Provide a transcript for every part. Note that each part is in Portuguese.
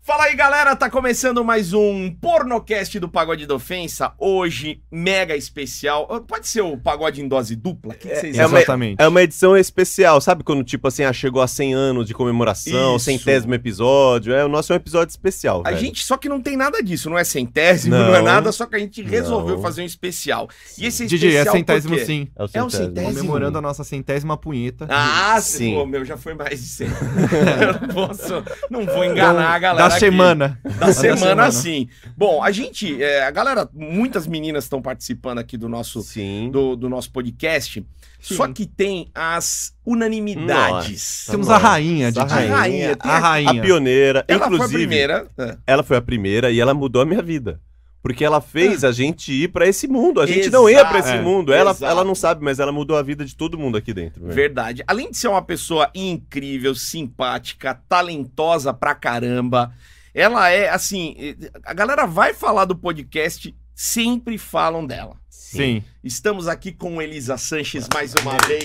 Fala aí, galera! Tá começando mais um pornocast do Pagode da Ofensa. Hoje, mega especial. Ah, Pode ser o Pagode em dose dupla? O que que vocês É uma, acham? é uma edição especial, sabe quando, tipo assim, ah, chegou a 100 anos de comemoração, Isso. centésimo episódio, é, o nosso é um episódio especial, A velho. gente, só que não tem nada disso, não é centésimo, não, é Não. nada, só que a gente resolveu Não. fazer um especial. E esse Didi, é especial por centésimo quê? sim. É o é um centésimo. centésimo. Comemorando a nossa centésima punheta. Ah, sim. Sim. Pô, meu, já foi mais de 100. Eu não posso, não vou enganar a galera da aqui. semana. da semana semana. sim. Bom, a gente, é, a galera, muitas meninas estão participando aqui do nosso Sim. do, do nosso podcast. Sim. Só que tem as unanimidades. Nossa. Temos a rainha, Essa Didi. A rainha, rainha, tem A a... A rainha. pioneira, Ela inclusive, foi a primeira. é. ela foi a primeira e ela mudou a minha vida. Porque ela fez a gente ir pra esse mundo. A gente não ia pra esse Ah. Exato. mundo. Ela, Exato. ela não sabe, mas ela mudou a vida de todo mundo aqui dentro. velho. Verdade. Além de ser uma pessoa incrível, simpática, talentosa pra caramba, ela é assim. eh, A galera vai falar do podcast, sempre falam dela. Sim. Estamos aqui com Elisa Sanches mais uma vez.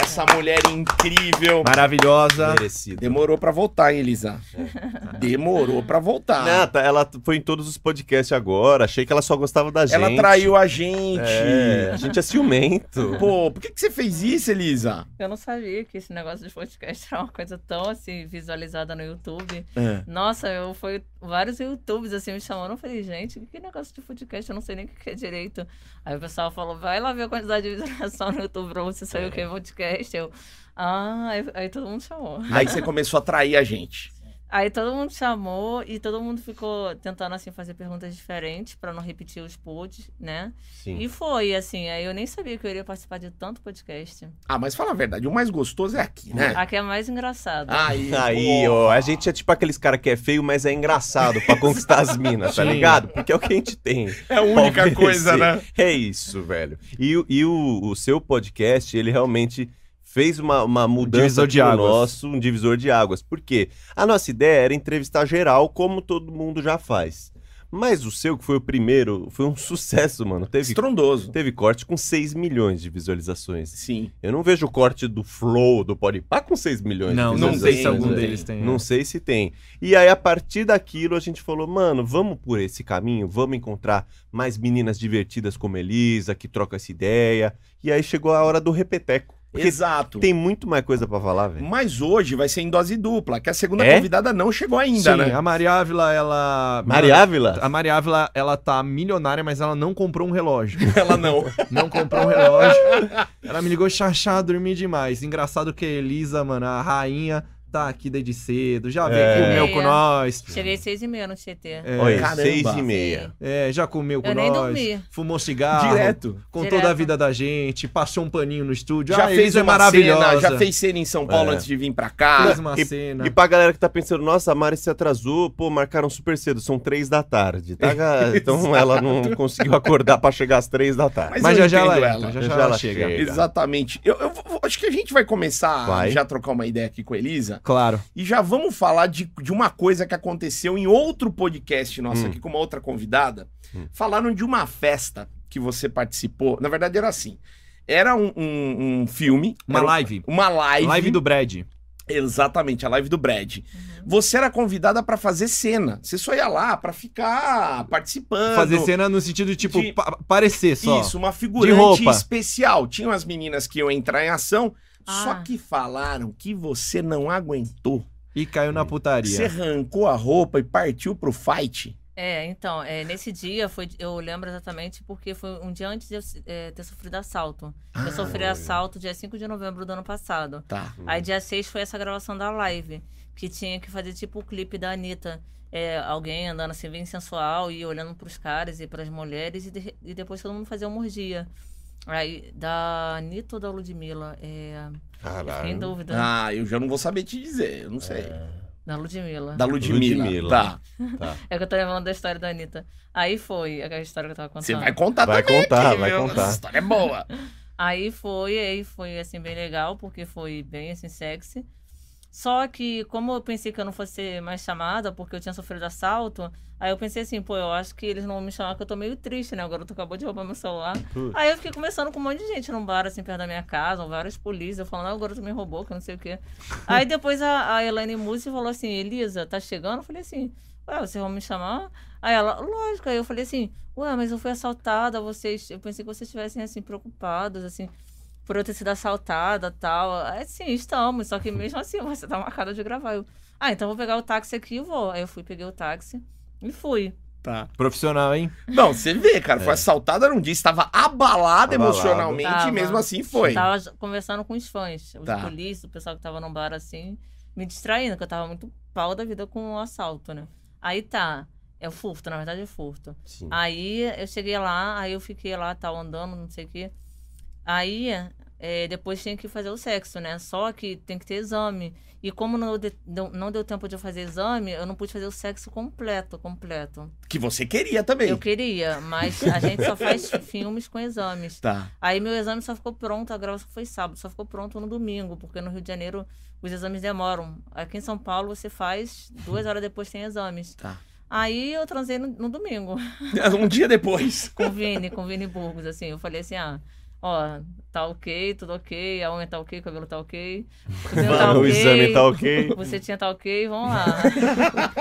Essa mulher incrível. Maravilhosa. Merecida. Demorou pra voltar, hein, Elisa? É. Demorou pra voltar. Nata, ela t- foi em todos os podcasts agora. Achei que ela só gostava da gente. Ela traiu a gente. É, a gente é ciumento. Pô, por que, que você fez isso, Elisa? Eu não sabia que esse negócio de podcast era uma coisa tão assim visualizada no YouTube. É. Nossa, eu fui vários YouTubes assim me chamando. Eu falei, gente, que negócio de podcast? Eu não sei nem o que que é direito. Aí o pessoal falou, vai lá ver a quantidade de visualização no YouTube pra você saber o que é podcast. Eu, ah, aí, aí todo mundo chamou. Aí você começou a trair a gente. Aí todo mundo chamou e todo mundo ficou tentando assim fazer perguntas diferentes pra não repetir os pods, né? Sim. E foi assim. Aí eu nem sabia que eu iria participar de tanto podcast. Ah, mas fala a verdade, o mais gostoso é Ah, aqui, né? Aqui é mais engraçado. Aí, Tá Aí, pô. ó, a gente é tipo aqueles cara que é feio, mas é engraçado pra conquistar as minas, tá Sim. ligado? Porque é o que a gente tem. É a única Talvez coisa, sim. né? É isso, velho. E, o- e o, o seu podcast, ele realmente fez uma, uma Um mudança divisor de pro águas. nosso, um divisor de águas. Por quê? A nossa ideia era entrevistar geral, como todo mundo já faz. Mas o seu, que foi o primeiro, foi um sucesso, mano. Teve, Estrondoso. teve corte com 6 milhões de visualizações. Sim. Eu não vejo o corte do Flow, do Podpah com 6 milhões. Não, de não sei visualizações, se algum velho. deles tem. Não sei se tem. E aí, a partir daquilo, a gente falou, mano, vamos por esse caminho, vamos encontrar mais meninas divertidas como Elisa, que troca essa ideia. E aí chegou a hora do repeteco. Porque Exato. tem muito mais coisa pra falar, velho. Mas hoje vai ser em dose dupla, que a segunda É? convidada não chegou ainda, Sim, né? a Maria Ávila, ela... Maria Ávila? A Maria Ávila, ela tá milionária, mas ela não comprou um relógio. Ela não. Não comprou um relógio. Ela me ligou, xaxá, dormi demais. Engraçado que a Elisa, mano, a rainha, tá aqui desde cedo. Já veio, É. comeu com nós. Cheguei às seis e meia no Tietê. É, Olha, Caramba. seis e meia. é, já comeu com Eu nem nós. dormi. Fumou cigarro. Direto. com Direto. toda a vida da gente, passou um paninho no estúdio. Já ah, fez Elisa é uma maravilhosa. cena, já fez cena em São Paulo É. antes de vir pra Fez cá. uma E- cena. E pra galera que tá pensando, nossa, a Mari se atrasou, pô, marcaram super cedo, são três da tarde, tá? ga- Então ela não conseguiu acordar pra chegar às três da tarde. Mas Mas eu já já entendo ela, ela. entra, já Já já já ela ela chega. chega. Exatamente. Eu, eu vou- acho que a gente vai começar Vai. já a trocar uma ideia aqui com a Elisa. Claro. E já vamos falar de, de uma coisa que aconteceu em outro podcast nosso Hum. aqui com uma outra convidada. Hum. Falaram de uma festa que você participou. Na verdade, era assim. Era um, um- um filme. Uma era um- live. Uma live. Live do Brad. Exatamente, a live do Brad. Você era convidada pra fazer cena. Você só ia lá pra ficar participando. Fazer cena no sentido, tipo, de- pa- parecer só. Isso, uma figurante roupa. especial. Tinham as meninas que iam entrar em ação. Só Ah. que falaram que você não aguentou. E caiu na putaria. Você arrancou a roupa e partiu pro fight. É, então, é, nesse dia foi, eu lembro exatamente porque foi um dia antes de eu é, ter sofrido assalto. eu sofri Ah, olha. assalto dia 5 de novembro do ano passado. Ah, Tá. Aí dia 6 foi essa gravação da live, que tinha que fazer tipo o clipe da Anitta. É, alguém andando assim, bem sensual e olhando pros caras e pras mulheres e, de- e depois todo mundo fazia uma orgia. Aí, da Anitta ou da Ludmilla? É, sem Caralho. dúvida. Ah, eu já não vou saber te dizer, eu não sei. Da Ludmilla. Da Ludmilla. Ludmilla. Tá. É que eu tô lembrando da história da Anitta. Aí foi aquela história que eu tava contando. Você vai contar Vai também. contar, aqui, vai viu? contar. Essa história é boa. Aí foi, aí foi assim, bem legal, porque foi bem assim, sexy. Só que, como eu pensei que eu não fosse mais chamada, porque eu tinha sofrido assalto, aí eu pensei assim, pô, eu acho que eles não vão me chamar, que eu tô meio triste, né? O garoto acabou de roubar meu celular. Putz. Aí eu fiquei conversando com um monte de gente num bar, assim, perto da minha casa, várias polícias, falando, ah, o garoto me roubou, que eu não sei o quê. Aí depois a, a Elaine Mussi falou assim, Elisa, tá chegando? Eu falei assim, ué, vocês vão me chamar? Aí ela, lógico. Aí eu falei assim, ué, mas eu fui assaltada, vocês... Eu pensei que vocês estivessem, assim, preocupados, assim, por eu ter sido assaltada tal. Aí, sim, estamos, só que mesmo assim, você tá marcada de gravar. Eu, ah, então eu vou pegar o táxi aqui e vou. Aí eu fui, peguei o táxi e fui. Tá. Profissional, hein? Não, você vê, cara, foi assaltado era um dia, estava abalado, É. Abalado. emocionalmente Tava. e mesmo assim foi. Tava j- conversando com os fãs, os Tá. polícias, o pessoal que tava no bar assim, me distraindo, que eu tava muito pau da vida com o assalto, né? Aí tá, é furto, na verdade é furto. Sim. Aí eu cheguei lá, aí eu fiquei lá, tal, andando, não sei o quê. Aí é, depois tinha que fazer o sexo, né? Só que tem que ter exame. E como não, de- não, não deu tempo de eu fazer exame, eu não pude fazer o sexo completo, completo. Que você queria também. Eu queria, mas a gente só faz filmes com exames. Tá. Aí meu exame só ficou pronto, a gravação foi sábado, só ficou pronto no domingo, porque no Rio de Janeiro os exames demoram. Aqui em São Paulo você faz, duas horas depois tem exames. Tá. Aí eu transei no, no domingo, Um dia depois. com o Vini, com o Vini Burgos, assim. Eu falei assim, ah, ó, tá ok, tudo ok, a unha tá ok, o cabelo tá ok. o cabelo tá O ok, exame tá ok. Você tinha tá ok, vamos lá.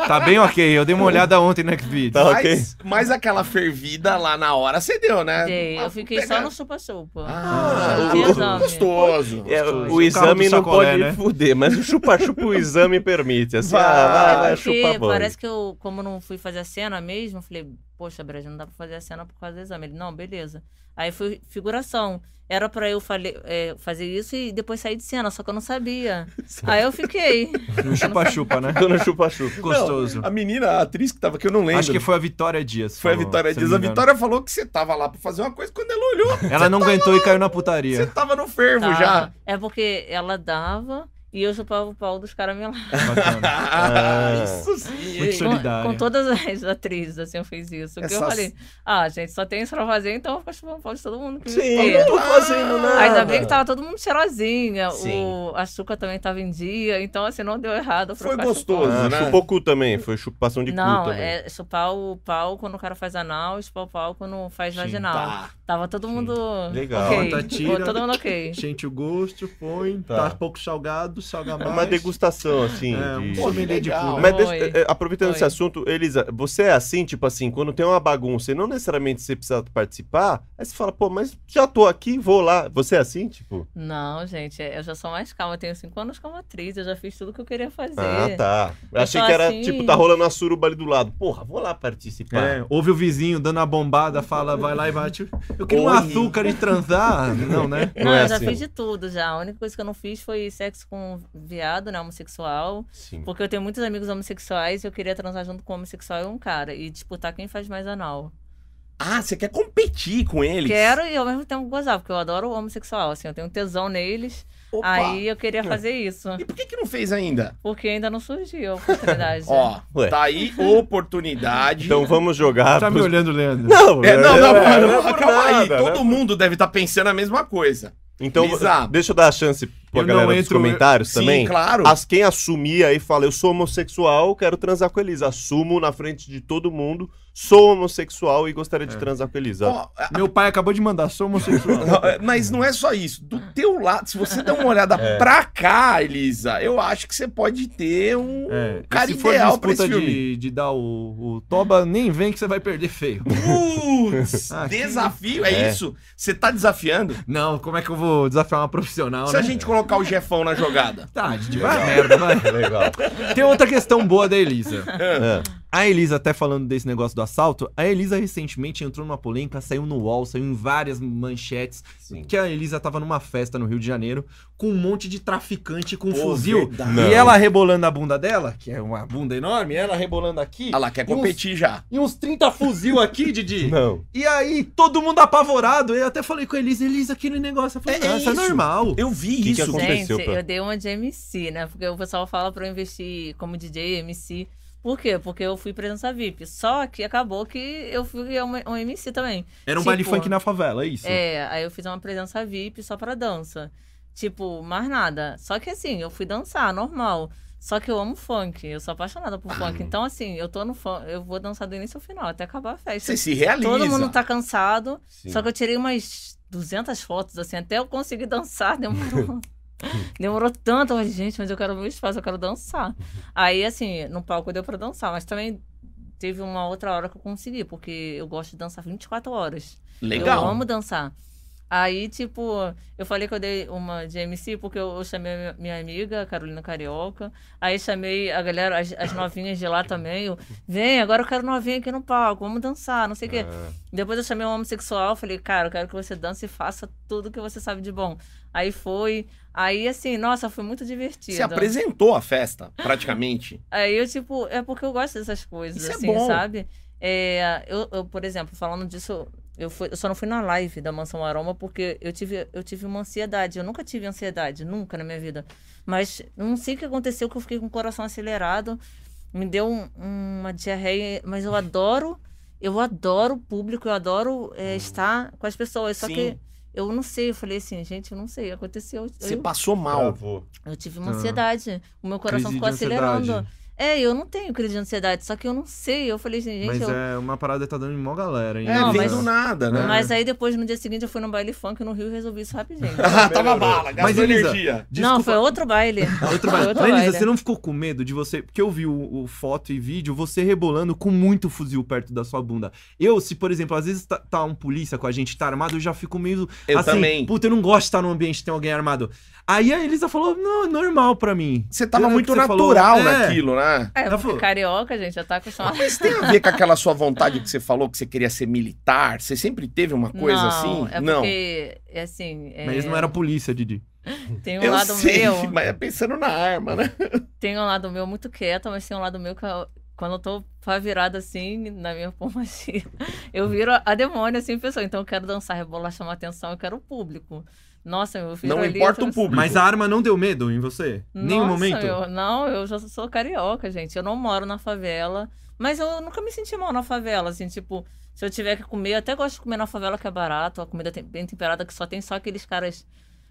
Tá bem ok, eu dei uma olhada ontem no Xvideos. Tá. ok. Mas, mas aquela fervida lá na hora você deu, né? Dei, eu fiquei só no chupa-chupa. Ah, Não tinha o- exame. gostoso. É, Gostoso. O carro o do exame não sacolé, pode né? fuder, mas o chupa-chupa o exame permite. Assim, Vai, ah, vai, É vai, porque chupa bom. parece que eu, como não fui fazer a cena mesmo, eu falei, poxa, Brasil, não dá pra fazer a cena por causa do exame. Ele, não, beleza. Aí foi figuração. Era pra eu fale- é, fazer isso e depois sair de cena, só que eu não sabia. Aí eu fiquei. No chupa-chupa, né? Tô no chupa-chupa. Gostoso. a menina, a atriz que tava, que eu não lembro. Acho que foi a Vitória Dias. Foi a falou, Vitória se eu Dias. A não me engano. Vitória falou que você tava lá pra fazer uma coisa, quando ela olhou, Ela não aguentou e caiu na putaria. você tava no fervo Tá. já. É porque ela dava e eu chupava o pau dos caras me lá. Bacana. Ah, Ah. isso sim. Muito hein? Com, Solidária. com todas as atrizes, assim, eu fiz isso. Porque eu Essas- falei, ah, gente, só tem isso pra fazer, então eu vou chupar o pau de todo mundo. Que me Sim, vê." não "Ah, tô fazendo nada. Ainda bem que tava todo mundo cheirosinha. Sim. O açúcar também tava em dia. Então, assim, não deu errado. pra Foi ficar gostoso, chupando. Ah, né? Chupou cu também, foi chupação de não, cu também. é chupar o pau quando o cara faz anal e chupar o pau quando faz Sim, vaginal. Tá. Tava todo mundo. Legal. ok. Bota, tira. Todo mundo ok. Sente o gosto, põe, Tá. tá, pouco salgado, salga É mais. uma degustação, assim. É, um de- Pô, sommelier de legal. cu. né? Mas deixa- Oi. eh, aproveitando Oi. esse assunto, Elisa, você é assim, tipo assim, quando tem uma bagunça e não necessariamente você precisa participar, aí você fala, pô, mas já tô aqui, vou lá. Você é assim, tipo? Não, gente, é, eu já sou mais calma. Eu tenho cinco anos como atriz. Eu já fiz tudo que eu queria fazer. Ah, tá. Eu Eu achei sou que era, assim. tipo, tá rolando uma suruba ali do lado. Porra, vou lá participar. É, ouve o vizinho dando a bombada, fala, vai lá e bate. Eu queria um Oi. açúcar e transar. Não, né? Não, Não é Ah, eu já assim. fiz de tudo já. A única coisa que eu não fiz foi sexo com viado, né? Homossexual. Sim. Porque eu tenho muitos amigos homossexuais e eu queria transar junto com um homossexual e um cara. E disputar quem faz mais anal. Ah, você quer competir com eles? Quero e ao mesmo tempo gozar, porque eu adoro o homossexual, assim, eu tenho tesão neles. Opa. Aí eu queria fazer isso. E por que que não fez ainda? Porque ainda não surgiu a oportunidade. Ó, é. Ué. tá aí oportunidade. Então vamos jogar. Tá me pros- olhando, Leandro. Não, É, não, não, é, não, é por calma aí. nada, né? Todo mundo deve estar pensando a mesma coisa. Então, Lisa, deixa eu dar a chance pra eu galera não dos entro- comentários Sim, também. Ah, claro. As, quem assumir aí fala, eu sou homossexual, quero transar com a Elisa. Assumo na frente de todo mundo, sou homossexual e gostaria de É. transar com a Elisa. Ó, a- Meu pai acabou de mandar, sou homossexual. a- mas não é só isso. Do teu lado, se você der uma olhada pra cá, Elisa, eu acho que você pode ter um É, e cara se for ideal pra esse disputa filme. de, de dar o, o toba, nem vem que você vai perder feio. Putz, Ah, que- desafio, é, É. isso? Você tá desafiando? Não, como é que eu vou desafiar uma profissional, se né? a gente colocar o Jefão na jogada. Tá, a gente vai a merda, vai. Legal. Tem outra questão boa da Elisa. É. A Elisa, até falando desse negócio do assalto, a Elisa recentemente entrou numa polêmica, saiu no UOL, saiu em várias manchetes, Sim. que a Elisa tava numa festa no Rio de Janeiro com um monte de traficante com um Pô, fuzil. verdade. Não. E ela rebolando a bunda dela, que é uma bunda enorme, ela rebolando aqui. Ah lá, quer e uns- competir já. E uns 30 fuzil aqui, Didi. Não. E aí, todo mundo apavorado. Eu até falei com a Elisa, Elisa, aquele negócio. Eu falei, É, não, é isso é isso. normal. Eu vi Que que isso. aconteceu? Gente, pra- eu dei uma de MC, né? Porque o pessoal fala pra eu investir como DJ, MC. Por quê? Porque eu fui presença VIP. Só que acabou que eu fui uma- um MC também. Era um Tipo, baile funk na favela, é isso? É, aí eu fiz uma presença VIP só pra dança. Tipo, mais nada. Só que assim, eu fui dançar, normal. Só que eu amo funk, eu sou apaixonada por Ah. funk. Então, assim, eu tô no funk, eu vou dançar do início ao final, até acabar a festa. Você se realiza. Todo mundo tá cansado. Sim. Só que eu tirei umas 200 fotos, assim, até eu conseguir dançar, demorou. demorou tanto. Eu falei, gente, mas eu quero meu espaço, eu quero dançar. Aí, assim, no palco deu pra dançar, mas também teve uma outra hora que eu consegui, porque eu gosto de dançar 24 horas. Eu Legal. amo dançar. Aí, tipo, eu falei que eu dei uma de MC porque eu, eu chamei a minha- minha amiga, a Carolina Carioca. Aí chamei a galera, as, as novinhas de lá também. Eu, Vem, agora eu quero novinha aqui no palco, vamos dançar, não sei o quê. Ah. Depois eu chamei um homossexual, falei, cara, eu quero que você dance e faça tudo que você sabe de bom. Aí foi. Aí, assim, nossa, foi muito divertido. Você apresentou a festa, praticamente. Aí eu, tipo, é porque eu gosto dessas coisas, Isso é assim, bom. sabe? É, eu, eu, por exemplo, falando disso, eu, fui- eu só não fui na live da Mansão Aroma porque eu tive, eu tive uma ansiedade. Eu nunca tive ansiedade, nunca na minha vida. Mas não sei o que aconteceu, que eu fiquei com o coração acelerado. Me deu um- uma diarreia, mas eu adoro, eu adoro o público, eu adoro é, estar com as pessoas. Só Sim. que eu não sei, eu falei assim, gente, eu não sei, aconteceu. Você eu, passou mal. Travou. eu tive uma Tá. ansiedade, o meu coração Crise ficou de ansiedade. acelerando. É, eu não tenho crise de ansiedade, só que eu não sei. Eu falei assim, gente, Mas eu... é uma parada que tá dando em mó galera, hein? É, Não, vem mas- do nada, né? Mas aí depois, no dia seguinte, eu fui num baile funk no Rio e resolvi isso rapidinho. Tava bala, Mas, gastou Elisa, energia. Não, foi outro baile. Outro Foi baile. outro Lenisa, baile. você não ficou com medo de você. Porque eu vi o, o foto e vídeo, você rebolando com muito fuzil perto da sua bunda. Eu, se, por exemplo, às vezes tá, tá um polícia com a gente, tá armado, eu já fico meio. Eu assim, também. Puta, eu não gosto de estar num ambiente que tem alguém armado. Aí a Elisa falou: não, é normal pra mim. Você tava Lembra muito que você falou? natural É. naquilo, né? É, Ela eu falou- fui carioca, gente, já tá acostumada. Mas tem a ver com aquela sua vontade que você falou que você queria ser militar? Você sempre teve uma coisa não, assim? É não. porque, é assim. É... Mas não era polícia, Didi. Tem um Eu lado sei, meu. mas é pensando na arma, né? Tem um lado meu muito quieto, mas tem um lado meu que eu- quando eu tô pra virada assim, na minha pombagia, eu viro a, a demônio assim, pessoal. Então eu quero dançar, rebolar, chamar atenção, eu quero o público. Nossa, eu viro Não ali, importa eu o falo público. Mas a arma não deu medo em você? Nenhum Nossa, momento? eu- não, eu já sou carioca, gente. Eu não moro na favela. Mas eu nunca me senti mal na favela, assim, tipo, se eu tiver que comer, eu até gosto de comer na favela que é barato, a comida tem- bem temperada, que só tem só aqueles caras.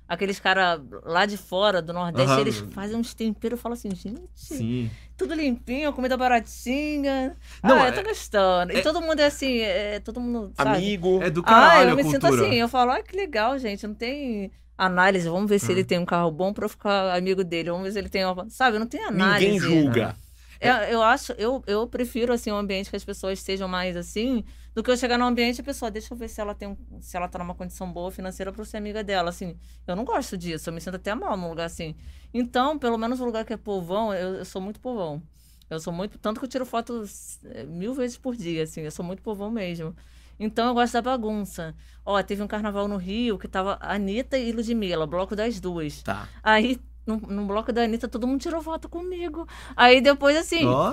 Aqueles caras lá de fora, do Nordeste, Aham. eles fazem uns temperos, eu falo assim, gente, Sim. tudo limpinho, comida baratinha. Não, ah, é- eu tô gostando. E todo mundo é assim, é, todo mundo, sabe? Amigo. É do Ah, caralho, eu me a cultura. sinto assim. Eu falo, ah, que legal, gente. Não tem análise. Vamos ver se Hum. ele tem um carro bom pra eu ficar amigo dele. Vamos ver se ele tem É uma. Sabe, não tem análise. né? Ninguém julga. Eu, eu acho, eu, eu prefiro assim, um ambiente que as pessoas sejam mais assim, do que eu chegar num ambiente e a pessoa, deixa eu ver se ela tem um- se ela tá numa condição boa financeira pra eu ser amiga dela. Assim, eu não gosto disso, eu me sinto até mal num lugar assim. Então, pelo menos um lugar que é povão, eu, eu sou muito povão. Eu sou muito. Tanto que eu tiro foto eh, mil vezes por dia, assim, eu sou muito povão mesmo. Então eu gosto da bagunça. Ó, teve um carnaval no Rio que tava Anitta e Ludmilla, bloco das duas. Tá. Aí, no, no bloco da Anitta, todo mundo tirou foto comigo. Aí depois, assim. Ó,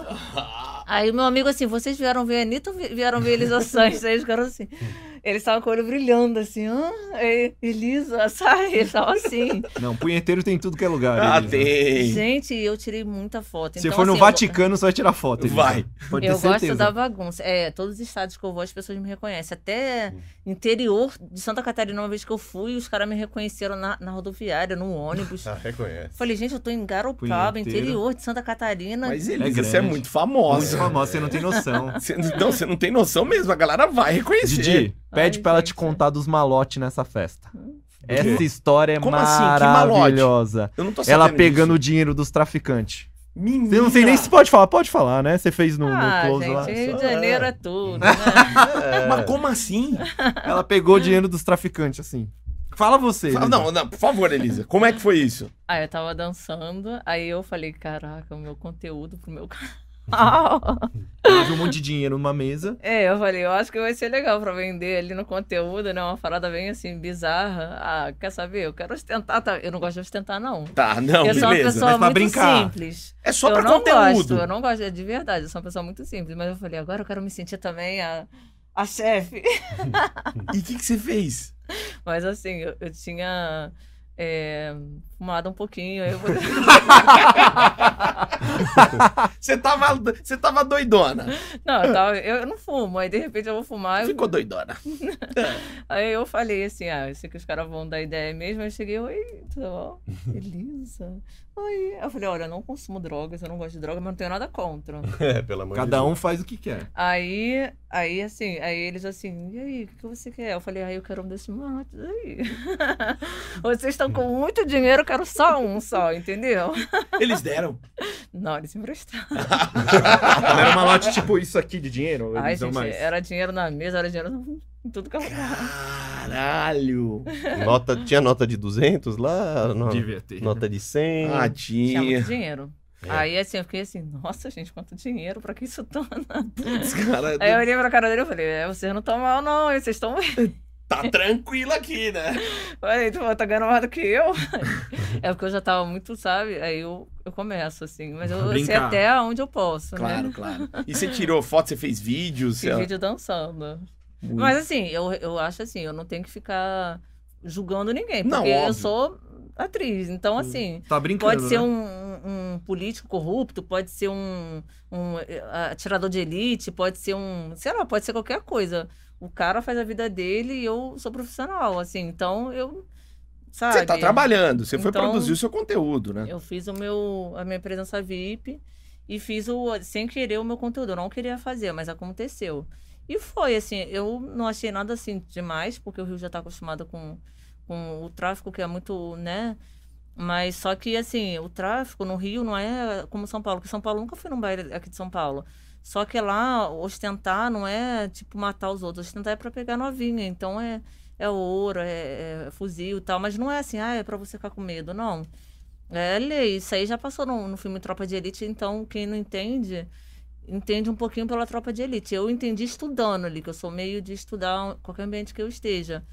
Aí o meu amigo assim, vocês vieram ver a Anitta ou vi- vieram ver Elisa Sanches? Aí os caras assim, Hum. eles estavam com o olho brilhando assim, hã? É, Elisa, sabe? Eles estavam assim. não, punheteiro tem em tudo que é lugar. Ah, Elisa. tem. Gente, eu tirei muita foto. Se Então, for no assim, eu- Vaticano, você vai tirar foto. Elisa. Vai. Pode Eu ter gosto certeza. da bagunça. É, todos os estados que eu vou, as pessoas me reconhecem. Até Hum. interior de Santa Catarina, uma vez que eu fui, os caras me reconheceram na, na rodoviária, no ônibus. Ah, reconhece. Falei, gente, eu tô em Garopaba, Punheteiro. interior de Santa Catarina. Mas Elisa, É você é grande. muito Nossa, famosa. famosa, você não tem noção. Você, não, então, você não tem noção mesmo, a galera vai reconhecer. Didi, pede pra ela te gente. Hum. contar dos malotes nessa festa. Do Essa quê? história é Como assim? Que malote? maravilhosa. Eu não tô ela sabendo pegando disso. o dinheiro dos traficantes. Menina. Você não sei nem se pode falar. Pode falar, né? Você fez no, no Ah, close gente, Rio de só- Janeiro é tudo, né? É. Mas como assim? lá. Ela pegou o dinheiro dos traficantes, assim. Fala você. Fala- Elisa. não, não, por favor, Elisa. Como é que foi isso? Aí eu tava dançando, aí eu falei, caraca, o meu conteúdo pro meu canal. Ela viu um monte de dinheiro numa mesa. é, eu falei, eu acho que vai ser legal pra vender ali no conteúdo, né? Uma parada bem assim, bizarra. Ah, quer saber? Eu quero ostentar, tá? Eu não gosto de ostentar, não. Tá, não, eu sou uma beleza. pessoa mas pra muito brincar. simples. É só eu pra não conteúdo. gosto, eu não gosto, é de verdade, eu sou uma pessoa muito simples. Mas eu falei, agora eu quero me sentir também a, a chefe. E o que, que você fez? Mas assim, eu, eu tinha. é, fumado um pouquinho. aí Eu vou... Você tava, você tava doidona. não, eu, tava- eu não fumo, aí de repente eu vou fumar. eu- Ficou doidona. Aí eu falei assim, ah, eu sei que os caras vão dar ideia mesmo. Aí eu cheguei, oi, tudo bom? Elisa, oi. Aí Eu falei, olha, eu não consumo drogas, eu não gosto de drogas, mas não tenho nada contra. É, pelo amor de Cada Deus. um faz o que quer. Aí, aí assim, aí eles assim, e aí, o que que você quer? Eu falei, aí eu quero um desses mates aí. Vocês estão com muito dinheiro, eu quero só um só, entendeu? Eles deram. Não, eles emprestaram. Era uma lote tipo isso aqui de dinheiro? Ai, Eles dão gente, mais. era dinheiro na mesa, era dinheiro no- em tudo que eu Caralho. Nota, tinha nota de 200 lá, no- Devia ter. nota de 100. Ah, tinha muito tinha. dinheiro. É. Aí assim, eu fiquei assim, nossa, gente, quanto dinheiro, pra que isso tanto? Putz, cara, Aí eu olhei pra cara dele e falei, é, vocês não estão mal, não, vocês estão bem. tá tranquilo aqui, né? Falei, tu tá ganhando mais do que eu. é porque eu já tava muito, sabe? Aí eu, eu começo, assim, mas eu, eu sei Brincar. até onde eu posso, né? Claro, claro. E você tirou foto, você é fez vídeos? Fiz vídeo dançando. Mas assim, eu, eu acho assim, eu não tenho que ficar julgando ninguém, porque Não, óbvio. eu sou atriz, então assim. Tá brincando. Pode ser né? um, um político corrupto, pode ser um, um, eh, atirador de elite, pode ser um. Sei lá, pode ser qualquer coisa. O cara faz a vida dele e eu sou profissional, assim. Então eu. Sabe? Você tá trabalhando, você foi Então- produzir o seu conteúdo, né? Eu fiz o meu, a minha presença VIP e fiz o, sem querer o meu conteúdo. Eu não queria fazer, mas aconteceu. E foi assim, eu não achei nada assim demais, porque o Rio já está acostumado com, com o tráfico, que é muito, né? Mas só que assim, o tráfico no Rio não é como São Paulo, porque São Paulo nunca fui num baile aqui de São Paulo. Só que lá ostentar não é tipo matar os outros, ostentar é para pegar novinha, então é é ouro, é, é fuzil e tal, mas não é assim, ah, é para você ficar com medo, não. É lei, isso aí já passou no, no filme Tropa de Elite, então quem não entende, entende um pouquinho pela Tropa de Elite. Eu entendi estudando ali, que eu sou meio de estudar um, qualquer ambiente que eu esteja.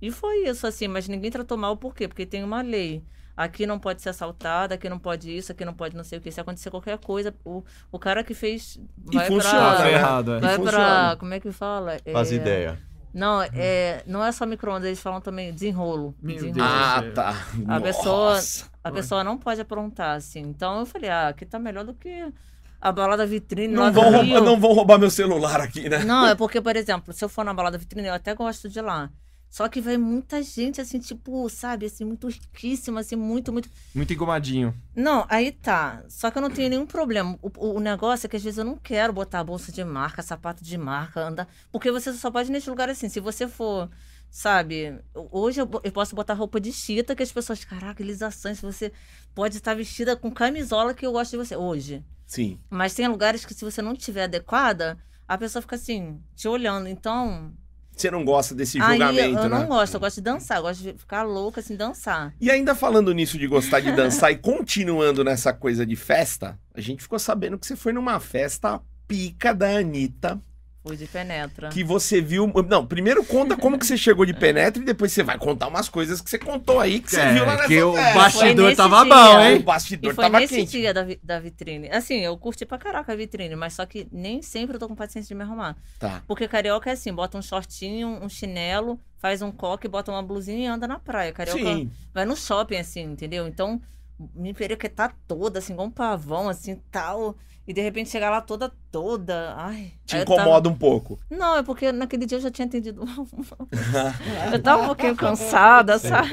E foi isso, assim, mas ninguém tratou mal, por quê? Porque tem uma lei. Aqui não pode ser assaltado, aqui não pode isso, aqui não pode não sei o que. Se acontecer qualquer coisa, o, o cara que fez. Vai funciona, Ah, né? foi pra. errado, é. E Vai funciona. pra. Como é que fala? Faz É, ideia. Hum. Não, é, não é só micro-ondas, eles falam também desenrolo. Meu Deus. desenrolo. Ah, Deus. tá. A pessoa- Nossa. A pessoa não pode aprontar, assim. Então eu falei, ah, aqui tá melhor do que a balada vitrine lá Não do vão, Rio. roubar, não vão roubar meu celular aqui, né? Não, é porque, por exemplo, se eu for na balada vitrine, eu até gosto de lá. Só que vai muita gente, assim, tipo, sabe, assim, muito riquíssima, assim, muito, muito. Muito engomadinho. Não, aí tá. Só que eu não tenho nenhum problema. O, o- o negócio é que às vezes eu não quero botar bolsa de marca, sapato de marca, andar. Porque você só pode ir nesse lugar assim. Se você for, sabe? Hoje eu, bo- eu posso botar roupa de chita, que as pessoas, caraca, Elisa Sanches, você pode estar vestida com camisola que eu gosto de você. Hoje. Sim. Mas tem lugares que se você não tiver adequada, a pessoa fica assim, te olhando. Então. Você não gosta desse Aí eu julgamento, né? não gosto, eu gosto de dançar, eu gosto de ficar louca, assim, dançar. E ainda falando nisso de gostar de dançar e continuando nessa coisa de festa, a gente ficou sabendo que você foi numa festa pica da Anitta, Fui de penetra. que você viu... Não, primeiro conta como que você chegou É. de penetra e depois você vai contar umas coisas que você contou aí É, que você viu lá nessa que o festa. Foi bastidor nesse tava dia. bom, O hein? bastidor E foi tava nesse quente. dia da, vi- da vitrine. Assim, eu curti pra caraca a vitrine, mas só que nem sempre eu tô com paciência de me arrumar. Tá. Porque carioca é assim, bota um shortinho, um chinelo, faz um coque, bota uma blusinha e anda na praia. Carioca Sim. vai no shopping, assim, entendeu? Então, me periquetar toda, assim, igual um pavão, assim, tal. E de repente chegar lá toda, toda. Ai. Te Aí eu tava- incomoda um pouco. Não, é porque naquele dia eu já tinha atendido. eu tava um pouquinho cansada, sabe?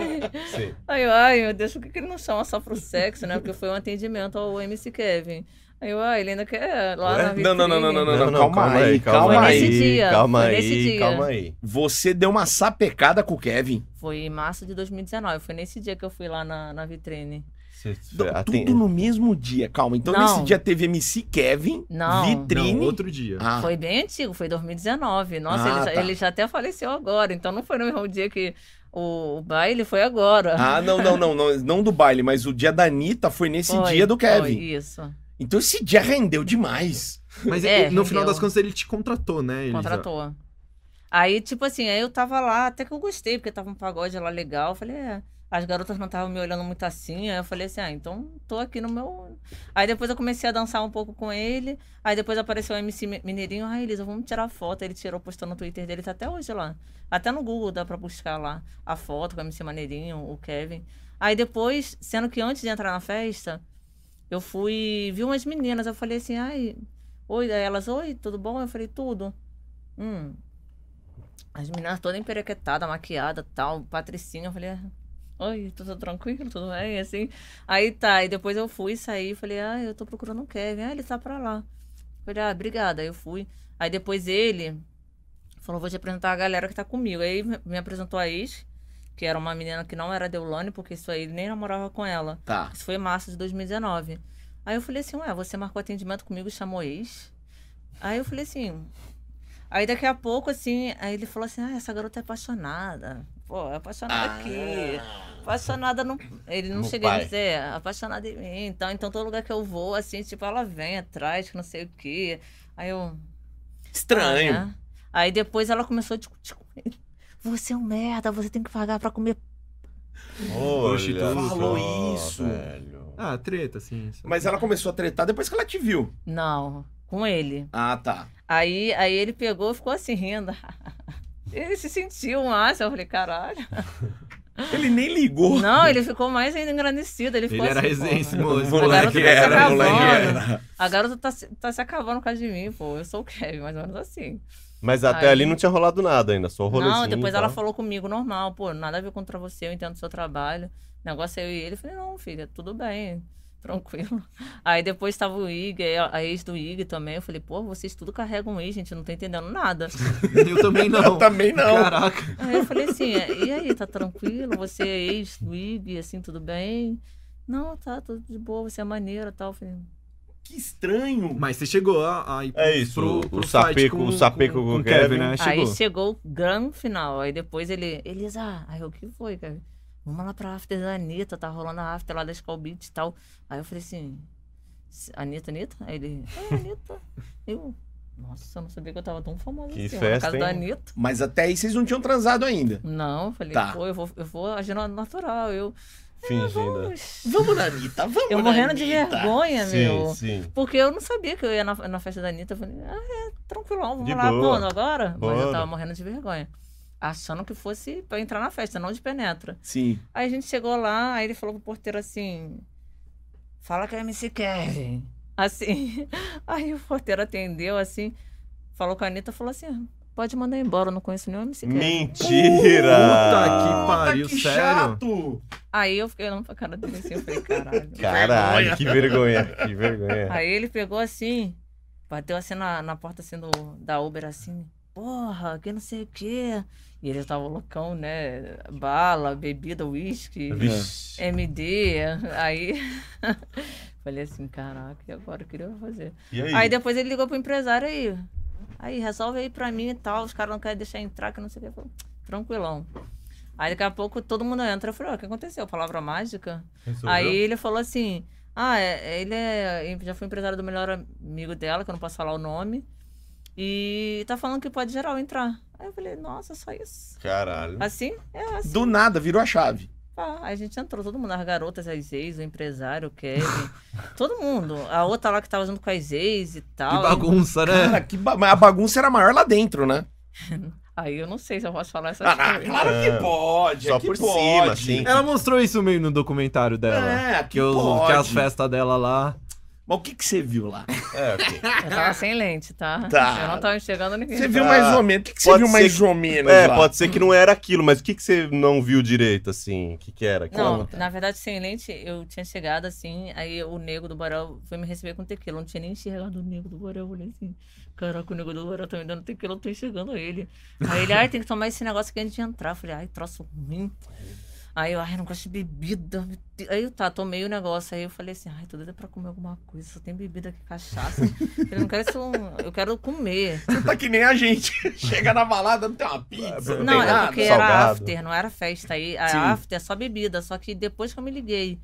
Sim. Aí eu, ai meu Deus, por que, que ele não chama só pro sexo, né? Porque foi um atendimento ao MC Kevin. Aí eu, ai, ele ainda quer eh, lá Ué? na Não, vitrine. não, não, não, não, não, não, calma, aí, calma, calma aí. aí. Foi nesse dia, calma foi aí, nesse dia. calma aí. Você deu uma sapecada com o Kevin. Foi em março de 2019, foi nesse dia que eu fui lá na, na vitrine. Você- Do- aten- Tudo no mesmo dia, calma. Então Não. nesse dia teve MC Kevin, Não. Vitrine. Não, outro dia. Ah, Foi bem antigo, foi 2019. Nossa, Ah, ele, já, tá. ele já até faleceu agora, então não foi no mesmo dia que o, o baile, foi agora. Ah, não, não, não, não, não do baile, mas o dia da Anitta foi nesse Foi, dia do foi, Kevin. isso. Então esse dia rendeu demais. Mas É, no final rendeu. das contas ele te contratou, né? Elisa? Contratou. Aí, tipo assim, aí eu tava lá, até que eu gostei, porque tava um pagode lá legal. Eu falei, é. as garotas não estavam me olhando muito assim. Aí eu falei assim, ah, então tô aqui no meu. Aí depois eu comecei a dançar um pouco com ele. Aí depois apareceu o MC Mi- Mineirinho, ah, Elisa, vamos tirar foto. Aí Ele tirou, postou no Twitter dele, tá até hoje lá. Até no Google dá pra buscar lá a foto com o MC Maneirinho, o Kevin. Aí depois, sendo que antes de entrar na festa, eu fui, vi umas meninas, eu falei assim, ai, oi, Aí elas, oi, tudo bom? Eu falei, tudo. Hum. As meninas todas emperequetadas, maquiada, tal, patricinha, eu falei, "Ah, oi, tudo tranquilo, tudo bem, assim. Aí tá, e depois eu fui, saí, falei, ah, eu tô procurando o Kevin, ah, ele tá pra lá. Falei, ah, obrigada, aí eu fui. Aí depois ele falou, vou te apresentar a galera que tá comigo. Aí me me apresentou a ex, que era uma menina que não era Deulane, porque isso aí ele nem namorava com ela. Tá. Isso foi em março de 2019. Aí eu falei assim, ué, você marcou atendimento comigo e chamou ex? Aí eu falei assim. Aí daqui a pouco, assim, aí ele falou assim, ah, essa garota é apaixonada. Pô, é apaixonada aqui. Apaixonada no. Ele não Ah, é. No chega a pai. dizer, "É, apaixonada em mim. Então, então todo lugar que eu vou, assim, tipo, ela vem atrás, que não sei o quê. Aí eu. Estranho. Ah, né? Aí depois ela começou a discutir com ele. Você é um merda, você tem que pagar pra comer. Olha só, Ah, treta, sim. isso. Mas ela começou a tretar depois que ela te viu. Não, com ele. Ah, tá. Aí, aí ele pegou e ficou assim, rindo. Ele se sentiu o máximo. Eu falei, caralho. Ele nem ligou. Não, ele ficou mais ainda engrandecido. Ele, Ele ficou era assim, resenha esse "Pô, moço. Agora garota moleque tá se era, acabando. moleque era. A garota tá, se- tá se acabando por causa de mim, pô. Eu sou o Kevin, mais ou menos assim. Mas até Aí- ali não tinha rolado nada ainda, só o Um rolezinho. tá? não, depois e ela tal. falou comigo, normal, pô, nada a ver contra você, eu entendo o seu trabalho. O negócio é eu e ele. Eu falei, não, filha, tudo bem, tranquilo. Aí depois tava o Ig, aí a a ex do Ig também. Eu falei, pô, vocês tudo carregam ex, gente, eu não tô entendendo nada. Eu também não. Eu também não. Caraca. Aí eu falei assim, e aí, tá tranquilo? Você é ex do Ig, assim, tudo bem? Não, tá, tudo de boa, você é maneira e tal. Eu falei, Que estranho. Mas você chegou a, a ir É isso, o sapeco- fight o sapeco com o Kevin, né? Aí Chegou. chegou o grande final. Aí depois ele, Elisa, aí eu, o que foi, cara? Vamos lá pra after da Anitta, tá rolando a after lá da Skull Beats e tal. Aí eu falei assim, "S- Anitta, Anitta? Aí ele, é, Anitta. Eu, nossa, eu não sabia que eu tava tão famosa Que assim, ó, festa, na casa da hein? Anitta. Mas até aí vocês não tinham transado ainda. Não, eu falei, Tá. pô, eu vou, eu vou agir na- natural, eu... Fingindo. Vamos na Anitta, vamos Eu na morrendo de Anitta. vergonha, meu. Sim, sim. Porque eu não sabia que eu ia na, na festa da Anitta. Eu falei, ah, é, tranquilão, vamos De lá, boa. bono agora? Mas Bora. eu tava morrendo de vergonha. Achando que fosse pra entrar na festa, não de penetra. Sim. Aí a gente chegou lá, aí ele falou pro porteiro assim: Fala que é MC Kevin. Assim. Aí o porteiro atendeu, assim, falou com a Anitta, falou assim: Pode mandar embora, eu não conheço nenhum MC Kevin. Mentira! Puta Pariu, que sério? chato. Aí eu fiquei olhando pra cara dele assim, eu falei: Caralho. Caralho, que vergonha, que vergonha. Aí ele pegou assim, bateu assim na, na porta assim do, da Uber assim, porra, que não sei o quê. E ele tava loucão, né? Bala, bebida, uísque, Vixe. MD. Aí falei assim, caraca, e agora o que ele vai fazer? E aí? Aí depois ele ligou pro empresário aí. Aí, resolve aí pra mim e tal. Os caras não querem deixar entrar, que não sei o que. Eu falei, Tranquilão. Aí daqui a pouco todo mundo entra. Eu falei, ó, o que aconteceu? Palavra mágica? Resolveu? Aí ele falou assim: Ah, é- é- ele é, já foi empresário do melhor amigo dela, que eu não posso falar o nome. E tá falando que pode geral entrar. Aí eu falei, nossa, só isso. Caralho. Assim? É assim. Do nada, virou a chave. pá. Aí a gente entrou, todo mundo, as garotas, as ex, o empresário, o Kevin, todo mundo. A outra lá que tava junto com as ex e Que tal. É. bagunça, né? Cara, que ba- mas a bagunça era maior lá dentro, né? Aí eu não sei se eu posso falar essas Ah, coisas. claro É. que pode. Só é que por pode. cima, assim. Ela mostrou isso meio no documentário dela. É, que, Que, os- pode. que as festas dela lá. Mas o que, que você viu lá? É, ok. Eu tava sem lente, tá? Tá. Eu não tava enxergando ninguém. Você viu Ah, mais ou menos. O que, que você pode viu ser mais que- ou menos É, lá? pode ser que não era aquilo, mas o que, que você não viu direito, assim? O que, que era? Não, Conta. na verdade, sem lente, eu tinha chegado assim, aí o nego do Borel foi me receber com tequila. Eu não tinha nem enxergado o nego do Borel. Eu olhei assim, caraca, o nego do Borel tá me dando tequila, eu não tô enxergando ele. Aí ele, ai, tem que tomar esse negócio aqui antes de entrar. Eu falei, ai, troço ruim. Aí eu, ai, não gosto de bebida. meu Deus. Aí eu, tá, tomei o negócio. Aí eu falei assim, ai, tô doida pra comer alguma coisa, só tem bebida aqui, cachaça. Eu não quero isso, eu quero comer. Você tá que nem a gente. Chega na balada, não tem uma pizza. Não, tem é nada. porque era Salgado. after, não era festa. Aí Sim. a after é só bebida, só que depois que eu me liguei.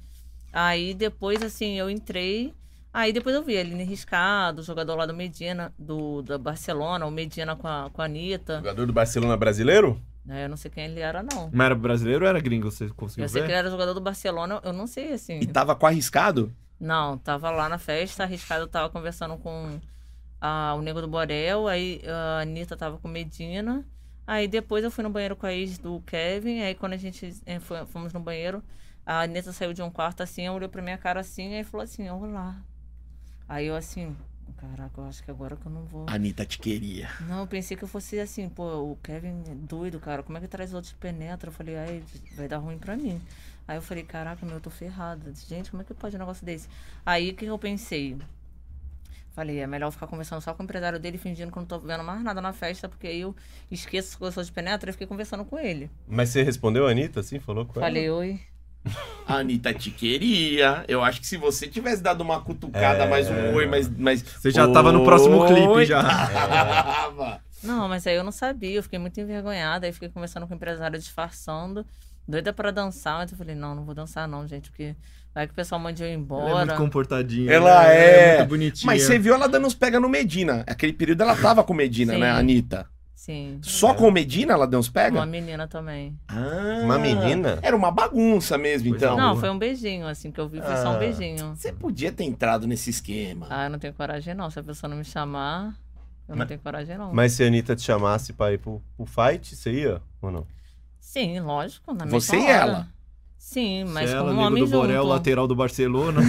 Aí depois, assim, eu entrei. Aí depois eu vi a Aline Riscado, o jogador lá do Medina, do, da Barcelona, o Medina com a, com a Anitta. Jogador do Barcelona brasileiro? né? Eu não sei quem ele era, não. Mas era brasileiro ou era gringo? Você Eu conseguiu sei que ele ver? era jogador do Barcelona, eu não sei, assim. E tava com arriscado? Não, tava lá na festa, arriscado, eu tava conversando com ah, o Nego do Borel, aí ah, a Anitta tava com Medina. Aí depois eu fui no banheiro com a ex do Kevin, aí quando a gente eh, foi- fomos no banheiro, a Anitta saiu de um quarto assim, olhou pra minha cara assim, aí falou assim, olá. Aí eu assim, caraca, eu acho que agora que eu não vou. A Anitta te queria. Não, eu pensei que eu fosse assim, pô, o Kevin é doido, cara, como é que traz outros penetra? Eu falei, ai, vai dar ruim pra mim. Aí eu falei, caraca, meu, eu tô ferrada. Gente, como é que pode um negócio desse? Aí o que eu pensei? Falei, é melhor eu ficar conversando só com o empresário dele, fingindo que eu não tô vendo mais nada na festa, porque aí eu esqueço que eu sou de penetra e fiquei conversando com ele. Mas você respondeu a Anitta, assim? Falou com ela? Falei, oi. A Anitta te queria. Eu acho que se você tivesse dado uma cutucada, É. mais um oi, mas. mas... Você já tava no próximo clipe, já. Tava. Não, mas aí eu não sabia, eu fiquei muito envergonhada, aí fiquei conversando com o empresário disfarçando, doida pra dançar, mas eu falei, não, não vou dançar não, gente, porque vai que o pessoal mande eu Ela é embora. muito comportadinha. Ela né? é. muito bonitinha. Mas você viu ela dando uns pega no Medina. Aquele período ela tava com Medina, Sim. né, Anitta? Sim. É. Só com Medina ela deu uns Uma pega? menina também. Ah, Uma menina? Era uma bagunça mesmo, Pois é. então. Não, Não, boa. foi um beijinho, assim, que eu vi, foi só Ah. um beijinho. Você podia ter entrado nesse esquema. Ah, eu não tenho coragem não, se a pessoa não me chamar, eu não Mas- tenho coragem não. Mas se a Anitta te chamasse pra ir pro, pro fight, você ia ou não? Sim, lógico, na Você mesma e hora. ela? Sim, mas Se com ela, um nego homem do junto. Borel, lateral do Barcelona.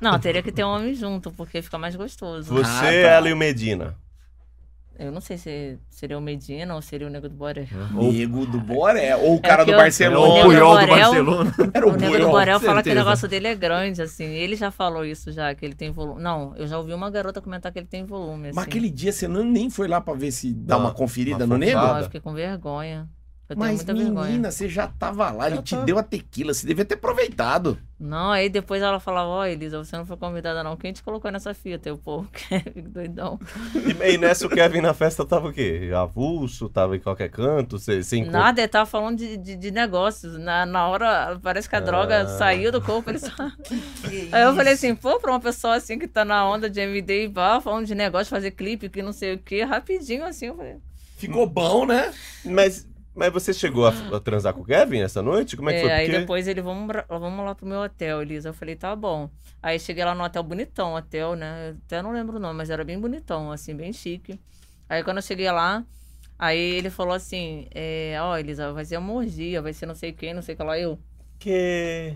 Não, teria que ter um homem junto, porque fica mais gostoso. Você, Ah, tá. ela e o Medina. Eu não sei se seria o Medina ou seria o Nego do Borel. Ou- Nego do Boré. Ou o cara Ah. É que do Era eu- o Barcelona. o Nego Puyol do Borel. Barcelona. Era O o Nego do Borel. Borel fala que o certeza. negócio dele é grande, assim. Ele já falou isso já, que ele tem volume. Não, eu já ouvi uma garota comentar que ele tem volume, assim. Mas aquele dia você não, nem foi lá pra ver se dá Uma- uma conferida uma no nego? fofada. Não, eu fiquei com vergonha. Eu Mas tenho muita menina, vergonha. você já tava lá, ele Já te tava. deu a tequila, você devia ter aproveitado. Não, aí depois ela falava, ó, Elisa, você não foi convidada não. Quem te colocou nessa fita? Eu, pô, que doidão. E, e nessa o Kevin na festa tava o quê? Avulso, tava em qualquer canto, você, você encont- Nada, ele tava falando de, de, de negócios. Na, na hora, parece que a droga Ah. saiu do corpo. Ele só... Aí eu falei assim, pô, pra uma pessoa assim que tá na onda de MD e bar, falando de negócio, fazer clipe, que não sei o quê, rapidinho assim, eu falei... Ficou bom, né? Mas, mas você chegou a, a transar com o Kevin essa noite? Como é que foi? aí Porque- depois ele, vamos, pra- vamos lá pro meu hotel, Elisa. Eu falei, tá bom. Aí cheguei lá no hotel bonitão, hotel, né? Eu até não lembro o nome, mas era bem bonitão, assim, bem chique. Aí quando eu cheguei lá, aí ele falou assim, é, ó, Elisa, vai ser uma orgia, vai ser não sei quem, não sei o que lá. Eu, Que...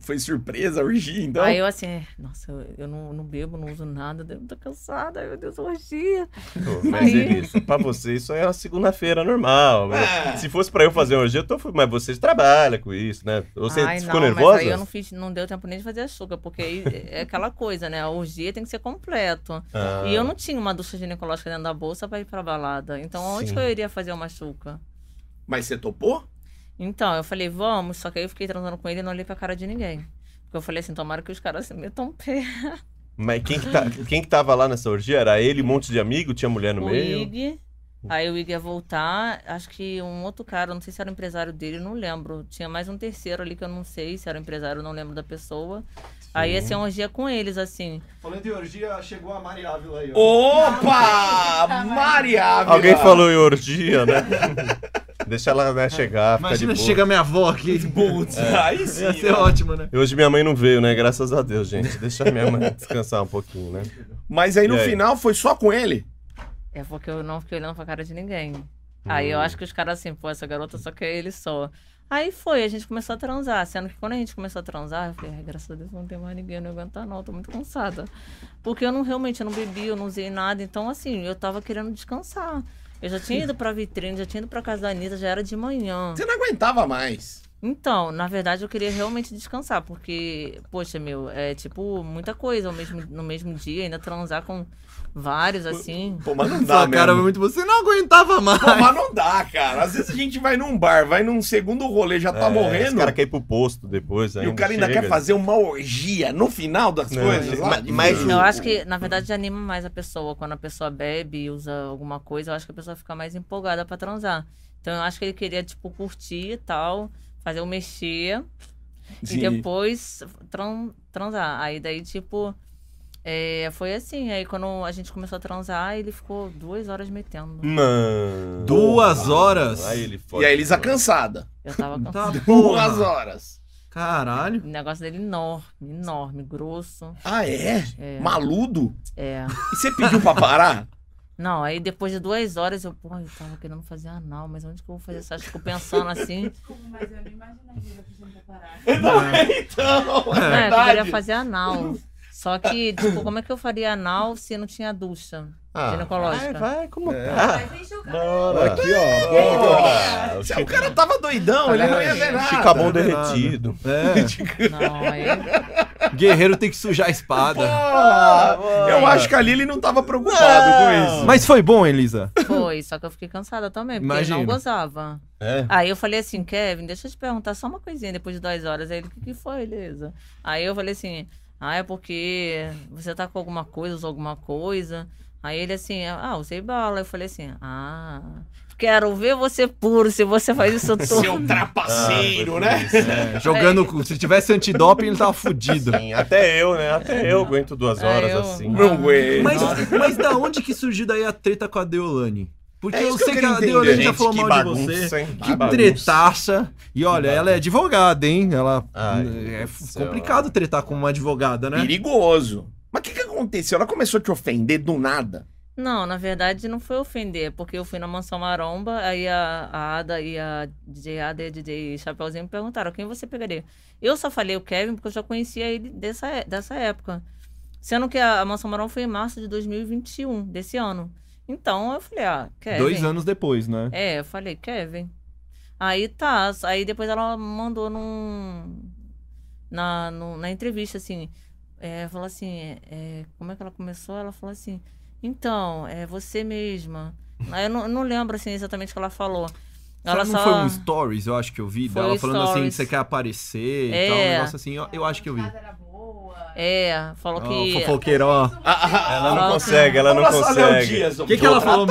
Foi surpresa, orgia, então. Aí eu assim, é, nossa, eu, eu não, não bebo, não uso nada, eu tô cansada, ai meu Deus, orgia. Pô, mas Aí- Elisa, pra você isso é uma segunda-feira normal. né? Ah. Se fosse pra eu fazer hoje, eu tô... Mas você trabalha com isso, né? Você Ai, ficou não, nervosa? Mas aí eu não fiz, não deu tempo nem de fazer açúcar, porque aí é aquela coisa, né? A orgia tem que ser completo. Ah. E eu não tinha uma ducha ginecológica dentro da bolsa pra ir pra balada. Então, onde Sim. que eu iria fazer uma chuca? Mas você topou? Então, eu falei, vamos, só que aí eu fiquei transando com ele e não olhei pra cara de ninguém. Porque eu falei assim, tomara que os caras se metam o pé. Mas quem que, tá- quem que tava lá nessa orgia? Era ele, um monte de amigo? Tinha mulher no o meio? Ig. Aí o Ig ia voltar, acho que um outro cara, não sei se era o empresário dele, não lembro. Tinha mais um terceiro ali que eu não sei se era o empresário, não lembro da pessoa. Aí ia ser uma orgia com eles, assim. Falando de orgia, chegou a Mari Ávila aí, Opa! Mariável! Alguém falou em orgia, né? Deixa ela né, chegar, fica Imagina de boa. chega minha avó aqui. Putz, aí sim. Ia ser mano. ótimo, né? E Hoje minha mãe não veio, né? Graças a Deus, gente. Deixa minha mãe descansar um pouquinho, né? Mas aí no E aí? final foi só com ele? É porque eu não fiquei olhando pra cara de ninguém. Aí eu acho que os caras assim, pô, essa garota só quer ele só. Aí foi, a gente começou a transar. Sendo que quando a gente começou a transar, eu falei, ai, graças a Deus não tem mais ninguém, eu não aguento não, eu tô muito cansada. Porque eu não realmente, eu não bebi, eu não usei nada. Então, assim, eu tava querendo descansar. Eu já tinha ido pra vitrine, já tinha ido pra casa da Anitta, já era de manhã. Você não aguentava mais. Então, na verdade, eu queria realmente descansar, porque, poxa, meu, é tipo muita coisa ao mesmo, no mesmo dia, ainda transar com vários, assim. Pô, mas não dá, Sua mesmo. cara foi muito. Você não aguentava mais. Pô, mas não dá, cara. Às vezes a gente vai num bar, vai num segundo rolê, já tá É, Esse morrendo. cara quer ir pro posto depois. E aí o não cara ainda chega. quer fazer uma orgia no final das Não, coisas. lá? mas- mas Eu acho que, na verdade, anima mais a pessoa. Quando a pessoa bebe e usa alguma coisa, eu acho que a pessoa fica mais empolgada pra transar. Então, eu acho que ele queria, tipo, curtir e tal, fazer o mexer Sim. e depois tran- transar. Aí, daí, tipo, É, foi assim, aí quando a gente começou a transar, ele ficou duas horas metendo. Mano. Duas horas? Aí ele E a Elisa cansada. Eu tava Tá, cansada. Duas porra. horas. Caralho. O negócio dele enorme, enorme, grosso. Ah, é? É, Maludo? é. E você pediu pra parar? Não, aí depois de duas horas eu, pô, eu tava querendo fazer anal, mas onde que eu vou fazer isso? Acho que Fico pensando assim. Mas eu não imaginaria que a gente ia parar. né? então, É, é que eu queria verdade. fazer anal. Só que, tipo, como é que eu faria anal se não tinha ducha ginecológica? vai, como É. Mas encheu o Na cara. hora, aqui, ó. Porra. Se é O cara tava doidão, ele não ia ver nada. Chicabon Tá errado. é derretido. É. Não, aí. Guerreiro tem que sujar a espada. Porra. Ah, Eu acho que ali ele não tava preocupado com Ah, isso. Mas foi bom, Elisa. Foi, só que eu fiquei cansada também, porque Imagino. ele não gozava. É. Aí eu falei assim, Kevin, deixa eu te perguntar só uma coisinha depois de duas horas. Aí ele, o que, que foi, Elisa? Aí eu falei assim, ah, é porque você tá com alguma coisa, usou alguma coisa. Aí ele assim, ah, usei bala. Eu falei assim, ah, quero ver você puro se você faz isso todo. Seu Ah, trapaceiro, né? É, jogando. com- Se tivesse antidoping, ele tava fudido. Sim, até eu, né? Até eu aguento duas É, horas eu- assim. Não aguento. Mas, né? mas da onde que surgiu daí a treta com a Deolane? Porque É eu isso que eu sei que, queria a entender. Deolane já Gente, falou que mal de bagunça, você. hein? Que, Que bagunça. tretaça. E olha, ela é advogada, hein? Ela. Ai, é meu f- Deus do céu. complicado tretar com uma advogada, né? é Perigoso. Mas o que, que aconteceu? Ela começou a te ofender do nada. Não, na verdade não foi ofender, porque eu fui na Mansão Maromba, aí a, a Ada e a DJ Ada e a DJ Chapeuzinho me perguntaram quem você pegaria. Eu só falei o Kevin porque eu já conhecia ele dessa, é- dessa época. Sendo que a, a Mansão Maromba foi em março de 2021, desse ano. Então eu falei, ah, Kevin. Dois anos depois, né? É, eu falei, Kevin. Aí tá, aí depois ela mandou num. Na, no- na entrevista, assim. É, falou assim, é, como é que ela começou? Ela falou assim, então, é você mesma. Aí eu não, eu não lembro assim, exatamente o que ela falou. Ela Ela não só. foi um stories, eu acho que eu vi, Foi dela falando assim que stories. você quer aparecer e É. tal, um negócio assim, eu, eu acho que eu vi. A casa era boa. É, falou Ó, que. fofoqueiro, ó. Ela não Nossa. consegue, ela não consegue. O Não, fala,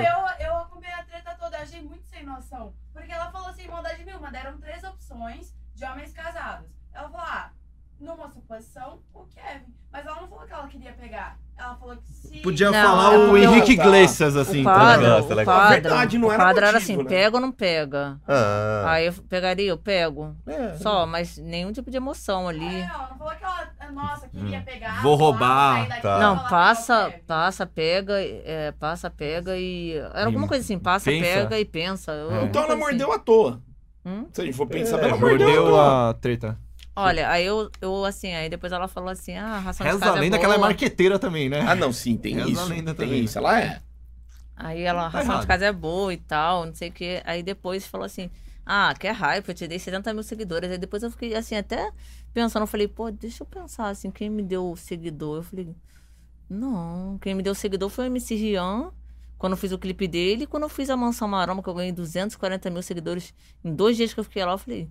eu, eu acompanhei a treta toda, achei muito sem noção. Porque ela falou assim, maldade nenhuma, deram três opções de homens casados. Ela falou, ah, numa suposição, o Kevin. Mas ela não falou que ela queria pegar. Ela falou que se... Podia Não, falar é o porque Henrique eu- Iglesias, assim. o tá ligado? padre, ligado? Tá o ligado. padre, Verdade, não o era padre era motivo, assim, né? pega ou não pega? Ah. Aí eu pegaria, eu pego. É. Só, um mas nenhum tipo de emoção ali. É, ela não falou que ela, nossa, queria pegar. Hum. Vou sei lá, roubar, sair daqui tá. e falar Não, que passa, é o Kevin. passa, pega, é, passa, pega e. Era alguma E coisa assim, passa, Hum, pensa. É. pega e pensa. Então alguma ela coisa assim. mordeu à toa. Hum? Se a gente for pensar, É, ela mordeu. à Mordeu toa. a treta. Olha, aí eu, eu assim, aí depois ela falou assim, ah, a ração de Reza a casa lenda é que ela é boa. marqueteira também, né? Ah, não, sim, tem Essa isso. lenda tem também, isso, ela é. Aí ela, a Tá ração errado. de casa é boa e tal, não sei o quê. Aí depois falou assim, ah, que é hype, eu te dei 70 mil seguidores. Aí depois eu fiquei assim, até pensando, eu falei, pô, deixa eu pensar assim, quem me deu o seguidor? Eu falei, não, quem me deu o seguidor foi o MC Rian, quando eu fiz o clipe dele, e quando eu fiz a Mansão Maroma, que eu ganhei 240 mil seguidores em dois dias que eu fiquei lá, eu falei,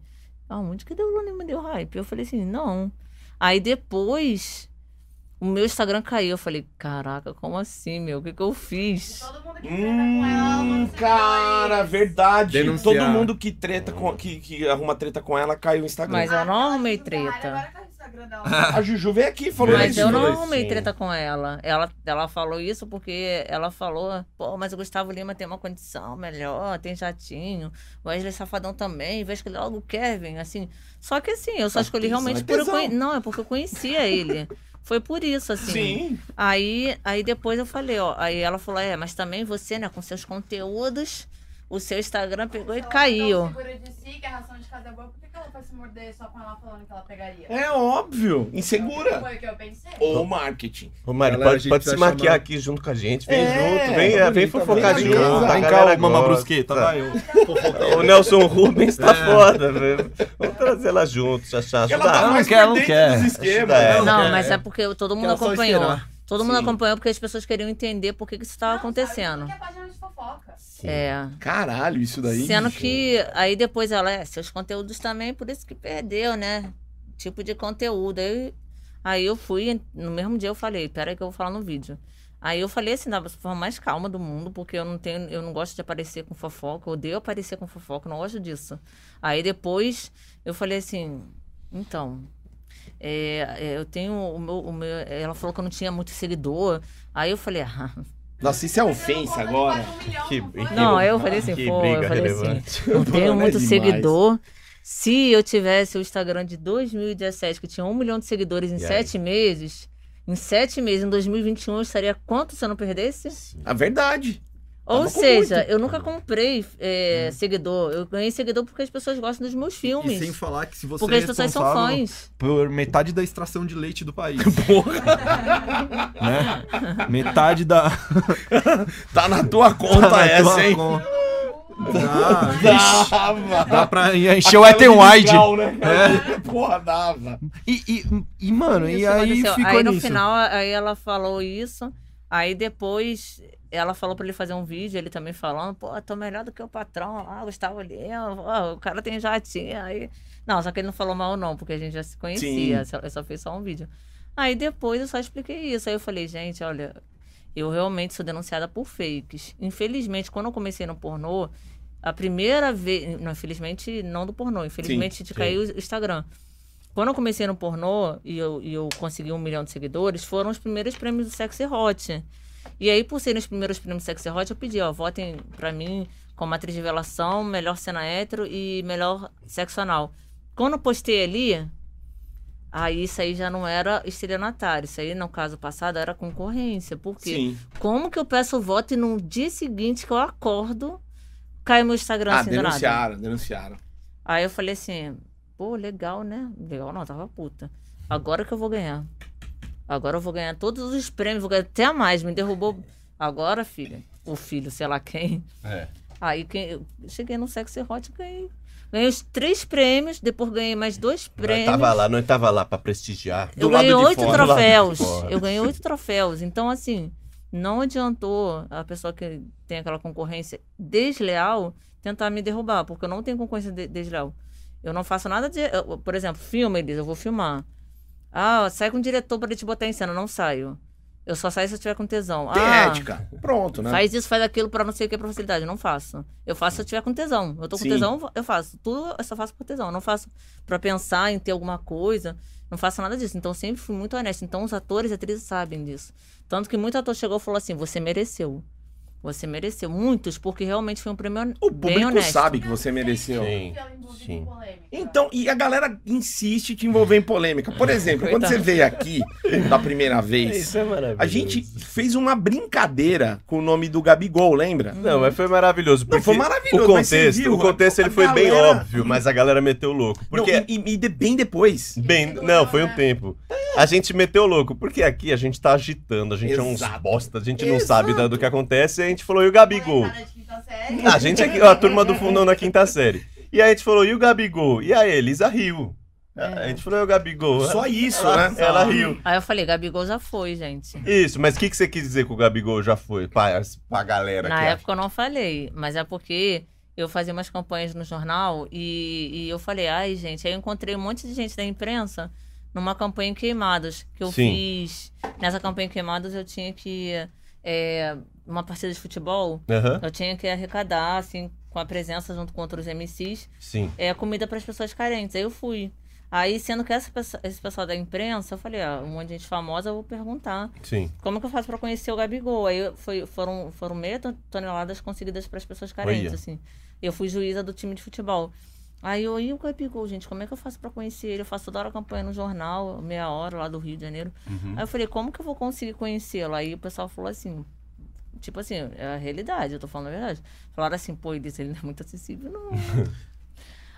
aonde que deu Luna me deu hype? Eu falei assim, não. Aí depois. O meu Instagram caiu. Eu falei, caraca, como assim, meu? O que, que eu fiz? Todo mundo que treta com ela, ela Hum, manda cara, seguidores. verdade. Denunciar. Todo mundo que treta com, que, que arruma treta com ela caiu no Instagram. Mas é eu não Ah, arrumei ela tá treta. Agora tá no Instagram dela. A Juju veio aqui e falou Mas isso. eu não dois, arrumei sim. treta com ela. ela. Ela falou isso porque ela falou, pô, mas o Gustavo Lima tem uma condição melhor, tem jatinho, o Wesley Safadão também, vai escolher logo o Kevin, assim. Só que assim, eu só Ah, escolhi tesão realmente é por eu tesão. conhe- Não, é porque eu conhecia ele. Foi por isso, assim. Sim. Aí, aí depois eu falei, ó. Aí ela falou, é, mas também você, né, com seus conteúdos, o seu Instagram pegou e Ela caiu. Não segura é de si, que a ração de casa é boa. Por que que ela foi se morder só com ela falando que ela pegaria? É óbvio. Não Insegura. Foi o que eu pensei. Ou marketing. Ô, Mari, Galera, a pode, gente tá pode se vai maquiar chamar- aqui junto com a gente. Vem É, junto, vem, tá é, vem bonita, fofocar vem junto. cá, a Vem cá, galera ô Mama gosta. Brusqueta, tá Ah, vai. ô. então O Nelson Rubens tá É. foda, velho. Vamos trazer ela junto, Chachá. Ela Ajuda tá ela. mais quer, não por dentro quer. dos esquemas. Ajuda ela. Não, É, mas é. é porque todo mundo Quero só acompanhou. esperar. Todo mundo Sim. acompanhou porque as pessoas queriam entender por que, que isso estava Não, acontecendo. sabe, Porque é página de fofoca. É. Caralho, isso daí. Sendo bicho. que aí depois ela, é, seus conteúdos também, por isso que perdeu, né? Tipo de conteúdo. Aí, aí eu fui, no mesmo dia eu falei, peraí que eu vou falar no vídeo. Aí eu falei assim, da forma mais calma do mundo, porque eu não tenho, eu não gosto de aparecer com fofoca, eu odeio aparecer com fofoca, eu não gosto disso. Aí depois eu falei assim, então, É, é, eu tenho o meu, o meu- Ela falou que eu não tinha muito seguidor. Aí eu falei, ah, Nossa, isso é ofensa agora. um Que- Não, que- eu falei assim, que pô, briga eu falei assim, relevante. não tenho Mano, é muito demais. seguidor. Se eu tivesse o Instagram de 2017, que tinha um milhão de seguidores em E aí? sete meses, em sete meses, em 2021, eu estaria quanto se eu não perdesse? A verdade. Ou Tava com seja, muito. eu nunca comprei é, seguidor. Eu ganhei seguidor porque as pessoas gostam dos meus E sem filmes. falar que se você é Porque as pessoas são responsável fãs. por metade da extração de leite do país, Porra, né? metade da tá na tua conta da essa, tua hein? con- Dá, Dava. dá pra encher o É. Ethan Aquela Wide. legal, né? Porra, dava. E, e, e, mano, e Isso aí aconteceu. ficou Aí no nisso. final, aí ela falou isso. Aí depois ela falou pra ele fazer um vídeo, ele também falando, pô, tô melhor do que o patrão lá, o Gustavo Lima, ó, o cara tem jatinho, aí... Não, só que ele não falou mal não, porque a gente já se conhecia, só- eu só fiz só um vídeo. Aí depois eu só expliquei isso, aí eu falei, gente, olha, eu realmente sou denunciada por fakes. Infelizmente, quando eu comecei no pornô, a primeira vez. Não, infelizmente, não do pornô, infelizmente de cair o Instagram. Quando eu comecei no pornô e eu, e eu consegui um milhão de seguidores, foram os primeiros prêmios do Sexy Hot. E aí, por serem os primeiros prêmios do Sexy Hot, eu pedi, ó, votem pra mim como atriz de revelação, melhor cena hétero e melhor sexo anal. Quando eu postei ali, aí isso aí já não era estelionatário. Isso aí, no caso passado, era concorrência. Por quê? Sim. Como que eu peço voto e no dia seguinte que eu acordo, cai meu Instagram Ah, assim do nada? denunciaram, denunciaram. Aí eu falei assim, pô, legal, né? Legal não, tava puta. Agora que eu vou ganhar. Agora eu vou ganhar todos os prêmios, vou ganhar até a mais, me derrubou. Agora, filha, o filho, sei lá quem. É. Aí quem, eu cheguei no Sexy Hot e ganhei. Ganhei os três prêmios, depois ganhei mais dois Nós prêmios. tava lá, nós tava lá pra prestigiar. do eu ganhei lado de oito fora, do lado de troféus. fora. Eu ganhei oito troféus. Então, assim, não adiantou a pessoa que tem aquela concorrência desleal tentar me derrubar, porque eu não tenho concorrência de- desleal. Eu não faço nada de. eu- Por exemplo, filma, Elisa, eu vou filmar. Ah, sai com o diretor para ele te botar em cena. Eu não saio. Eu só saio se eu tiver com tesão. Tem ah, ética. Pronto, né? Faz isso, faz aquilo pra não sei o que pra facilidade. Eu não faço. Eu faço se eu tiver com tesão. Eu tô com Sim. tesão, eu faço. Tudo eu só faço por tesão. Eu não faço pra pensar em ter alguma coisa. Não faço nada disso. Então eu sempre fui muito honesta. Então os atores e atrizes sabem disso. Tanto que muito ator chegou e falou assim: você mereceu. Você mereceu. Muitos, porque realmente foi um prêmio hon- O bem público honesto. sabe que você mereceu. Sim, sim. Sim. Então, e a galera insiste em te envolver em polêmica. Por exemplo, quando você veio aqui da primeira vez, é maravilhoso. a gente fez uma brincadeira com o nome do Gabigol, lembra? Não, mas foi maravilhoso. Não, Porque foi maravilhoso. O mas você contexto, viu, o contexto a- ele foi a bem galera- óbvio, mas a galera meteu louco. Não, Porque é- e, e- é. e de- bem depois. Bem, não, foi um tempo. A gente meteu louco, porque aqui a gente tá agitando, a gente é uns Exato. bosta, a gente não Exato. sabe da- do que acontece, e a gente falou, e o Gabigol? A A gente aqui, ó, a turma do fundão na quinta série. E aí a gente falou, e o Gabigol? E a Elisa riu. É. A gente falou, e o Gabigol? Só isso, ela, né? ela riu. Aí eu falei: Gabigol já foi, gente. Isso, mas o que, que você quis dizer que o Gabigol já foi pra, pra galera Na que época eu não falei, mas é porque eu fazia umas campanhas no jornal e, e eu falei, ai, gente, aí eu encontrei um monte de gente da imprensa numa campanha em Queimados que eu Sim. fiz. Nessa campanha em Queimados eu tinha que. é, uma partida de futebol, acha? Aham, eu tinha que arrecadar, assim, com a presença junto com outros MCs, sim. é, comida para as pessoas carentes. Aí eu fui. Aí, sendo que essa, pessoa- esse pessoal da imprensa, eu falei, ah, um monte de gente famosa, eu vou perguntar Sim, como que eu faço pra conhecer o Gabigol? Aí eu- foi, foram, foram meia ton- toneladas conseguidas pras pessoas carentes, Olha. assim. Eu fui juíza do time de futebol. Aí eu, e o Gabigol, gente, como é que eu faço pra conhecer ele? Eu faço toda hora campanha no jornal, meia hora lá do Rio de Janeiro. Aí eu falei, como que eu vou conseguir conhecê-lo? Aí o pessoal falou assim, tipo assim, é a realidade, eu tô falando a verdade. Falaram assim, pô, Elisa, ele não é muito acessível, não.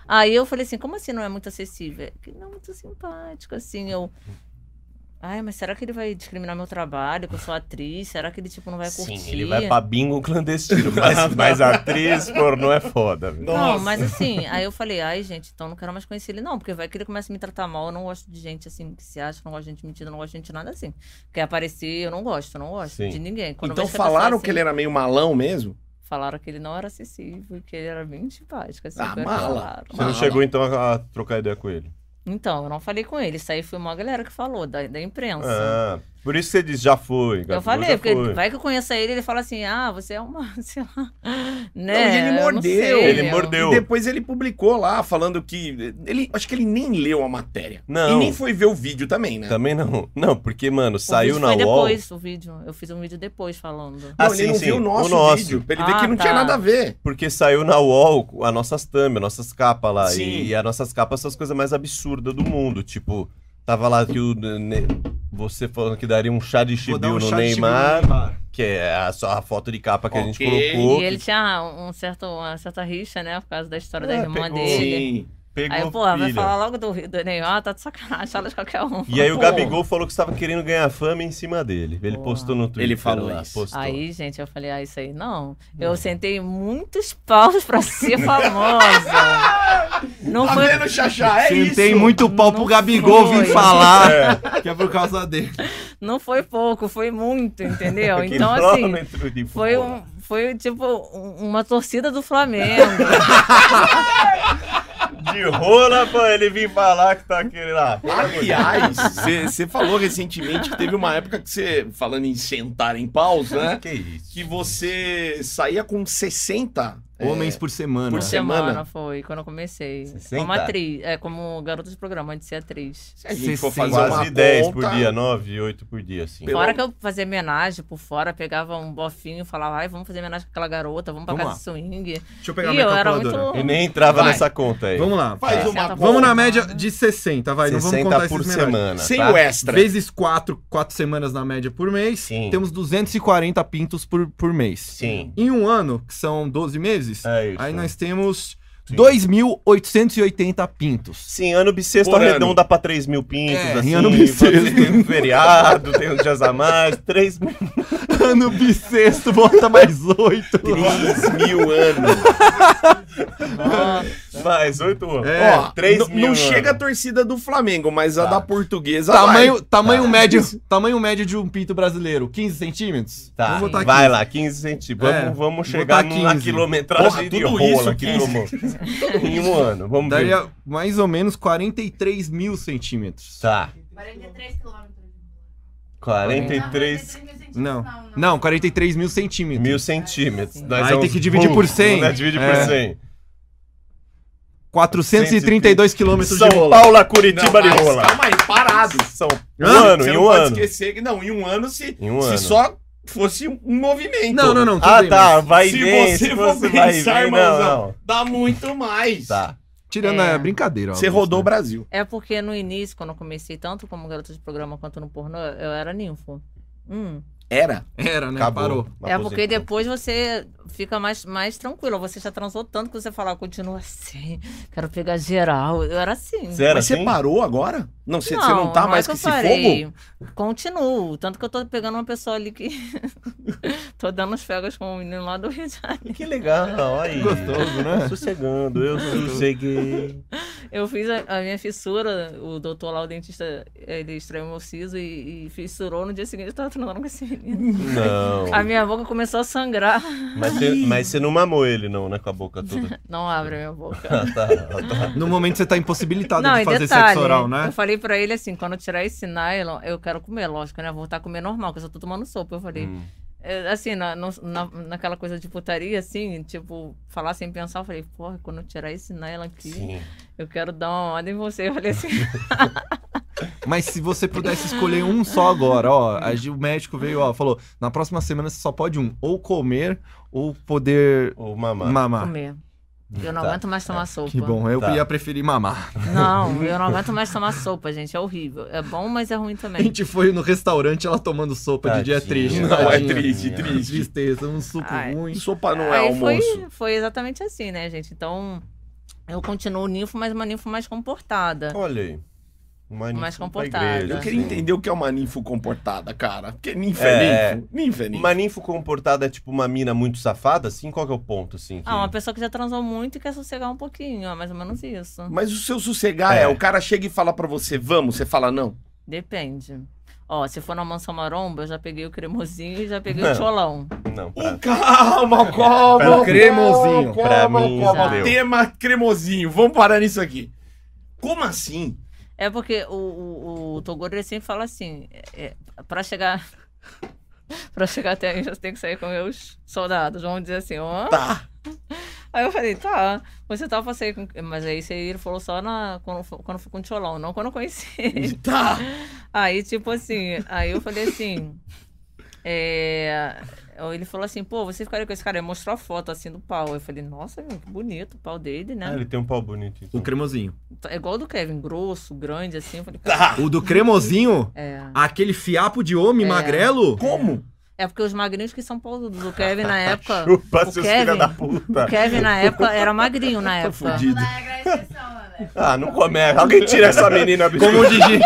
Aí eu falei assim, como assim não é muito acessível? É que Ele não é muito simpático, assim, eu... Ai, mas será que ele vai discriminar meu trabalho, que eu sou atriz? Será que ele, tipo, não vai curtir? sim, ele vai pra bingo clandestino, mas, mas atriz pornô é foda, velho. Não, Nossa. mas assim, aí eu falei, ai, gente, então não quero mais conhecer ele, não, porque vai que ele começa a me tratar mal, eu não gosto de gente assim que se acha, não gosto de gente mentira, não gosto de gente nada assim. Quer aparecer, eu não gosto, não gosto Sim. de ninguém. Quando eu Então vejo a pessoa falaram assim, que ele era meio malão mesmo? Falaram que ele não era acessível, que ele era bem simpático, assim, Ah, foi o que mala. falaram. Você não Mala. chegou então a, a trocar ideia com ele? Então, eu não falei com ele, isso aí foi uma galera que falou, da, da imprensa. Ah, Por isso que você diz, já foi. Gabriel, eu falei, já porque foi. vai que eu conheça ele, ele fala assim, ah, você é uma, sei lá, Não, e né? ele eu não mordeu. sei, Ele eu- mordeu. E depois ele publicou lá, falando que. Ele, acho que ele nem leu a matéria. Não. E nem foi ver o vídeo também, né? Também não. Não, porque, mano, O saiu vídeo na foi UOL. depois o vídeo, eu fiz um vídeo depois falando. Não, Ah, ele sim, não sim, viu o nosso, o nosso. vídeo, pra ele ver Ah, que não tinha tá. nada a ver. Porque saiu na UOL as nossas thumb, as nossas capas lá. Sim. E, e as nossas capas são as coisas mais absurdas do mundo. Tipo, tava lá que o. ne- você falando que daria um chá de Vou dar chibiu um no chá de chibiu Neymar, no Neymar. que é a, só a foto de capa que a gente Ok. colocou. E ele tinha um certo, uma certa rixa, né, por causa da história É, da irmã pegou. dele. Sim. Pegou Aí, porra, vai pilha. falar logo do, do Neymar, tá de sacanagem, fala de qualquer um. E aí o Pô. Gabigol falou que estava querendo ganhar fama em cima dele. Ele Porra. postou no Twitter. Ele falou lá, isso. postou. Aí, gente, eu falei, ah, isso aí não. Eu sentei muitos paus pra ser famosa. Não Tá foi. vendo, Xaxá? É Sentei isso. muito pau pro Não Gabigol foi. vir Tá falar que é por causa dele. Não foi pouco, foi muito, entendeu? Que Então, bola assim, no intro de foi, futebol. um, foi tipo um- uma torcida do Flamengo. De rola pra ele vir falar que tá querendo. Ah, Aliás, você falou recentemente que teve uma época que você, falando em sentar em paus, né? que isso. Que você saía com 60 é, Homens por semana. Por semana. semana. foi, quando eu comecei. 60? Como atriz, é, como garota de programa, antes de ser atriz. Se a gente for 60. fazer Quase uma 10 conta, por dia, né? 9, 8 por dia, assim. Pelo- Fora que eu fazia homenagem por fora, pegava um bofinho e falava, ai, vamos fazer homenagem com aquela garota, vamos pra Vamos casa de swing. Deixa eu E eu era muito. E nem entrava Vai. nessa conta aí. Vamos lá. Tá. Faz É. uma Vamos conta na média de 60, vai. não 60 vamos contar por esses menores. semana. sem tá? o extra. Vezes 4, 4 semanas na média por mês. Sim. Temos 240 pintos por, por mês. Sim. Em um ano, que são 12 meses, É isso. aí nós temos Sim. 2.880 pintos. Sim, ano bissexto Por ano. arredonda pra 3 mil pintos, É, em assim. ano bissexto. Tem um feriado, tem uns dias a mais, 3 mil. ano bissexto, bota mais 8. 3 mil anos. Mais 8 anos. É, Ó, três n- mil, não mano. chega a torcida do Flamengo, mas a Tá. da portuguesa vai. Tamanho, tamanho, médio, tamanho médio de um pinto brasileiro, 15 centímetros? Tá, Vamos botar aqui. vai lá, 15 centímetros. É, vamos, vamos botar chegar na 15. quilometragem Porra, de tudo rola isso, que 15. tomou. em um ano, vamos ver. Daria mais ou menos 43 mil centímetros. Tá, 43 quilômetros. 43 Não. Não, 43 mil centímetros. mil centímetros. Nós Aí vamos- tem que dividir por Pum, 100. Né? Divide por É. 100. 432 quilômetros de São rola. Paulo a Não, Curitiba de mas rola. Calma aí, parado. São um Você ano, não em um pode ano. esquecer que não, em um ano se, Em um se ano. só fosse um movimento. Não, não, não. tudo Ah, bem, tá, mas vai Se ver. você Se for você vai pensar, ver, irmãozão. não, não. Dá muito mais. Tá. Tirando É. a brincadeira. Você óbvio, rodou o né? Brasil. É porque no início, quando eu comecei tanto como garota de programa quanto no pornô, eu era ninfo. Hum. Era. Era, né? Acabou. Parou. É porque né? Aposentou. depois você fica mais, mais tranquilo. Você já transou tanto que você fala, "Ah, continua assim, quero pegar geral. Eu era assim. Você era mas você assim? parou agora? Não, você você não, tá mais é com eu esse parei. fogo? Continuo. Tanto que eu tô pegando uma pessoa ali que. tô dando os fegas com um menino lá do Rio de Janeiro. Que legal, aí. Gostoso, né? Sossegando, eu sosseguei. Eu fiz a, a minha fissura, o doutor lá, o dentista, ele extraiu meu siso e, e fissurou. No dia seguinte eu tava transando com esse menino. Não. A minha boca começou a sangrar. Mas você, mas você não mamou ele, não, né? Com a boca toda. Não abre a minha boca. Ah, tá, tá. No momento você tá impossibilitado Não, de e fazer detalhe, sexo oral, né? Eu falei pra ele assim, quando eu tirar esse nylon, eu quero comer, lógico, né? Voltar a comer normal, porque eu só tô tomando sopa. Eu falei, Hum. é, assim, na, no- na, naquela coisa de putaria, assim, tipo, falar sem pensar, eu falei, porra, quando eu tirar esse nylon aqui, Sim. eu quero dar uma ordem em você. Eu falei assim, Mas se você pudesse escolher um só agora, ó. a gente- O médico veio, ó, falou: na próxima semana você só pode um. Ou comer, ou poder Ou mamar. mamar. comer. Eu não Tá. aguento mais tomar sopa. Ah. Que bom, eu Tá. ia preferir mamar. Não, eu não aguento mais tomar sopa, gente. É horrível. É bom, mas é ruim A também. gente foi no restaurante, ela tomando sopa de dia Tadinha. triste. Não, é tadinha. triste, Tadinha. triste. Tristeza, um suco Ai. ruim. Sopa não é Aí almoço. foi, foi exatamente assim, né, gente? Então, eu continuo ninfo, mas uma ninfo mais comportada. Olha aí. Uma ninfa pra comportada. igreja, Eu queria assim. entender o que é uma ninfo comportada, cara. Porque ninfo é, É. ninfo. Ninfo é ninfo. Uma ninfo comportada é tipo uma mina muito safada, assim? Qual que é o ponto, assim? que- Ah, uma pessoa que já transou muito e quer sossegar um pouquinho, é mais ou menos isso. Mas o seu sossegar é. É. o cara chega e fala pra você, vamos, você fala não. Depende. Ó, se for na mansão maromba, eu já peguei o cremosinho e já peguei Não. o cholão. Não, Ô, pra... Ah, calma, calma, Pra calma, cremosinho. calma, Pra mim, calma. deu. Tema cremosinho, vamos parar nisso aqui. Como assim? É porque o, o, o Toguro ele sempre fala assim: é, é, pra chegar. pra chegar até aí, eu tenho que sair com meus soldados. Vamos dizer assim, ó. Tá. Aí eu falei, tá, você tava pra sair com. Mas aí você ele falou só na, quando, fo- quando fui com o Tcholão, não quando eu conheci. Tá. aí, tipo assim, aí eu falei assim. é, Ele falou assim, pô, você ficaria com esse cara? Ele mostrou a foto assim do pau. Eu falei, nossa, meu, que bonito o pau dele, né? Ah, ele tem um pau bonito. então. O cremosinho. É igual do Kevin, grosso, grande, assim. Eu falei, cara, Ah! Tá. O do cremosinho, é. aquele fiapo de homem É. magrelo. Como? É porque os magrinhos que são pausudos. O Kevin na época. Chupa, É. o seus Kevin- filha da o puta. Kevin na época era magrinho na época. Fudido. Não é a exceção, né, velho? Ah, não começa. Alguém tira essa menina, bicho. Como o Digi.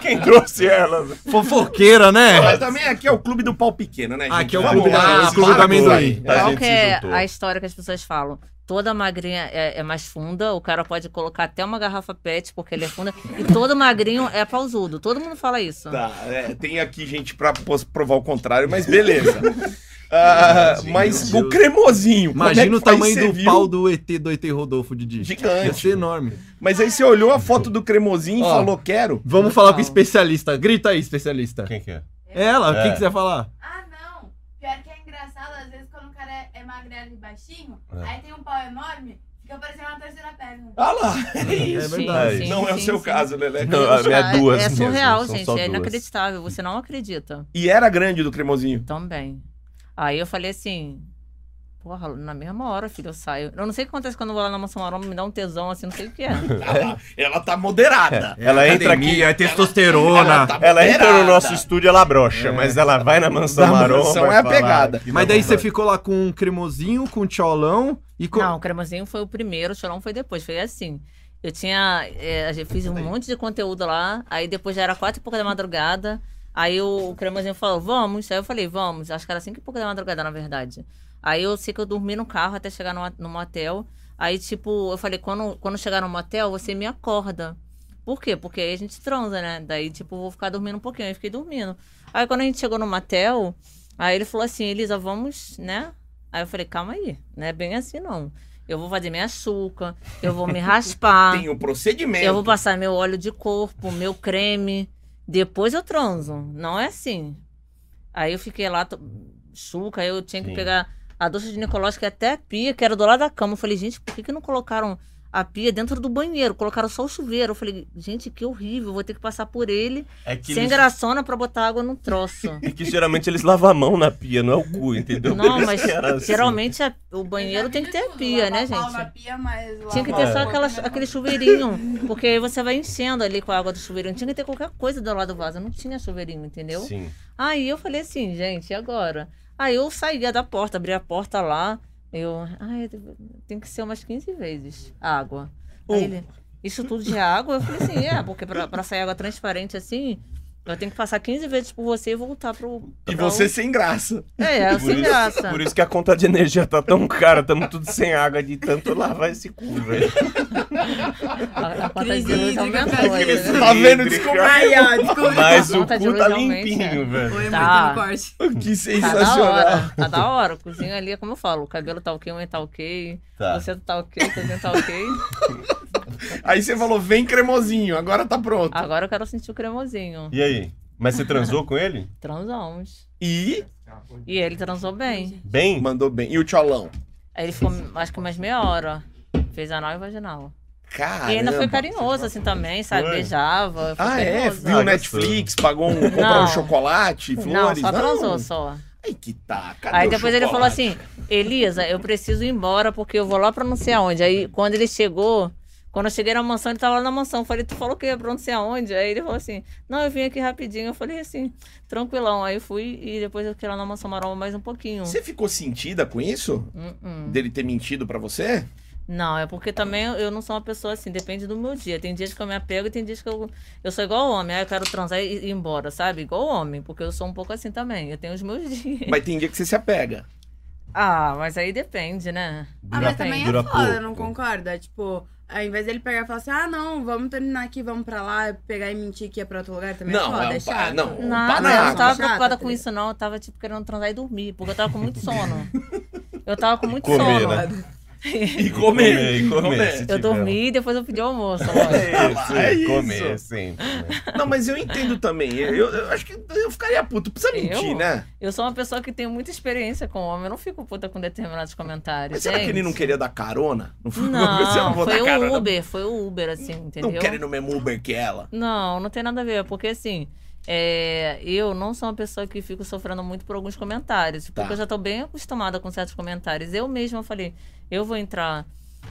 Quem trouxe ela? Fofoqueira, né? Mas também aqui é o clube do pau pequeno, né, gente? Aqui é o Vamos lá, clube da- para o clube com da isso amendoim. aí. Tá, Qual gente, que se é juntou. a história que as pessoas falam? Toda magrinha é, é mais funda, o cara pode colocar até uma garrafa pet porque ele é funda. E todo magrinho é pausudo. Todo mundo fala isso. Tá, é, tem aqui gente pra pos- provar o contrário, mas beleza. Ah, Imagina, mas meu o Deus. cremosinho. como é que Imagina o faz? tamanho Você do viu? pau do ET do ET Rodolfo, Didi. Ia Gigante. ser enorme. Mas aí você olhou a foto do cremosinho e Ó. falou, quero. Vamos falar com o Não. especialista. Grita aí, especialista. Quem que é? Ela, o É. que, que você ia falar? Ah, não. Pior que é engraçado, às vezes quando o cara é, é magrelo e baixinho, É. aí tem um pau enorme, fica parecendo uma terceira perna. Ah lá, é É isso. verdade. sim, não é o sim, seu sim. caso, Lelé. Não, a minha Ah, é- duas é mesmo, surreal, são gente. só duas. É inacreditável. Você não acredita. E era grande do cremosinho. Também. Aí eu falei assim. Porra, na mesma hora, filho, eu saio. Eu não sei o que acontece quando eu vou lá na mansão aroma, me dá um tesão assim, não sei o que é. Ah lá, ela tá moderada. Ela entra aqui. é Ela testosterona. tá Ela entra moderada. no nosso estúdio, ela brocha, É. mas ela vai na mansão Da maromba. mansão vai é a falar pegada. que Mas tá daí bom, você vai. ficou lá com um cremosinho, com um tcholão e com. Não, o cremosinho foi o primeiro, o chorão foi depois. Foi assim. Eu tinha. É, a gente fiz um monte de conteúdo lá, aí depois já era quatro e pouca da madrugada. Aí o, o cremosinho falou, vamos. Aí eu falei, vamos. Acho que era cinco e pouca da madrugada, na verdade. Aí eu sei que eu dormi no carro até chegar no, no motel. Aí, tipo, eu falei, quando, quando chegar no motel, você me acorda. Por quê? Porque aí a gente transa, né? Daí, tipo, eu vou ficar dormindo um pouquinho. Aí eu fiquei dormindo. Aí quando a gente chegou no motel, aí ele falou assim, Elisa, vamos, né? Aí eu falei, calma aí, não é bem assim não. Eu vou fazer minha açúcar, eu vou me raspar, Tem o procedimento. eu vou passar meu óleo de corpo, meu creme, depois eu transo. Não é assim. Aí eu fiquei lá, to- suca, aí eu tinha que Sim. pegar a doce ginecológica e até a pia, que era do lado da cama. Eu falei, gente, por que, que não colocaram a pia dentro do banheiro? Colocaram só o chuveiro. Eu falei, gente, que horrível, vou ter que passar por ele, É que, sem eles- graçona pra botar água no troço. é que geralmente eles lavam a mão na pia, não é o cu, entendeu? Não, mas Era assim. geralmente a- o Eu banheiro já tem que fiz ter tudo, pia, né, lavar pau na gente? pia, mas Tinha que lavar ter o só corpo aquela, também não. aquele chuveirinho, porque aí você vai enchendo ali com a água do chuveirinho. Tinha que ter qualquer coisa do lado do vaso, não tinha chuveirinho, entendeu? Sim. Aí eu falei assim, gente, e agora? Aí eu saía da porta, abri a porta lá, eu, ai, tem que ser umas 15 vezes água. Um. Aí ele, isso tudo de água? Eu falei assim, é, porque pra, pra sair água transparente assim, eu tenho que passar 15 vezes por você e voltar pro... E pra um você né? sem graça. o- É, Por sem isso- graça. Por isso que a conta de energia tá tão cara, tamo tudo sem água de tanto lavar esse cu, velho. A, a conta de Crise luz hídrica, aumentou. crise né? Tá vendo? Hídrica. Descobri aí, ó. Descobri. Mas o conta de cu luz tá realmente limpinho, é. velho. Tá. corte. Que Tá da sensacional. hora, tá da hora. Cozinha ali, é como eu falo, o cabelo tá ok, o unha tá ok, você tá ok, o cozinha tá ok. Aí você falou, vem cremosinho, agora tá pronto. Agora eu quero sentir o cremosinho. E aí? Mas você transou com ele? Transamos. E E ele transou bem. Bem? mandou bem. E o tcholão? Aí ele ficou, acho que umas meia hora. Fez anal e vaginal. Caramba. E ainda foi carinhoso, assim, também, sabe? Foi? Beijava. foi Ah, é? carinhoso. Viu Ah, Netflix, pagou um, comprou um Não. chocolate, Não, flores. só transou, só. Ai, que tá. Cadê Aí o depois ele falou chocolate? assim, Elisa, eu preciso ir embora porque eu vou lá pra não sei aonde. Aí quando ele chegou, quando eu cheguei na mansão, ele tava lá na mansão. Eu falei, tu falou que ia pra não sei aonde? Aí ele falou assim, não, eu vim aqui rapidinho. Eu falei assim, tranquilão. Aí eu fui e depois eu fiquei lá na mansão maromba mais um pouquinho. Você ficou sentida com isso? Hum, hum. Dele ter mentido pra você? Não, é porque também eu não sou uma pessoa assim, depende do meu dia. Tem dias que eu me apego e tem dias que eu. Eu sou igual homem, aí eu quero transar e ir embora, sabe? Igual homem, porque eu sou um pouco assim também. Eu tenho os meus dias. Mas tem dia que você se apega. Ah, mas aí depende, né? Ah, mas também dura é foda, pouco. não concorda? Tipo, ao invés dele pegar e falar assim, ah, não, vamos terminar aqui, vamos pra lá, pegar e mentir que ia pra outro lugar, também Não, é foda, é um é pa- chato. não. Nada, Banana. eu não tava Chata, preocupada com tá isso, não. Eu tava, tipo, querendo transar e dormir, porque eu tava com muito sono. Eu tava com muito Comer, sono. né? E comer. E comer, comer. se Eu tiver. dormi e depois eu pedi almoço. lógico. Isso, É isso. comer sempre. né? Não, mas eu entendo também. Eu, eu acho que eu ficaria puto. Precisa mentir, Eu? né? Eu sou uma pessoa que tem muita experiência com homem. Eu não fico puta com determinados comentários. Mas será que ele não gente. queria dar carona? Não foi Você é Não, "Ah, vou foi dar o carona. Uber, foi o Uber, assim, entendeu? Não quer ir no mesmo Uber que ela. Não, não tem nada a ver, porque assim, é, eu não sou uma pessoa que fico sofrendo muito por alguns comentários, porque Tá. eu já tô bem acostumada com certos comentários. Eu mesma falei, eu vou entrar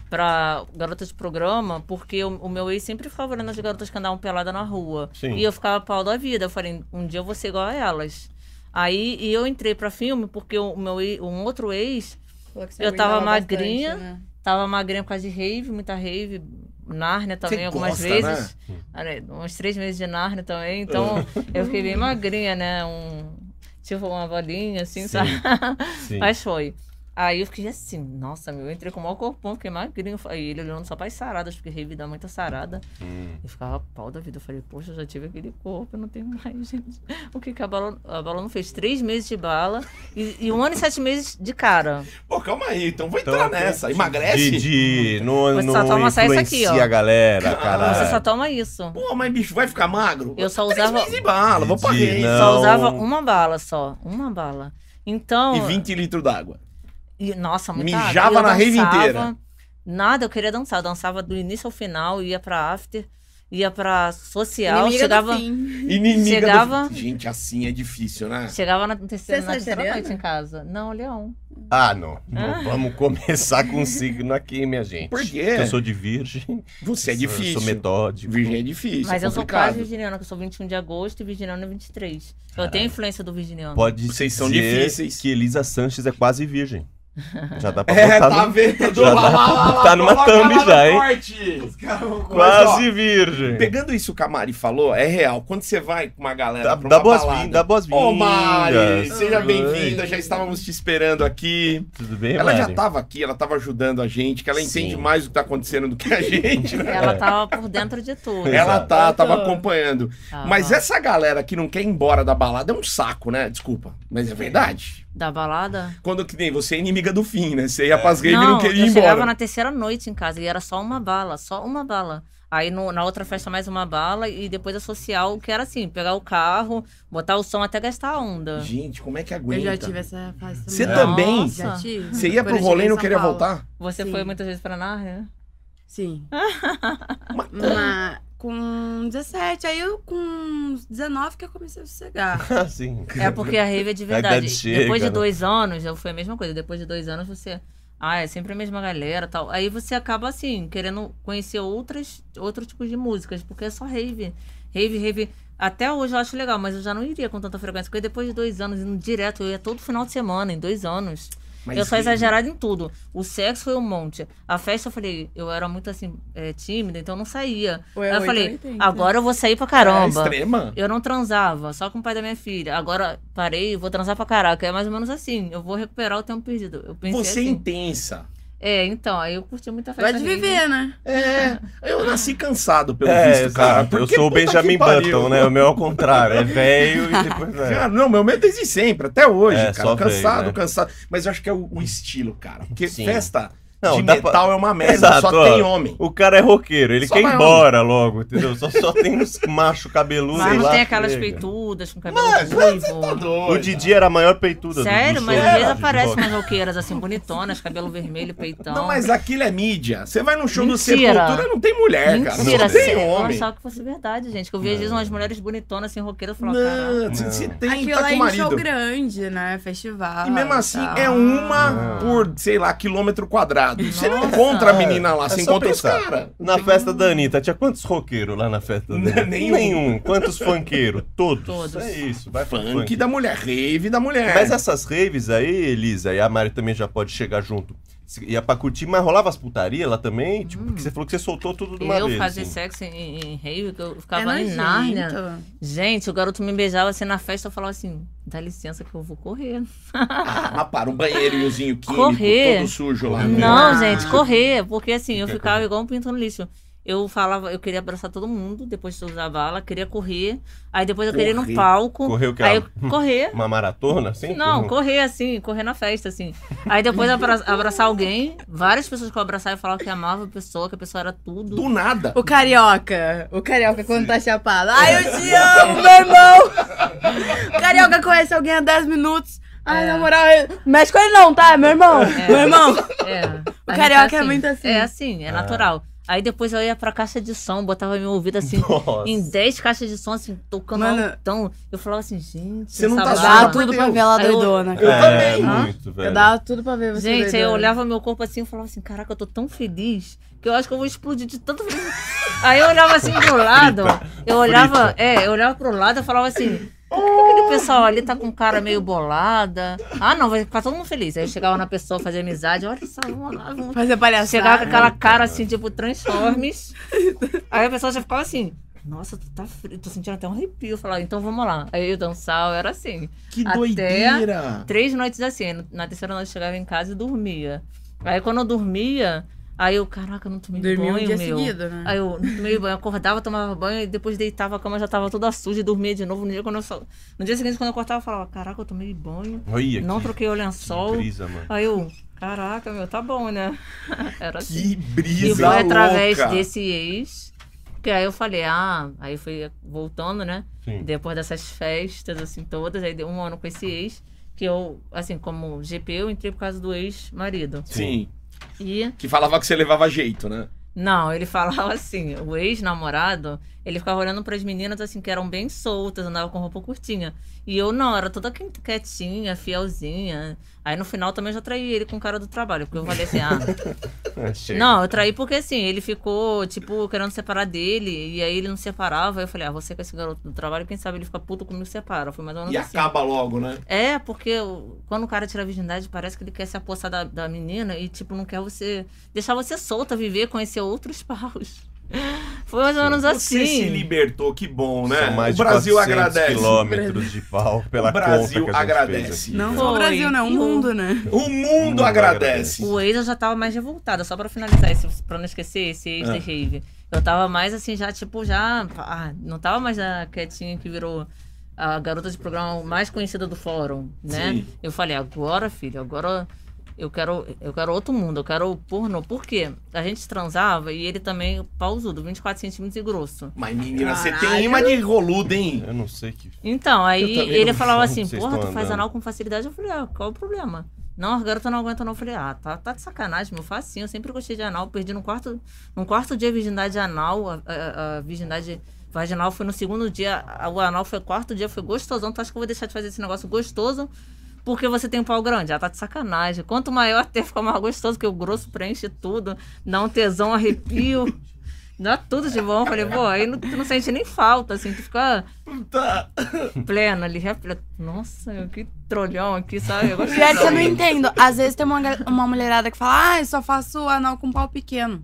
pra garota de programa, porque o, o meu ex sempre ficava olhando as garotas que andavam pelada na rua. Sim. E eu ficava pau da vida. Eu falei, um dia eu vou ser igual a elas. Aí, e eu entrei pra filme porque o meu e- um outro ex Falou que você Eu tava aguentava magrinha. bastante, né? Tava magrinha por causa de rave, muita rave. Nárnia também, Você algumas né? gosta, vezes. Olha, Uns três meses de Nárnia também. Então, eu fiquei bem magrinha, né? Um, tipo, uma bolinha, assim, Sim, sabe? Sim. Mas foi. Aí eu fiquei assim, nossa, meu, eu entrei com o maior corpão, fiquei magrinho. Aí ele olhando só para as saradas, porque rave dá muita sarada. Hum. Eu ficava pau da vida. Eu falei, poxa, eu já tive aquele corpo, eu não tenho mais, gente. O que, que a, bala, a bala não fez? Três meses de bala e, e um ano e sete meses de cara. Pô, calma aí. Então vou Então, entrar nessa. Emagrece? Didi, não, Você não só toma só isso aqui, influencia ó. a galera, caralho. Você só toma isso. Pô, mas bicho, vai ficar magro? Eu só Três usava- meses de bala, vou pra Didi, rave. não. Só usava uma bala só. Uma bala. Então. E 20 litros d'água. e- nossa, muita Mijava água. Eu na rave dançava. inteira. Nada, eu queria dançar. Eu dançava do início ao final, ia pra after, ia pra social, Inimiga do chegava. fim. Inimiga Chegava- do... Gente, assim é difícil, né? Chegava na terceira, Você é na terceira sagitariana? noite em casa. Não, Leão. Ah, não. Ah. Não Vamos começar com o signo aqui, minha gente. Por quê? Eu sou de virgem. Você é sou- difícil. Sou metódico. Virgem é difícil, Mas é eu sou complicado. quase virginiana, que eu sou 21 de agosto e virginiano é 23. Eu Caralho. tenho influência do virginiano. Pode Vocês são dizer difíceis. que Elisa Sanches é quase virgem. Já dá pra botar É, tá no... vendo? Já dá pra botar numa thumb já, hein? hein? Quase virgem. Pegando isso que a Mari falou, é real. Quando você vai com uma galera Dá, pra uma dá boas-vindas, balada- dá boas-vindas. Ô, Mari, seja Oi. bem-vinda. Já estávamos te esperando aqui. Tudo bem, Ela Mari? já estava aqui, ela estava ajudando a gente, que ela entende Sim. mais o que está acontecendo do que a gente, né? Ela tava por dentro de tudo. Ela Exato. tá, Eu tô- tava acompanhando. Tava. Mas essa galera que não quer ir embora da balada é um saco, né? Desculpa, mas é verdade. Da balada? Quando que nem você é inimiga do fim, né? É. Você ia pras games e Não, não queria eu ir chegava embora. na terceira noite em casa e era só uma bala, só uma bala. Aí no- na outra festa mais uma bala e depois a social, que era assim, pegar o carro, botar o som até gastar a onda. Gente, como é que Eu aguenta? já tive essa fase Você Nossa. também? Já tive. Você ia Quando pro eu rolê e cheguei não em queria São Paulo. voltar? Você Sim. foi muitas vezes pra Nárnia? Sim. Uma- com 17, aí eu com uns 19 que eu comecei a sossegar. tá- Ah, sim. É porque a rave é de A idade verdade. chega, Depois de né? dois anos, eu- foi a mesma coisa. Depois de dois anos, você. Ah, é sempre a mesma galera tal. Aí você acaba, assim, querendo conhecer outras, outros tipos de músicas, porque é só rave. Rave, rave. Até hoje eu acho legal, mas eu já não iria com tanta frequência, porque depois de dois anos, indo direto, eu ia todo final de semana, em dois anos. Mas eu sou que- exagerada em tudo. O sexo foi um monte. A festa, eu falei, eu era muito, assim, é, tímida, então eu não saía. Ou Aí é eu oito ou falei, 80. agora eu vou sair pra É caramba. extrema. Eu não transava, só com o pai da minha filha. Agora parei, vou transar pra caraca. É mais ou menos assim. Eu vou recuperar o tempo perdido. Eu pensei Você é assim. intensa. É, então, aí eu curti muita festa. Vai de livre. viver, né? É, eu nasci cansado, pelo É, visto, cara. exato. eu Porque sou o puta que Benjamin pariu. Button, né? O meu é ao contrário. É velho e depois. é. Cara, não, meu medo é desde sempre, até hoje, É, cara. só veio, cansado, né? cansado. Mas eu acho que é o, o estilo, cara. Porque Sim. festa Não, de dá pra- metal é uma merda, Exato, só ó. tem homem. O cara é roqueiro, ele Só quer ir vai embora logo, entendeu? Só, só tem uns macho cabeludo Mas não lá. tem aquelas chega. peitudas com cabelo Mas, Tá ruivo. doido. O Didi era a maior peituda Sério, do, do mas show, às vezes cara, de aparecem rock. umas roqueiras assim, bonitonas, cabelo vermelho, peitão. Não, mas aquilo é mídia. Você vai no show Mentira. do Sepultura, não tem mulher, cara. Mentira, não tem sério. homem. Nossa, que fosse verdade, gente. Que eu vi às vezes umas mulheres bonitonas assim, roqueiras, eu falava, caraca. Não, se- se tem, Aquilo tá é com o em show marido. grande, Ah, né? Festival. E mesmo assim, tal. é uma Ah. por, sei lá, quilômetro quadrado. Você não Nossa. encontra a menina lá, É você só encontra os pensar. caras. Na festa da Anitta, tinha quantos roqueiros lá na festa da Anitta? Nenhum. Quantos funkeiros? Todos. Todos. É isso, vai pro Funk é. da mulher, rave da mulher. Mas essas raves aí, Elisa, e a Mari também já pode chegar junto. Se- Ia pra curtir, mas rolava as putaria lá também? Tipo, porque você falou que você soltou tudo de uma Hum. Eu vez. fazia assim. sexo em, em rave, que eu É ficava em nojento. Nárnia. Gente, o garoto me beijava assim na festa, eu falava assim, dá licença que eu vou correr. Ah, mas para, um banheirinhozinho químico, Correr. todo sujo lá. Não, né? Não, Ah. gente, correr, porque assim, eu Quer ficava correr? igual um pinto no lixo. Eu falava, eu queria abraçar todo mundo depois de usar a bala, queria correr. Aí depois eu queria ir Correr. no Tipo, palco. Correu que Aí era eu correr. uma maratona, assim? Uhum. Não, Correu- correr assim, correr na festa, assim. Aí depois abra- abraçar alguém, várias pessoas que eu abraçava e falavam que amava a pessoa, que a pessoa era tudo. Do nada. O carioca. O carioca quando tá chapado. Ai, eu te amo, meu irmão! O carioca conhece alguém há 10 minutos. Ai, É. na moral, ele- mexe com ele não, tá? Meu irmão! É. Meu irmão! É. O A gente carioca é muito assim. É assim, é natural. Aí depois eu ia pra caixa de som, botava meu ouvido assim, Nossa. em 10 caixas de som, assim, tocando Mano. altão. Eu falava assim, gente, Você não essa tá bala. zoado, Dá por tudo pra Deus. ver ela Aí eu- doidona. Eu é, também. muito, Eu velho. dava tudo pra ver você. Gente, aí eu doidona. olhava meu corpo assim e falava assim, caraca, eu tô tão feliz que eu acho que eu vou explodir de tanto feliz. aí eu olhava assim pro lado, eu olhava, é, eu olhava pro lado e falava assim, por que aquele pessoal ali tá com cara meio bolada? Ah, não, vai ficar todo mundo feliz. Aí eu chegava na pessoa, fazia amizade, olha só, vamos lá, vamos Fazer Ela palhaçada. chegava com aquela cara assim, tipo, Transformers. Aí a pessoa já ficava assim. Nossa, tu tá frio, tô sentindo até um arrepio. Eu falava, então vamos lá. Aí eu dançava, era assim. Que Até- doideira. Três noites assim. Na terceira noite eu chegava em casa e dormia. Aí quando eu dormia, aí eu, caraca, eu não tomei Dormiu um banho, dia meu. seguido, né? Aí eu não tomei banho, acordava, tomava banho, e depois deitava, a cama já tava toda suja e dormia de novo. No dia, quando eu só... no dia seguinte, quando eu acordava, eu falava, caraca, eu tomei banho, Olha, não que, troquei o que lençol. brisa, mano. Aí eu, caraca, meu, tá bom, né? Era assim. Que E brisa foi através louca. desse ex. Que aí eu falei, ah, aí foi voltando, né? Sim. Depois dessas festas, assim, todas, aí deu um ano com esse ex, que eu, assim, como GP, eu entrei por causa do ex-marido. Sim. E, Que falava que você levava jeito, né? não, ele falava assim, o ex-namorado, ele ficava olhando pras meninas, assim, que eram bem soltas, andavam com roupa curtinha. E eu não, era toda quietinha, fielzinha. Aí no final também eu já traí ele com o cara do trabalho, porque eu falei assim, ah, É, chega. Não, eu traí porque assim, ele ficou, tipo, querendo separar dele, e aí ele não separava. Aí eu falei, ah, você com esse garoto do trabalho, quem sabe ele fica puto comigo separa. Foi mais ou menos E assim. acaba logo, né? É, porque o- quando o cara tira a virgindade, parece que ele quer se apossar da, da menina e, tipo, não quer você. deixar você solta, viver, conhecer outros paus. Foi mais ou menos assim. Você se libertou, que bom, né? São mais o de Brasil 400 agradece. quilômetros de pau pela O Brasil conta que a gente fez agradece. aqui. Não Foi. só o Brasil, né? O E o- mundo, né? O mundo Não agradece. O ex eu já tava mais revoltada, só pra finalizar esse, pra não esquecer, esse ex Ah. de rave. Eu tava mais assim, já, tipo, já. ah, não tava mais a quietinha que virou a garota de programa mais conhecida do fórum, né? Sim. Eu falei, agora, filho, agora eu quero, eu quero outro mundo, eu quero pornô. Por quê? A gente transava e ele também pausudo, 24 centímetros e grosso. Mas, menina, você tem Caralho. imã de roludo, hein? Eu não sei que. Então, aí Eu também ele não falava sei onde assim, vocês porra, tu estão faz andando." anal com facilidade. Eu falei, ah, qual o problema? Não, as garotas não aguentam não. Eu falei, ah, tá, tá de sacanagem, meu, faz sim. Eu sempre gostei de anal, perdi no quarto, no quarto dia a virgindade anal, a, a- a virgindade vaginal foi no segundo dia, a- o anal foi quarto dia, foi gostosão. Tu acha que eu vou deixar de fazer esse negócio gostoso porque você tem um pau grande? Ah, tá de sacanagem. Quanto maior até fica mais gostoso, porque o grosso preenche tudo, dá um tesão, arrepio. Dá tudo de bom. Eu falei, pô, aí não, tu não sente nem falta, assim, tu fica Tá. plena ali, repleto. Nossa, que trolhão aqui, sabe? Eu gosto Pior é que eu não de- entendo. Às vezes tem uma, gal- uma mulherada que fala, ah, eu só faço anal com pau pequeno.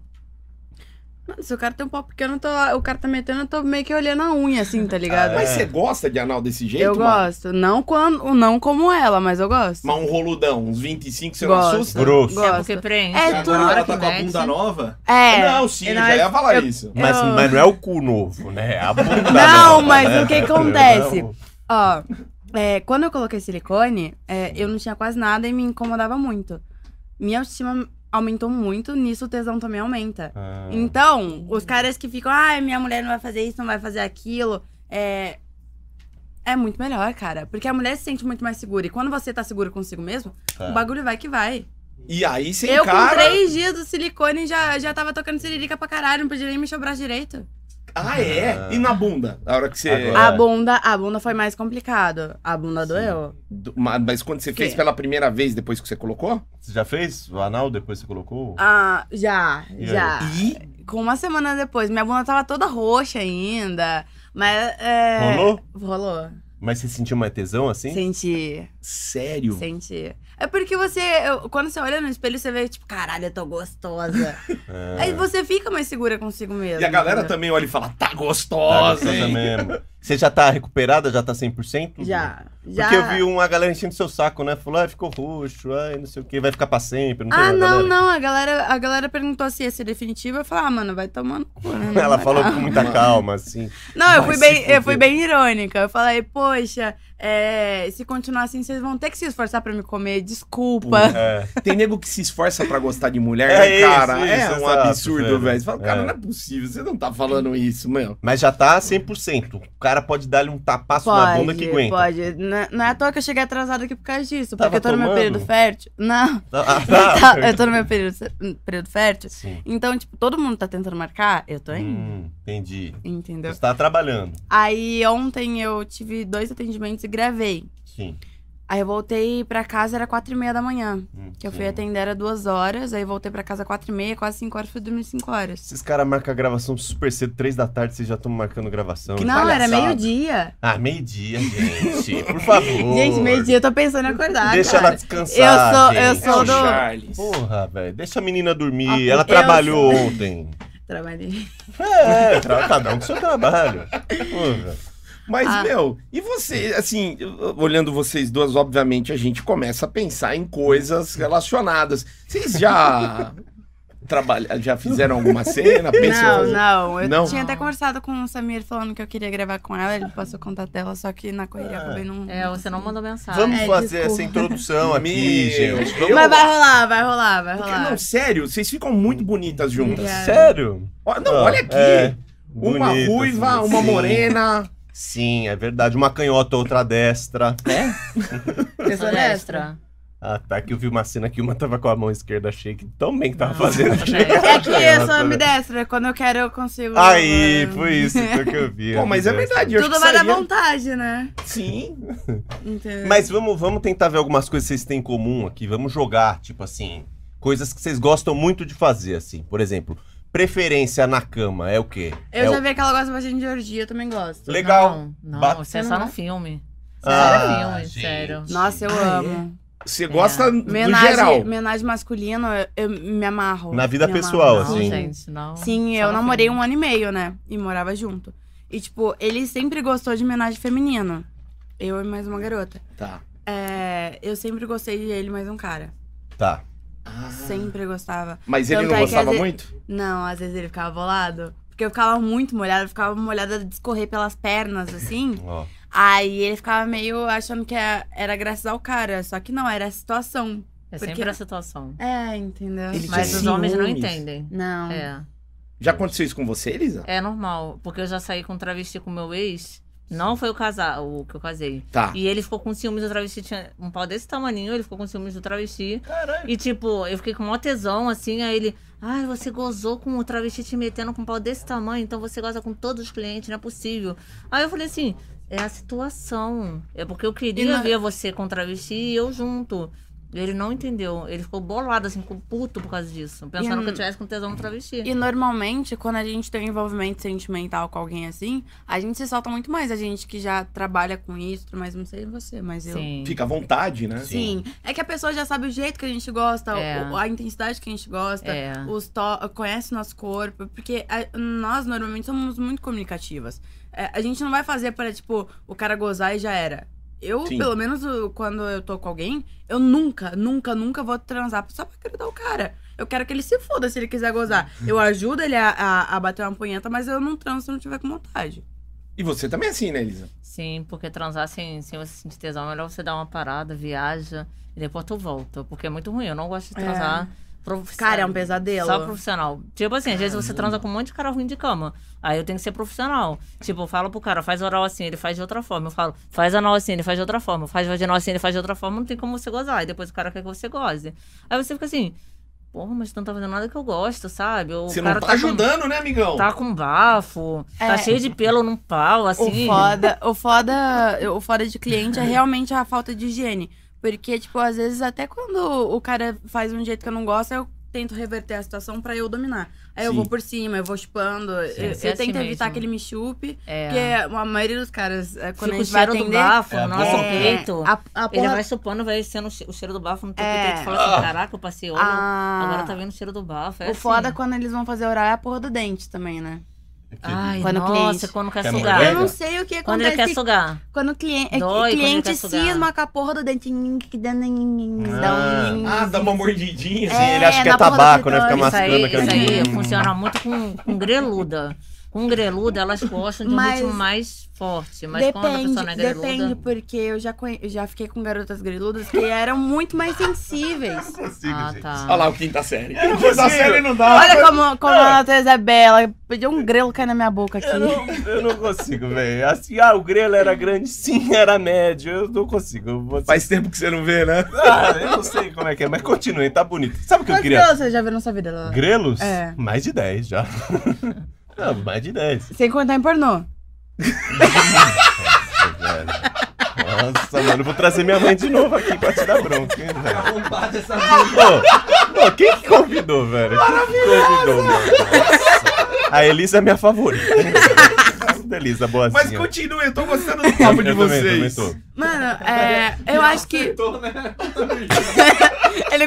Mano, se o cara tem um pau pequeno, eu tô lá- o cara tá metendo, eu tô meio que olhando a unha, assim, tá ligado? Ah, Mas você gosta de anal desse é. jeito? eu mano? gosto. Não, quando, não como ela, mas eu gosto. Mas um roludão, uns 25, você não Gosto. assusta? Grosso. É Gosto. porque preenche. É né? tudo. Na Agora hora ela tá que com a mete. bunda nova? É. Não, sim, É, eu não, já ia falar eu- isso. Mas, Eu- mas não é o cu novo, né? É a bunda Não, nova, mas né? o que acontece? Ó, é, quando eu coloquei silicone, é, eu não tinha quase nada e me incomodava muito. Minha autoestima aumentou muito, nisso o tesão também aumenta. Ah, Então, os caras que ficam, ai, minha mulher não vai fazer isso, não vai fazer aquilo, é. É muito melhor, cara. Porque a mulher se sente muito mais segura. E quando você tá seguro consigo mesmo, tá. o bagulho vai que vai. E aí você eu, encara... com três dias do silicone, já, já tava tocando siririca pra caralho, não podia nem mexer o braço direito. Ah, é? E na bunda? Na hora que você... Ah, Agora. A É. bunda, a bunda foi mais complicado. A bunda doeu. Do- ma- Mas quando você fez Sim. pela primeira vez, depois que você colocou? Você já fez o anal depois que você colocou? Ah, já, E aí? já. E Com uma semana depois, minha bunda tava toda roxa ainda. Mas. É... Rolou? Rolou. Mas você sentiu mais tesão assim? Senti, sério? senti. É porque você. eu- quando você olha no espelho, você vê, tipo, caralho, eu tô gostosa. Ah, Aí você fica mais segura consigo mesmo. né? E a galera entendeu? também olha e fala, tá tá gostosa, gostosa hein? mesmo. Você já tá recuperada? Já tá 100%? Já. Porque já... eu vi um uma galera enchendo seu saco, né? Falou, ah, ficou roxo, ai, não sei o que, vai ficar pra sempre. Não Ah, tem uma não, galera. não. A galera, a galera perguntou se ia ser definitivo. Eu falei, ah, mano, vai tomar no cu, né? Ela Na falou moral. com muita calma, assim. Não, eu Vai fui, se bem, eu fuder. fui bem irônica. Eu falei, poxa, é, se continuar assim, vocês vão ter que se esforçar pra me comer. Desculpa. É. Tem nego que se esforça pra gostar de mulher, É né, isso, cara? isso, é um exato, absurdo, velho. velho. Você fala, cara, É. não é possível, você não tá falando isso, meu. Mas já tá 100%. O cara pode dar-lhe um tapaço na bunda que aguenta. pode. Não, não é à toa que eu cheguei atrasada aqui por causa disso. Tava porque eu tô no meu tomando? período fértil. Não, Tá- ah, tá. eu tô no meu período, período fértil. Sim. Então, tipo, todo mundo tá tentando marcar, eu tô indo. Hum, entendi. Entendeu? Você tá trabalhando. Aí ontem eu tive dois atendimentos e gravei. Sim. Aí eu voltei pra casa, era quatro e meia da manhã. Hum, Que eu sim. fui atender era duas horas, aí voltei pra casa quatro e meia, quase cinco horas, fui dormir cinco horas. Esses caras marcam a gravação super cedo, três da tarde, vocês já estão marcando gravação. não, era palhaçada. meio-dia. Ah, meio-dia, gente. Por favor. Gente, meio-dia eu tô pensando em acordar. Deixa cara. ela descansar. Eu sou- eu gente. É o Todo- Charles. Porra, velho. Deixa a menina dormir. Ah, ela eu trabalhou sou- ontem. Trabalhei. É, tra- cada um com seu trabalho. Porra. Mas, Ah. meu, e você, assim, olhando vocês duas, obviamente a gente começa a pensar em coisas relacionadas. Vocês já trabalha, já fizeram alguma cena? Pensam- Não, não. Eu Não? tinha até conversado com o Samir falando que eu queria gravar com ela, ele passou o contato dela, só que na correria Ah. acabei não. É, você não mandou mensagem. Vamos é, fazer desculpa. essa introdução aqui, Meu, gente. eu- Vamos- Mas vai rolar, vai rolar, vai Porque, rolar. não, sério, vocês ficam muito bonitas juntas. Obrigada. Sério? Ó, Não, Ah, olha aqui. é. uma Bonitas, ruiva, sim. uma morena. Sim, é verdade. Uma canhota, outra destra. Eu sou destra. Ah, tá. Que eu vi uma cena que uma tava com a mão esquerda achei que também que tava Ah. Não, Tá fazendo. eu sou destra. É que eu sou ambidestra, quando eu quero eu consigo. Aí, né? foi isso foi que eu vi. Pô, mas é verdade. Eu acho assim. Tudo que vai dar seria- vontade, né? Sim. Entendeu? Mas vamos, vamos tentar ver algumas coisas que vocês têm em comum aqui. Vamos jogar, tipo assim, coisas que vocês gostam muito de fazer, assim. Por exemplo, preferência na cama é o quê? Eu é já o... vi que ela gosta bastante de orgia, eu também gosto. Legal. Não, não Bacana. isso é só no filme. Isso é só Ah, no filme, gente. sério. Nossa, eu Ah, é? amo. Você gosta no Homenagem, geral. homenagem masculina, eu, eu me amarro. Na vida me pessoal, Não, amarro. assim. gente, não. Sim, Só eu no namorei filme. um ano e meio, né? E morava junto. E, tipo, ele sempre gostou de homenagem feminino. Eu e mais uma garota. Tá. É, eu sempre gostei de ele mais um cara. Tá. Ah. Sempre gostava. Mas ele Tanto não é que gostava às ve- muito? Não, às vezes ele ficava bolado. Porque eu ficava muito molhada, eu ficava molhada de escorrer pelas pernas, assim. Ó. Aí ele ficava meio achando que é- era graças ao cara. Só que não, era a situação. É Porque- sempre a situação. É, entendeu? Ele Mas tinha os homens não ciúmes. entendem. Não. É. Já aconteceu isso com você, Elisa? É normal. Porque eu já saí com um travesti com meu ex. Não foi o casal, o que eu casei. Tá. E ele ficou com ciúmes do travesti. Tinha um pau desse tamaninho, ele ficou com ciúmes do travesti. Caralho. E tipo, eu fiquei com mó tesão, assim. Aí ele, ai, você gozou com o travesti te metendo com um pau desse tamanho, então você goza com todos os clientes, não é possível. Aí eu falei assim, é a situação. É porque eu E queria na- ver você com travesti e eu junto. Ele não entendeu. Ele ficou bolado, assim, ficou puto por causa disso. Pensando E que eu a- tivesse com tesão no travesti. E normalmente, quando a gente tem um envolvimento sentimental com alguém assim, a gente se solta muito mais. A gente que já trabalha com isso, mas não sei você, mas eu. Sim. Fica à vontade, né? Sim. É que a pessoa já sabe o jeito que a gente gosta, É. o- a intensidade que a gente gosta, É. os to conhece o nosso corpo. Porque a- nós normalmente somos muito comunicativas. É, a gente não vai fazer para, tipo, o cara gozar e já era. Eu, Sim. pelo menos o- quando eu tô com alguém, eu nunca, nunca, nunca vou transar só pra agradar o cara. Eu quero que ele se foda se ele quiser gozar. Eu ajudo ele a, a- a bater uma punheta, mas eu não transo se eu não tiver com vontade. E você também é assim, né, Elisa? Sim, porque transar sem, sem você sentir tesão, é melhor você dar uma parada, viaja e depois tu volta. Porque é muito ruim. Eu não gosto de É. transar profissional. Cara, é um pesadelo. Só profissional. Tipo assim, às vezes você transa com um monte de cara ruim de cama. Aí eu tenho que ser profissional. Tipo, eu falo pro cara, faz oral assim, ele faz de outra forma. Eu falo, faz anal assim, ele faz de outra forma. Faz vaginal assim, ele faz de outra forma. Não tem como você gozar. E depois o cara quer que você goze. Aí você fica assim, porra, mas tu não tá fazendo nada que eu gosto, sabe? Ou Você o não cara tá, com- ajudando, né, amigão? Tá com bafo, É. tá cheio de pelo num pau, O assim. foda, o foda, o foda de cliente é realmente a falta de higiene. Porque, tipo, às vezes até quando o cara faz um jeito que eu não gosto, eu tento reverter a situação pra eu dominar. Aí eu Sim. vou por cima, eu vou chupando, eu, ser eu assim tento evitar mesmo. que ele me chupe. É. Porque a maioria dos caras, é, quando Fica a o gente vai cheiro do atender... bafo É, no nosso é, peito. a, a Ele porra- vai chupando, vai sendo o che- o cheiro do bafo no teu É. peito. Tu fala assim, caraca, eu passei óleo, a- agora tá vendo o cheiro do bafo. É O foda assim. quando eles vão fazer oral é a porra do dente também, né? Ai, Quando o nossa, cliente- quando quer Quer sugar. mulher? Eu não sei o que É. Quando acontece ele quer sugar. quando o cliente, é que Dói quando ele cliente quer sugar. cisma com a porra do dentinho que dá um... Dá um... Ah, dá uma mordidinha. assim, É, ele acha que é na porra do tabaco, né? Fica clitóris. Isso aí, mascando aquela isso aí coisa. funciona muito com, com greluda. Com greluda, elas gostam de um Mas- ritmo mais forte. Mas quando a Depende, pessoa não é greluda. depende, porque eu já, conhe- eu já fiquei com garotas greludas que eram muito mais sensíveis. Ah, tá. Olha lá o quinta série. não Quinta consigo. série não dá. Olha como, como a natureza é bela. Pediu um grelo cair na minha boca aqui. Eu não, eu não consigo, velho. Assim, ah, o grelo era grande, sim, era médio. Eu não consigo. Eu vou- Faz tempo que você não vê, né? Ah, eu não sei como é que é, mas continue, tá bonito. Sabe o que eu Quantos queria? grelos você já viu na sua vida, Lala? Grelos? É. Mais de 10 já. Não, mais de 10. Sem contar em pornô. Nossa, velho. Nossa, mano, eu vou trazer minha mãe de novo aqui pra te dar bronca, hein, velho. Arrombada essa vida. Ô, ô, quem que convidou, velho? Quem que convidou, mano? Nossa. A Elisa é minha favorita. Elisa, boazinha. Mas continue, eu tô gostando do papo de Eu também, também vocês. tô. Mano, é, eu acho que. Acertou, né? Ele...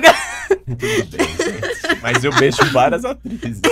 Mas eu beijo várias atrizes.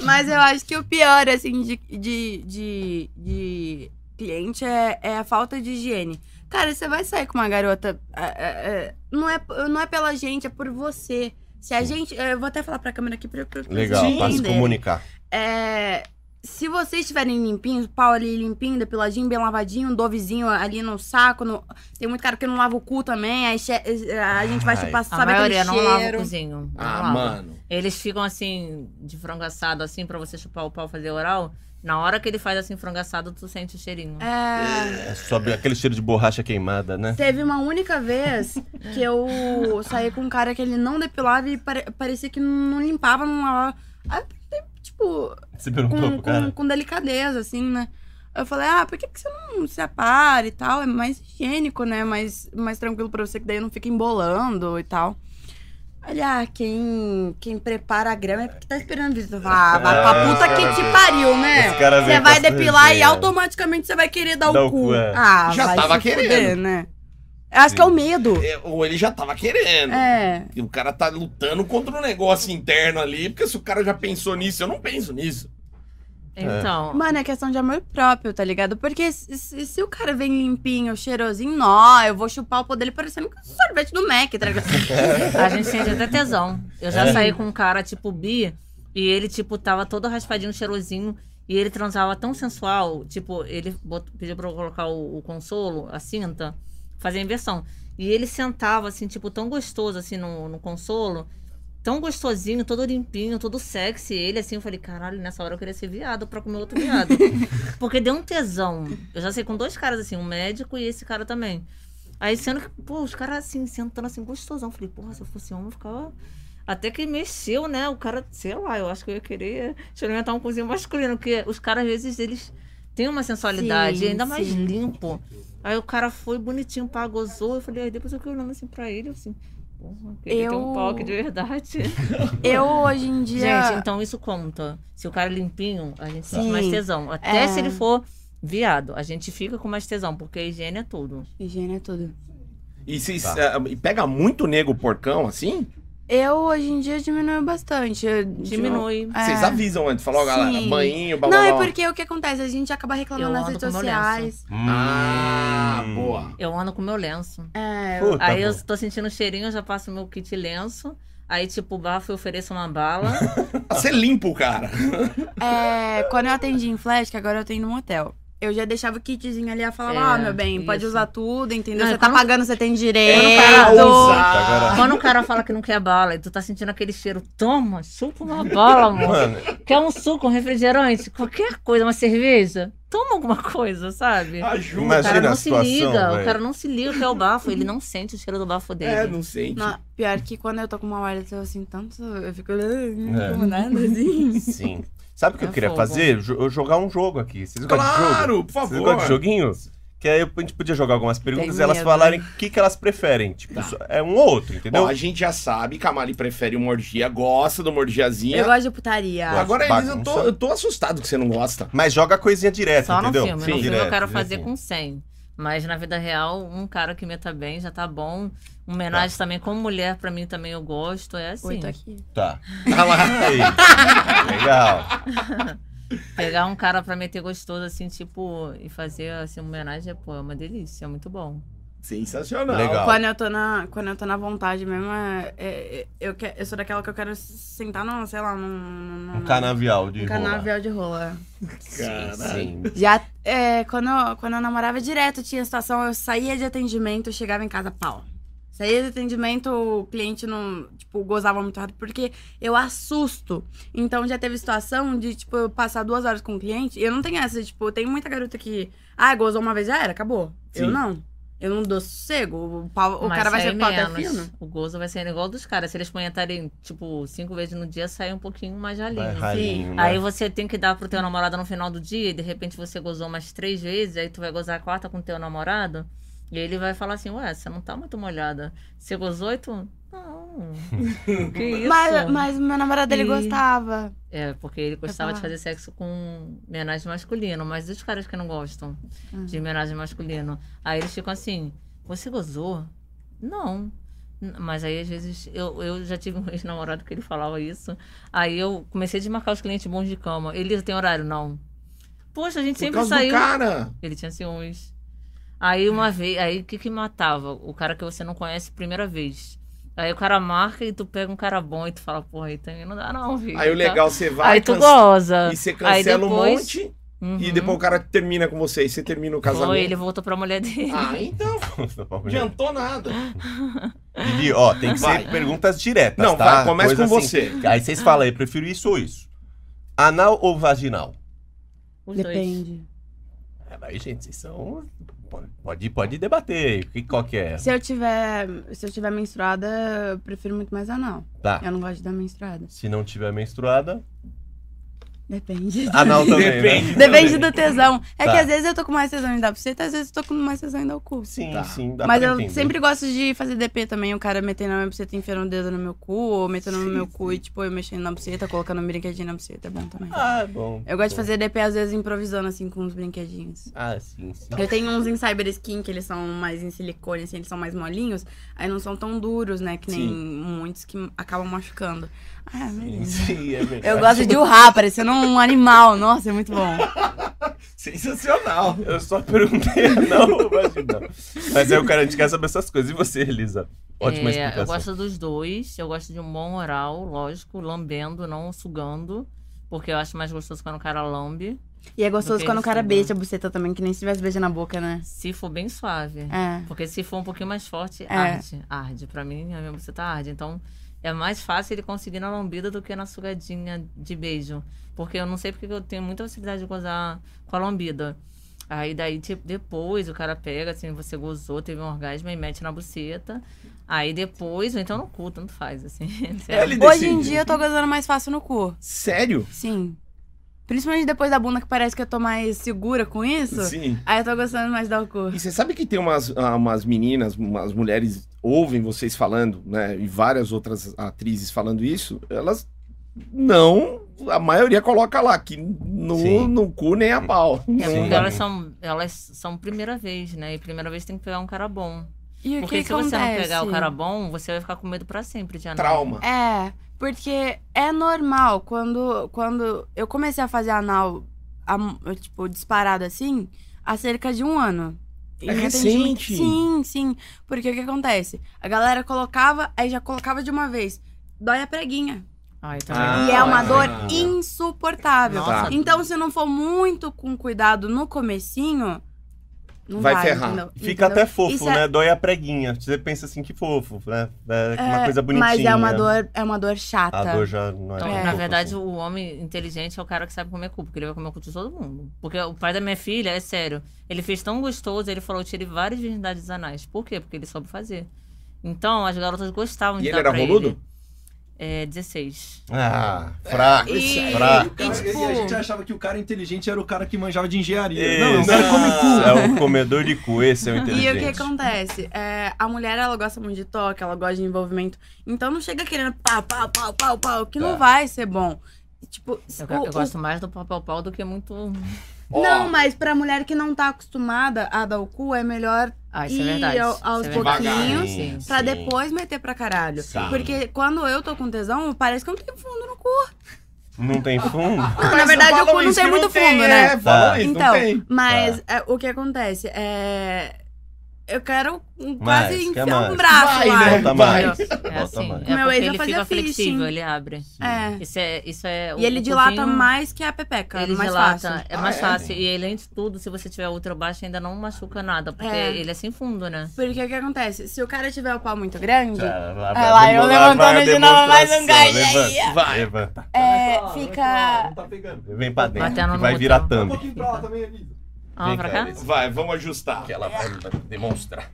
Mas eu acho que o pior, assim, de, de, de, de cliente é, é a falta de higiene. Cara, você vai sair com uma garota. é, é, é, não, é, não é pela gente, é por você. Se a gente. Eu vou até falar pra câmera aqui pra, pra, pra Legal, vocês pra se entenderem. comunicar. É, se vocês estiverem limpinhos, o pau ali limpinho, depiladinho, bem lavadinho, um dovezinho ali no saco. no- Tem muito cara que não lava o cu também, aí che- a gente vai Ai. chupar, sabe A maioria aquele não lava o cheiro. cozinho. não Ah, lava. mano. Eles ficam assim, de frango assado, assim, pra você chupar o pau fazer oral. Na hora que ele faz assim, frango assado, tu sente o cheirinho. É, É, sobe aquele cheiro de borracha queimada, né? Teve uma única vez que eu saí com um cara que ele não depilava e pare- parecia que não limpava, não lavava. Aí, eu perguntei, tipo, Você perguntou com, pro com, cara? com delicadeza, assim, né? Eu falei, ah, por que, que você não se apara e tal? É mais higiênico, né? Mais, mais tranquilo pra você, que daí não fica embolando e tal. Olha, quem, quem prepara a grama é porque tá esperando isso. Eu falei, Ah, vai pra É, puta que te pariu, né? Esse cara Você vem vai com essa depilar e resenha. automaticamente você vai querer dar tá Dá o cu. é. Ah, Já vai tava se fuder, querendo. né? Eu Acho que é o medo. É, Ou ele já tava querendo. É. E o cara tá lutando contra um negócio interno ali, porque se o cara já pensou nisso, eu não penso nisso. Então. Mano, é questão de amor próprio, tá ligado? Porque se, se- se o cara vem limpinho, cheirosinho, nó, eu vou chupar o pau dele parecendo que um sorvete do Mac, tá ligado? A gente sente até tesão. Eu já saí com um cara tipo bi e ele tipo tava todo raspadinho, cheirosinho e ele transava tão sensual, tipo, ele bot- pediu pra eu colocar o, o consolo, a cinta, fazer a inversão. E ele sentava assim, tipo, tão gostoso assim no, no consolo, tão gostosinho, todo limpinho, todo sexy, ele assim, eu falei, caralho, nessa hora eu queria ser viado pra comer outro viado. Porque deu um tesão. Eu já sei com dois caras assim, um médico e esse cara também. Aí sendo que, pô, os caras assim, sentando assim, gostosão. Falei, porra, se eu fosse homem, eu ficava. Até que mexeu, né? O cara, sei lá, eu acho que eu ia querer experimentar um cozinho masculino, porque os caras, às vezes, eles têm uma sensualidade, Sim, ainda mais sim. limpo. Aí o cara foi bonitinho, pagou, gozou. Eu falei, aí depois eu fiquei olhando assim pra ele, eu assim, porra, eu queria ter Eu- um pau aqui de verdade. Eu, hoje em dia... Gente, então isso conta. Se o cara é limpinho, a gente sente Sim. mais tesão. Até É. se ele for viado, a gente fica com mais tesão, porque a higiene é tudo. Higiene é tudo. E, se, Tá. eh, e pega muito nego porcão assim? Eu, hoje em dia, diminuiu bastante. Eu- Diminui. É. Vocês avisam antes, falam, ó, galera, Sim. banhinho, blá, blá, Não, é blá. porque o que acontece? A gente acaba reclamando Eu nas ando redes com uma sociais. Hum. Ah, boa. Eu ando com meu lenço. É, Puta, aí pô. eu tô sentindo um cheirinho, eu já passo meu kit lenço. Aí, tipo, bafo, eu ofereço uma bala. Você limpa o cara. É, quando eu atendi em flash, que agora eu atendo no motel. Eu já deixava o kitzinho ali, eu falava, É, ah, meu bem, pode isso. usar tudo, entendeu? Não, você eu tá não- pagando, você tem Ah, direito. usar. Quando o cara fala que não quer bala e tu tá sentindo aquele cheiro, toma, chupa uma bala, amor. Mano, Quer um suco, um refrigerante, qualquer coisa, uma cerveja? Toma alguma coisa, sabe? Ajuda. o cara Ah, imagina não a situação, se liga, velho. o cara não se liga que é o bafo, ele não sente o cheiro do bafo dele. É, não sei. Não, pior que quando eu tô com uma wallet, eu assim, tanto. Eu fico "Ah, é. incomodada, assim. Sim. Sabe o que eu É queria fogo. fazer? Jo- eu jogar um jogo aqui. Vocês gostam de jogo? Claro, por Vocês gostam de favor. joguinho? Que aí a gente podia jogar algumas perguntas e Tenho elas medo. né? falarem o que, que elas preferem. Tipo, Tá. só- é um ou outro, entendeu? Ó, a gente já sabe que a Mari prefere uma orgia, gosta de uma orgiazinha. Eu gosto de putaria. Gosto. Agora, Elisa, eu tô, bagunça. eu tô assustado que você não gosta. Mas joga a coisinha direto, Só no entendeu? filme. No Sim. filme eu Direto, né, quero direto. fazer com 100. Mas na vida real, um cara que meta bem já tá bom. Um homenagem também, como mulher, pra mim também eu gosto. É assim. Oi, tô aqui. Tá. Tá lá. Eita, Legal. Pegar um cara pra meter gostoso, assim, tipo, e fazer assim, uma homenagem, pô, é uma delícia, é muito bom. Sensacional. Legal. Quando eu tô na, quando eu tô na vontade mesmo, é- é- é- eu, que- eu sou daquela que eu quero sentar num, sei lá, num... num- Um canavial de Ah, num rolar. canavial de rola. Caralho. Sim. Já, é, quando, eu- quando eu namorava direto, tinha situação, eu saía de atendimento, eu chegava em casa, pau. Saía de atendimento, o cliente não, tipo, gozava muito rápido, porque eu assusto. Então já teve situação de, tipo, eu passar duas horas com o cliente, e eu não tenho essa, tipo, tem muita garota que, ah, gozou uma vez, já era, acabou. Eu Sim. não. Eu não dou sossego, o, pau- o Mas cara vai sai ser pau até menos. fino. O gozo vai ser igual dos caras. Se eles punhetarem, tipo, cinco vezes no dia, sai um pouquinho mais Vai ralinho. ralinho, né? Aí você tem que dar pro teu namorado no final do dia, e de repente você gozou umas três vezes, aí tu vai gozar a quarta com teu namorado, e ele vai falar assim, ué, você não tá muito molhada. Você gozou e tu... Não. que isso? Mas, mas o meu namorado, ele E- gostava. É, porque ele gostava de falar. fazer sexo com homenagem masculino, mas e os caras que não gostam de homenagem masculino? Aí eles ficam assim, você gozou? Não. N- Mas aí, às vezes, eu, eu já tive um ex-namorado que ele falava isso. Aí eu comecei a desmarcar os clientes bons de cama. Ele tem horário? Não. Poxa, a gente Por sempre causa do saiu. cara. Ele tinha ciúmes. Aí uma vez, aí o que que matava? O cara que você não conhece primeira vez. Aí o cara marca e tu pega um cara bom e tu fala, porra, aí também não dá não, filho. Aí o Tá- legal, você vai aí tu canc- goza. e você Aí cancela um depois- monte Uhum. e depois o cara termina com você. E você termina o casamento. Foi, ele voltou pra mulher dele. Ah, então, adiantou nada. Didi, ó, tem que Vai. ser perguntas diretas, Não, tá? vai, começa Coisa com assim. você. Aí vocês falam aí, prefiro isso ou isso? Anal ou vaginal? Os dois. Depende. É, mas, gente, vocês são... Pode, pode debater aí, que, qual que é? Se eu tiver, se eu tiver menstruada, eu prefiro muito mais anal. Tá. Eu não gosto de dar menstruada. Se não tiver menstruada, Depende. anal também, né? Depende. Depende do tesão. É Tá. que às vezes eu tô com mais tesão em dar buceta, às vezes eu tô com mais tesão em dar o cu. Sim, Tá. sim, dá Mas pra eu entender. sempre gosto de fazer DP também, o cara metendo na minha buceta, tá enfiando o dedo no meu cu, ou metendo no meu cu e, tipo, eu mexendo na buceta, colocando um brinquedinho na buceta, é bom também. Ah, bom. Eu gosto de fazer DP, às vezes, improvisando, assim, com uns brinquedinhos. Ah, sim, sim. Eu tenho uns em Cyber Skin que eles são mais em silicone, assim, eles são mais molinhos, aí não são tão duros, né? Que nem Sim. muitos que acabam machucando. Ah, Sim, beleza. sim, é verdade. Eu gosto de urrar, parecendo um animal. Nossa, é muito bom. Sensacional. Eu só perguntei não, vaginal. Mas aí o cara, a gente quer saber essas coisas. E você, Elisa? Ótima É, explicação. Eu gosto dos dois. Eu gosto de um bom oral, lógico, lambendo, não sugando. Porque eu acho mais gostoso quando o cara lambe. E é gostoso Do que quando o cara receber. beija a buceta também, que nem se tivesse beijando na boca, né? Se for bem suave. É. Porque se for um pouquinho mais forte, É. arde. Arde. Pra mim, a minha buceta arde. Então, é mais fácil ele conseguir na lambida do que na sugadinha de beijo. Porque eu não sei porque eu tenho muita facilidade de gozar com a lambida. Aí, daí, tipo, depois o cara pega, assim, você gozou, teve um orgasmo e mete na buceta. Aí depois, ou então no cu, tanto faz, assim. Ele Hoje em decide. dia eu tô gozando mais fácil no cu. Sério? Sim. Principalmente depois da bunda, que parece que eu tô mais segura com isso. Sim. Aí eu tô gostando mais do cu. E você sabe que tem umas, ah, umas meninas, umas mulheres ouvem vocês falando, né? E várias outras atrizes falando isso, elas não. A maioria coloca lá, que no, Sim. no cu nem a pau. É Sim. porque elas são, elas são primeira vez, né? E primeira vez tem que pegar um cara bom. E o Porque que se acontece? você não pegar o cara bom, você vai ficar com medo pra sempre de anal. Trauma. É, porque é normal quando, quando eu comecei a fazer anal, am- eu, tipo, disparado assim, há cerca de um ano. E É me atendi muito- recente. Sim, sim. Porque o que acontece? A galera colocava, aí já colocava de uma vez. Dói a preguinha. Ai, também Ah, não e é uma pode. dor ah. insuportável. Nossa. Então, se não for muito com cuidado no comecinho, não Vai vai, ferrar. entendeu? Fica Entendeu? até fofo, Isso é- né? Dói a preguinha. Você pensa assim, que fofo, né? É uma É, coisa bonitinha. Mas é uma dor, é uma dor chata. A dor já não é Então, tão na fofa verdade, assim. o homem inteligente é o cara que sabe comer cu, porque ele vai comer cu de todo mundo. Porque o pai da minha filha, é sério, ele fez tão gostoso, ele falou, eu tirei várias virgindades anais. Por quê? Porque ele soube fazer. Então, as garotas gostavam E de ele dar era pra roludo? ele. É, 16. Ah, fraco, E- fraco. E, tipo, a gente achava que o cara inteligente era o cara que manjava de engenharia. Não, Não, o o cara come cu. É o comedor de cu, esse é o E o inteligente. que acontece? É, a mulher, ela gosta muito de toque, ela gosta de envolvimento. Então não chega querendo pau, pau, pau, pau, pau, que Tá. não vai ser bom. Tipo, Eu, o- eu gosto mais do pau-pau-pau do que muito... Ó, Não, mas pra mulher que não tá acostumada a dar o cu, é melhor Ah, isso é E verdade. ao- isso aos é verdade. pouquinhos, Sim, sim. pra Sim. depois meter pra caralho. Sim. Porque quando eu tô com tesão, parece que eu não tenho fundo no cu. Ah, Não tem fundo? Não, na mas verdade, o falam cu não isso, tem que muito fundo, né? É, falam Tá. isso, Então, não tem. mas é, o que acontece é. Eu quero um- Mais, quase quer enfiar um mais? braço Vai, né? lá. entendeu? Volta mais. É assim. Volta mais. É Meu porque ex já ele fazia fica flexível, fisting. ele abre. É. Isso é, isso é E ele o dilata cubinho, mais que a pepeca, Ele mais dilata, fácil. é Ah, mais é? fácil. E ele, além de tudo, se você tiver ultra baixo, ainda não machuca nada, porque É. ele é sem fundo, né? Porque o que acontece? Se o cara tiver o pau muito grande, Olha Olha lá, eu levantando de novo, mais um gás aí. Vai. Levanta. é, fica. Não tá pegando. Vem pra dentro. Batendo que no vai outro. virar Dá Um thumb. pouquinho pra lá também, Elisa. Ah, Vem pra cá, cá? Elisa. Vai, vamos ajustar. Que ela vai demonstrar.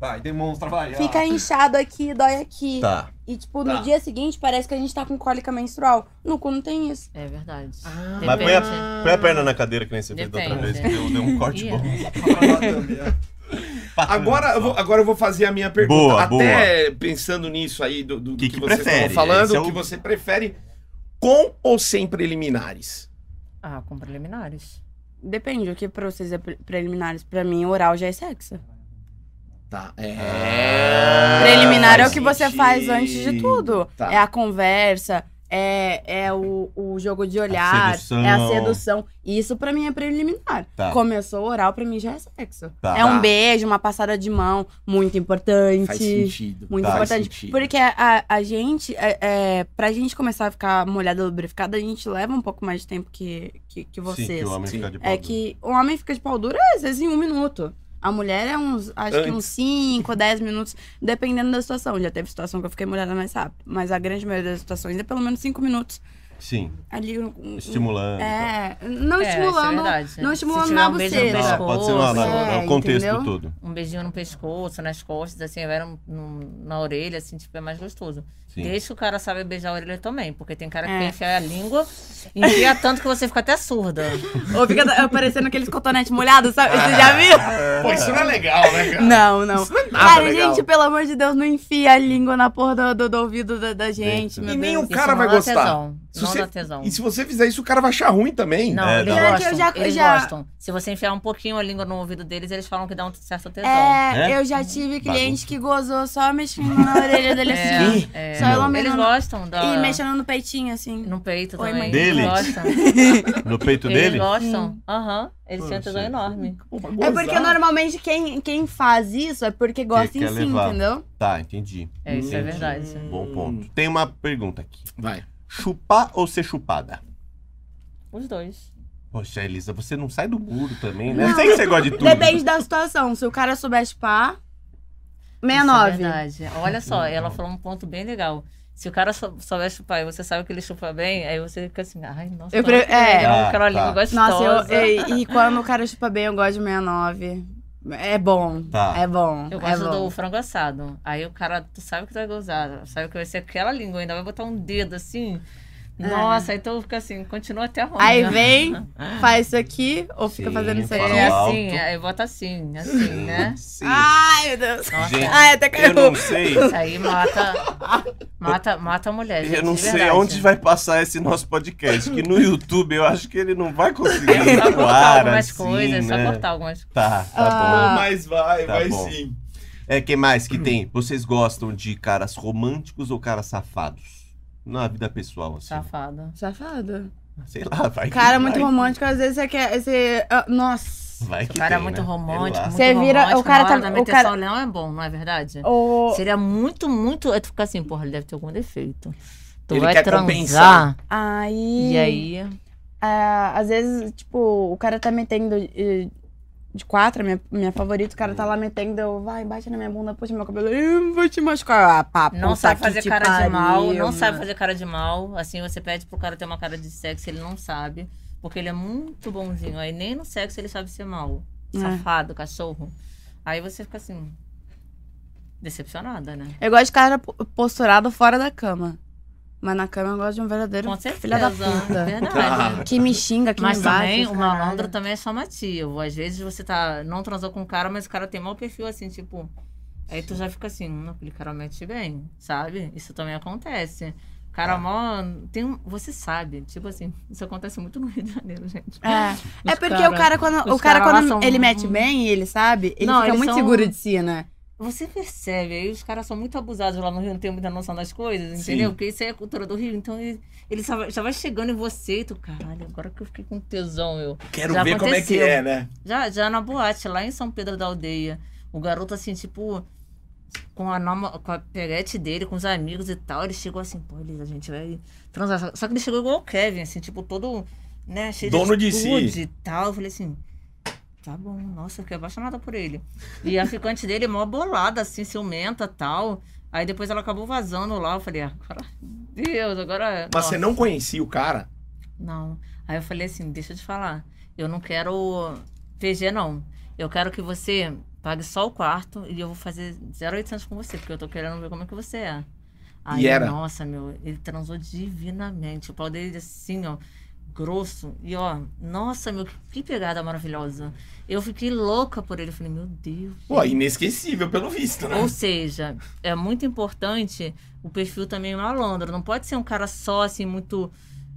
Vai, demonstra, vai. Fica inchado aqui, dói aqui. Tá. E, tipo, Tá. no dia seguinte parece que a gente tá com cólica menstrual. No cu não tem isso. É verdade. Ah, Mas põe Depende. a, põe a perna na cadeira que nem você fez da outra Depende. vez. que Deu, deu um corte né? Ih, é. bom. Agora eu, vou, agora eu vou fazer a minha pergunta. Boa, Até pensando nisso aí, do, do- do Que que, que vocês prefere? estavam falando, Esse é o que o- você prefere com ou sem preliminares? Ah, com preliminares. Depende, o que pra vocês é pre- preliminares. Pra mim, oral já é sexo. Tá. Ah, É. Preliminar é o faz que você faz sentido. antes de tudo. Tá. É a conversa, é, é o, o jogo de A olhar, sedução. é a sedução. Isso pra mim é preliminar. Tá. Começou o oral, pra mim já é sexo. Tá. É Tá. um beijo, uma passada de mão, muito importante. Faz sentido. Muito Tá, faz importante. sentido. Porque a, a gente, é, é, pra gente começar a ficar molhada lubrificada, a gente leva um pouco mais de tempo que, que, que vocês. Sim, que o homem Sim. fica de É pau duro. que o homem fica de pau dura, às vezes, em um minuto. A mulher é uns, acho que uns 5, 10 minutos, dependendo da situação. Já teve situação que eu fiquei molhada mais rápido. Mas a grande maioria das situações é pelo menos 5 minutos. Sim, Ali. um- um- estimulando. então. e É, não É, estimulando. isso é verdade. não Se estimulando tiver na um beijo no tal. bochecha. Não, pode ser uma pescoço, analogia, é, o é, contexto entendeu? todo. Um beijinho no pescoço, nas costas, assim, era um- num- na orelha, assim, tipo, é mais gostoso. Sim. Desde que o cara sabe beijar a orelha também, porque tem cara que É. enfia a língua, enfia tanto que você fica até surda. Ou fica aparecendo aqueles cotonetes molhados, sabe? Você já viu? Pô, isso não é legal, né, cara? Não, não. Isso não é nada Cara, legal. gente, pelo amor de Deus, não enfia a língua na porra do, do- do ouvido da, da gente, Gente. meu E nem Deus. o cara não vai dá gostar. Tesão. Se não você- dá tesão. E se você fizer isso, o cara vai achar ruim também. Não, É, eles dá. Pior que eu gostam. já- eles já- gostam. Se você enfiar um pouquinho a língua no ouvido deles, eles falam que dá um certo tesão. É, É? eu já tive Bagunça. cliente que gozou só mexendo na orelha dele assim. É, Só Não. ela Eles mexendo gostam da... E mexendo no peitinho, assim. No peito Oi, também. mãe. Dele? Eles gostam. No peito Eles dele? gostam. Aham. Eles têm um Poxa. tesão enorme. É porque normalmente quem, quem faz isso é porque gosta Que em quer si, levar. entendeu? Tá, entendi. É, isso é Entendi. verdade. Bom ponto. Tem uma pergunta aqui. Vai. Chupar ou ser chupada? Os dois. Poxa, Elisa, você não sai do muro também, né? Não. Eu sei que você gosta de tudo. é Depende da situação. Se o cara souber chupar, Isso 69. é verdade. Olha só, ela falou um ponto bem legal. Se o cara sou- souber chupar e você sabe que ele chupa bem, aí você fica assim, ai, nossa, né? olha Eu pre- que é. legal, Ah, aquela língua tá. gostosa. Nossa, eu, eu- e quando o cara chupa bem, eu gosto de 69. É bom. Tá. É bom. Eu é gosto bom. do frango assado. Aí o cara, tu sabe que tu vai gozar, sabe que vai ser aquela língua, ainda vai botar um dedo assim. É. Nossa, aí tu fica assim, continua até ruim. Aí vem, faz isso aqui, ou fica Sim, fazendo isso fala aqui. É Fala assim, alto. aí bota assim, assim, né? Sim. Ai, meu Deus. Gente, Ai, até eu caiu. não sei. Isso aí mata, mata, mata a mulher. Eu é gente, não de sei verdade. aonde vai passar esse nosso podcast, que no YouTube eu acho que ele não vai conseguir É só cortar voar algumas assim, coisas, né? só cortar algumas coisas. Tá, tá Ah. bom. Mas vai, Tá vai bom. sim. É, que mais que tem? Vocês gostam de caras românticos ou caras safados? Na vida pessoal, assim. Safado. Safado. Sei lá, vai que Cara, é vai. muito romântico, às vezes você quer. Você, ah, nossa. Vai Se que o cara tem, é muito né? Sei romântico, lá. muito Você vira- o romântico, cara na tá- hora da o meter cara- só não é bom, não é verdade? O... Seria muito, muito... Aí tu fica assim, porra, ele deve ter algum defeito. Tu Ele vai quer transar, compensar. Aí. e aí... ah, às vezes, tipo, o cara tá metendo. eh, De quatro, a minha, minha favorita, o cara tá lá metendo. eu, Vai, bate na minha bunda, puxa meu cabelo. Eu vou te machucar. Ah, pá, Não puta sabe que fazer te cara de pariu, mal, não mano. sabe fazer cara de mal. Assim, você pede pro cara ter uma cara de sexo, ele não sabe. Porque ele é muito bonzinho. Aí nem no sexo ele sabe ser mal. É. Safado, cachorro. Aí você fica assim. Decepcionada, né? Eu gosto de cara po- posturado fora da cama. Mas na cama eu gosto de um verdadeiro Com certeza. É filho da puta. Verdade. né? Que me xinga, que Mas me bate. também, o caralho. malandro também é chamativo. Às vezes você tá, não transou com o cara, mas o cara tem mau perfil, assim, tipo... Aí tu já fica assim, "Hum, aquele cara mete bem, sabe? Isso também acontece. É. Cara, mó. Tem um- você sabe, tipo assim, isso acontece muito no Rio de Janeiro, gente. É. É Os porque cara- o cara, quando, o os cara cara, lá quando são- um ele mete bem, ele sabe, ele Não, fica eles muito são- seguro de si, né? Você percebe, aí os caras são muito abusados lá no Rio, não tem muita noção das coisas, entendeu? Porque isso é a cultura do Rio. Então ele, ele só vai- já vai chegando em você e tu, caralho, agora que eu fiquei com tesão, eu. Quero Já ver como é que aconteceu. é, né? Já, já na boate, lá em São Pedro da Aldeia. O garoto, assim, tipo, com a, namo- com a peguete dele, com os amigos e tal, ele chegou assim, pô, Elisa, a gente vai transar. Só- Só que ele chegou igual o Kevin, assim, tipo, todo, né, cheio Dono de si. atitude e tal. Eu falei assim, tá bom, nossa, eu fiquei apaixonada por ele. E a ficante dele, mó bolada, assim, ciumenta e tal. Aí depois ela acabou vazando lá, eu falei, ah, agora, Deus, agora... Mas você nossa. não conhecia o cara? Não. Aí eu falei assim, deixa eu te falar. Eu não quero PG, não. Eu quero que você pague só o quarto e eu vou fazer 0,800 com você, porque eu tô querendo ver como é que você é. Aí, era? nossa, meu, ele transou divinamente. O pau dele assim, ó, grosso. E ó, nossa, meu, que- que pegada maravilhosa. Eu fiquei louca por ele. Eu falei, meu Deus. Pô, Uhum. inesquecível, pelo visto, né? Ou seja, é muito importante o perfil também malandro. Não pode ser um cara só, assim, muito,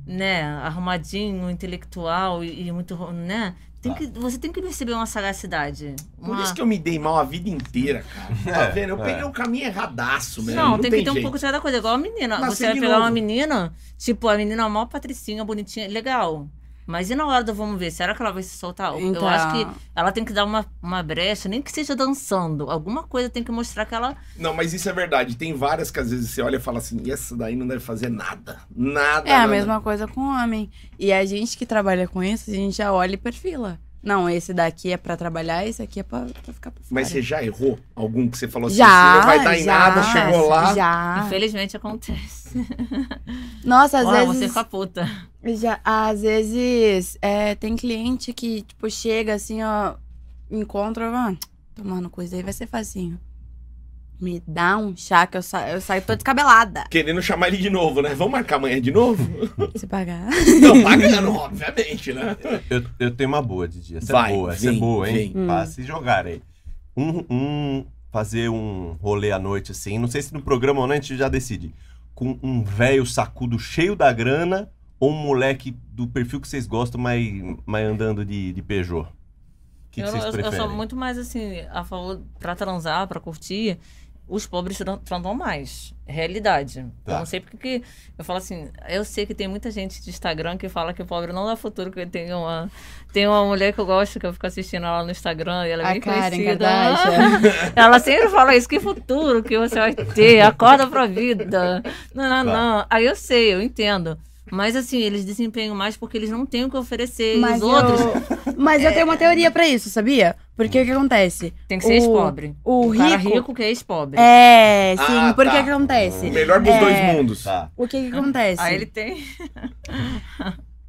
né, arrumadinho, intelectual e, e muito, né? Tem que, você tem que perceber uma sagacidade. Ah. Por uma- isso que eu me dei mal a vida inteira, cara. Tá É, vendo? Eu é. peguei um caminho erradaço mesmo. Não, tem, que ter um jeito. pouco de cada coisa. Igual a menina. Nasci você vai de pegar novo. uma menina, tipo, a menina mó patricinha, bonitinha, legal. Mas e na hora do vamos ver? Será que ela vai se soltar? Então. Eu acho que ela tem que dar uma, uma brecha, nem que seja dançando. Alguma coisa tem que mostrar que ela Não, mas isso é verdade. Tem várias que às vezes você olha e fala assim: essa daí não deve fazer nada. Nada. É a nada. mesma coisa com o homem. E a gente que trabalha com isso, a gente já olha e perfila. Não, esse daqui é pra trabalhar, esse aqui é pra, pra ficar pra fora. Mas você já errou algum que você falou assim: já, "Você não vai dar em já, nada, chegou lá. Já. Infelizmente acontece. Nossa, às Ó, você vezes. fica puta. Já, às vezes é, tem cliente que, tipo, chega assim, ó, encontra, ó, tomando coisa aí, vai ser facinho. Me dá um chá que eu, sa eu saio toda descabelada. Querendo chamar ele de novo, né? Vamos marcar amanhã de novo? Se pagar. não, pagando, obviamente, né? Eu, eu tenho uma boa, Didi. Essa Vai, é boa, essa vem, é boa, hein? Hum. vem. Pra se jogar aí. Um, um- fazer um rolê à noite, assim. Não sei se no programa ou não, a gente já decide. Com um velho sacudo cheio da grana ou um moleque do perfil que vocês gostam, mas, mas andando de, de Peugeot. O que, que eu, vocês eu- eu preferem? sou muito mais assim, a favor pra transar, pra curtir. Os pobres tran- transam mais. Realidade. Tá. Eu não sei porque que. Eu falo assim, eu sei que tem muita gente de Instagram que fala que o pobre não dá futuro, que tem uma. Tem uma mulher que eu gosto, que eu fico assistindo ela no Instagram e ela é A bem Karen conhecida. Kardashian. Ela sempre fala isso, que futuro que você vai ter, acorda pra vida. Não, Tá. não, não. Aí eu sei, eu entendo. Mas assim, eles desempenham mais porque eles não têm o que oferecer. E Mas os outros eu, mas eu tenho uma teoria pra isso, sabia? Porque o que acontece? tem que ser o- ex-pobre. O cara rico. rico que é ex-pobre. É, sim, Ah, porque tá. o que acontece? O melhor dos É. dois mundos. Tá. O que, que acontece? Aí ele tem.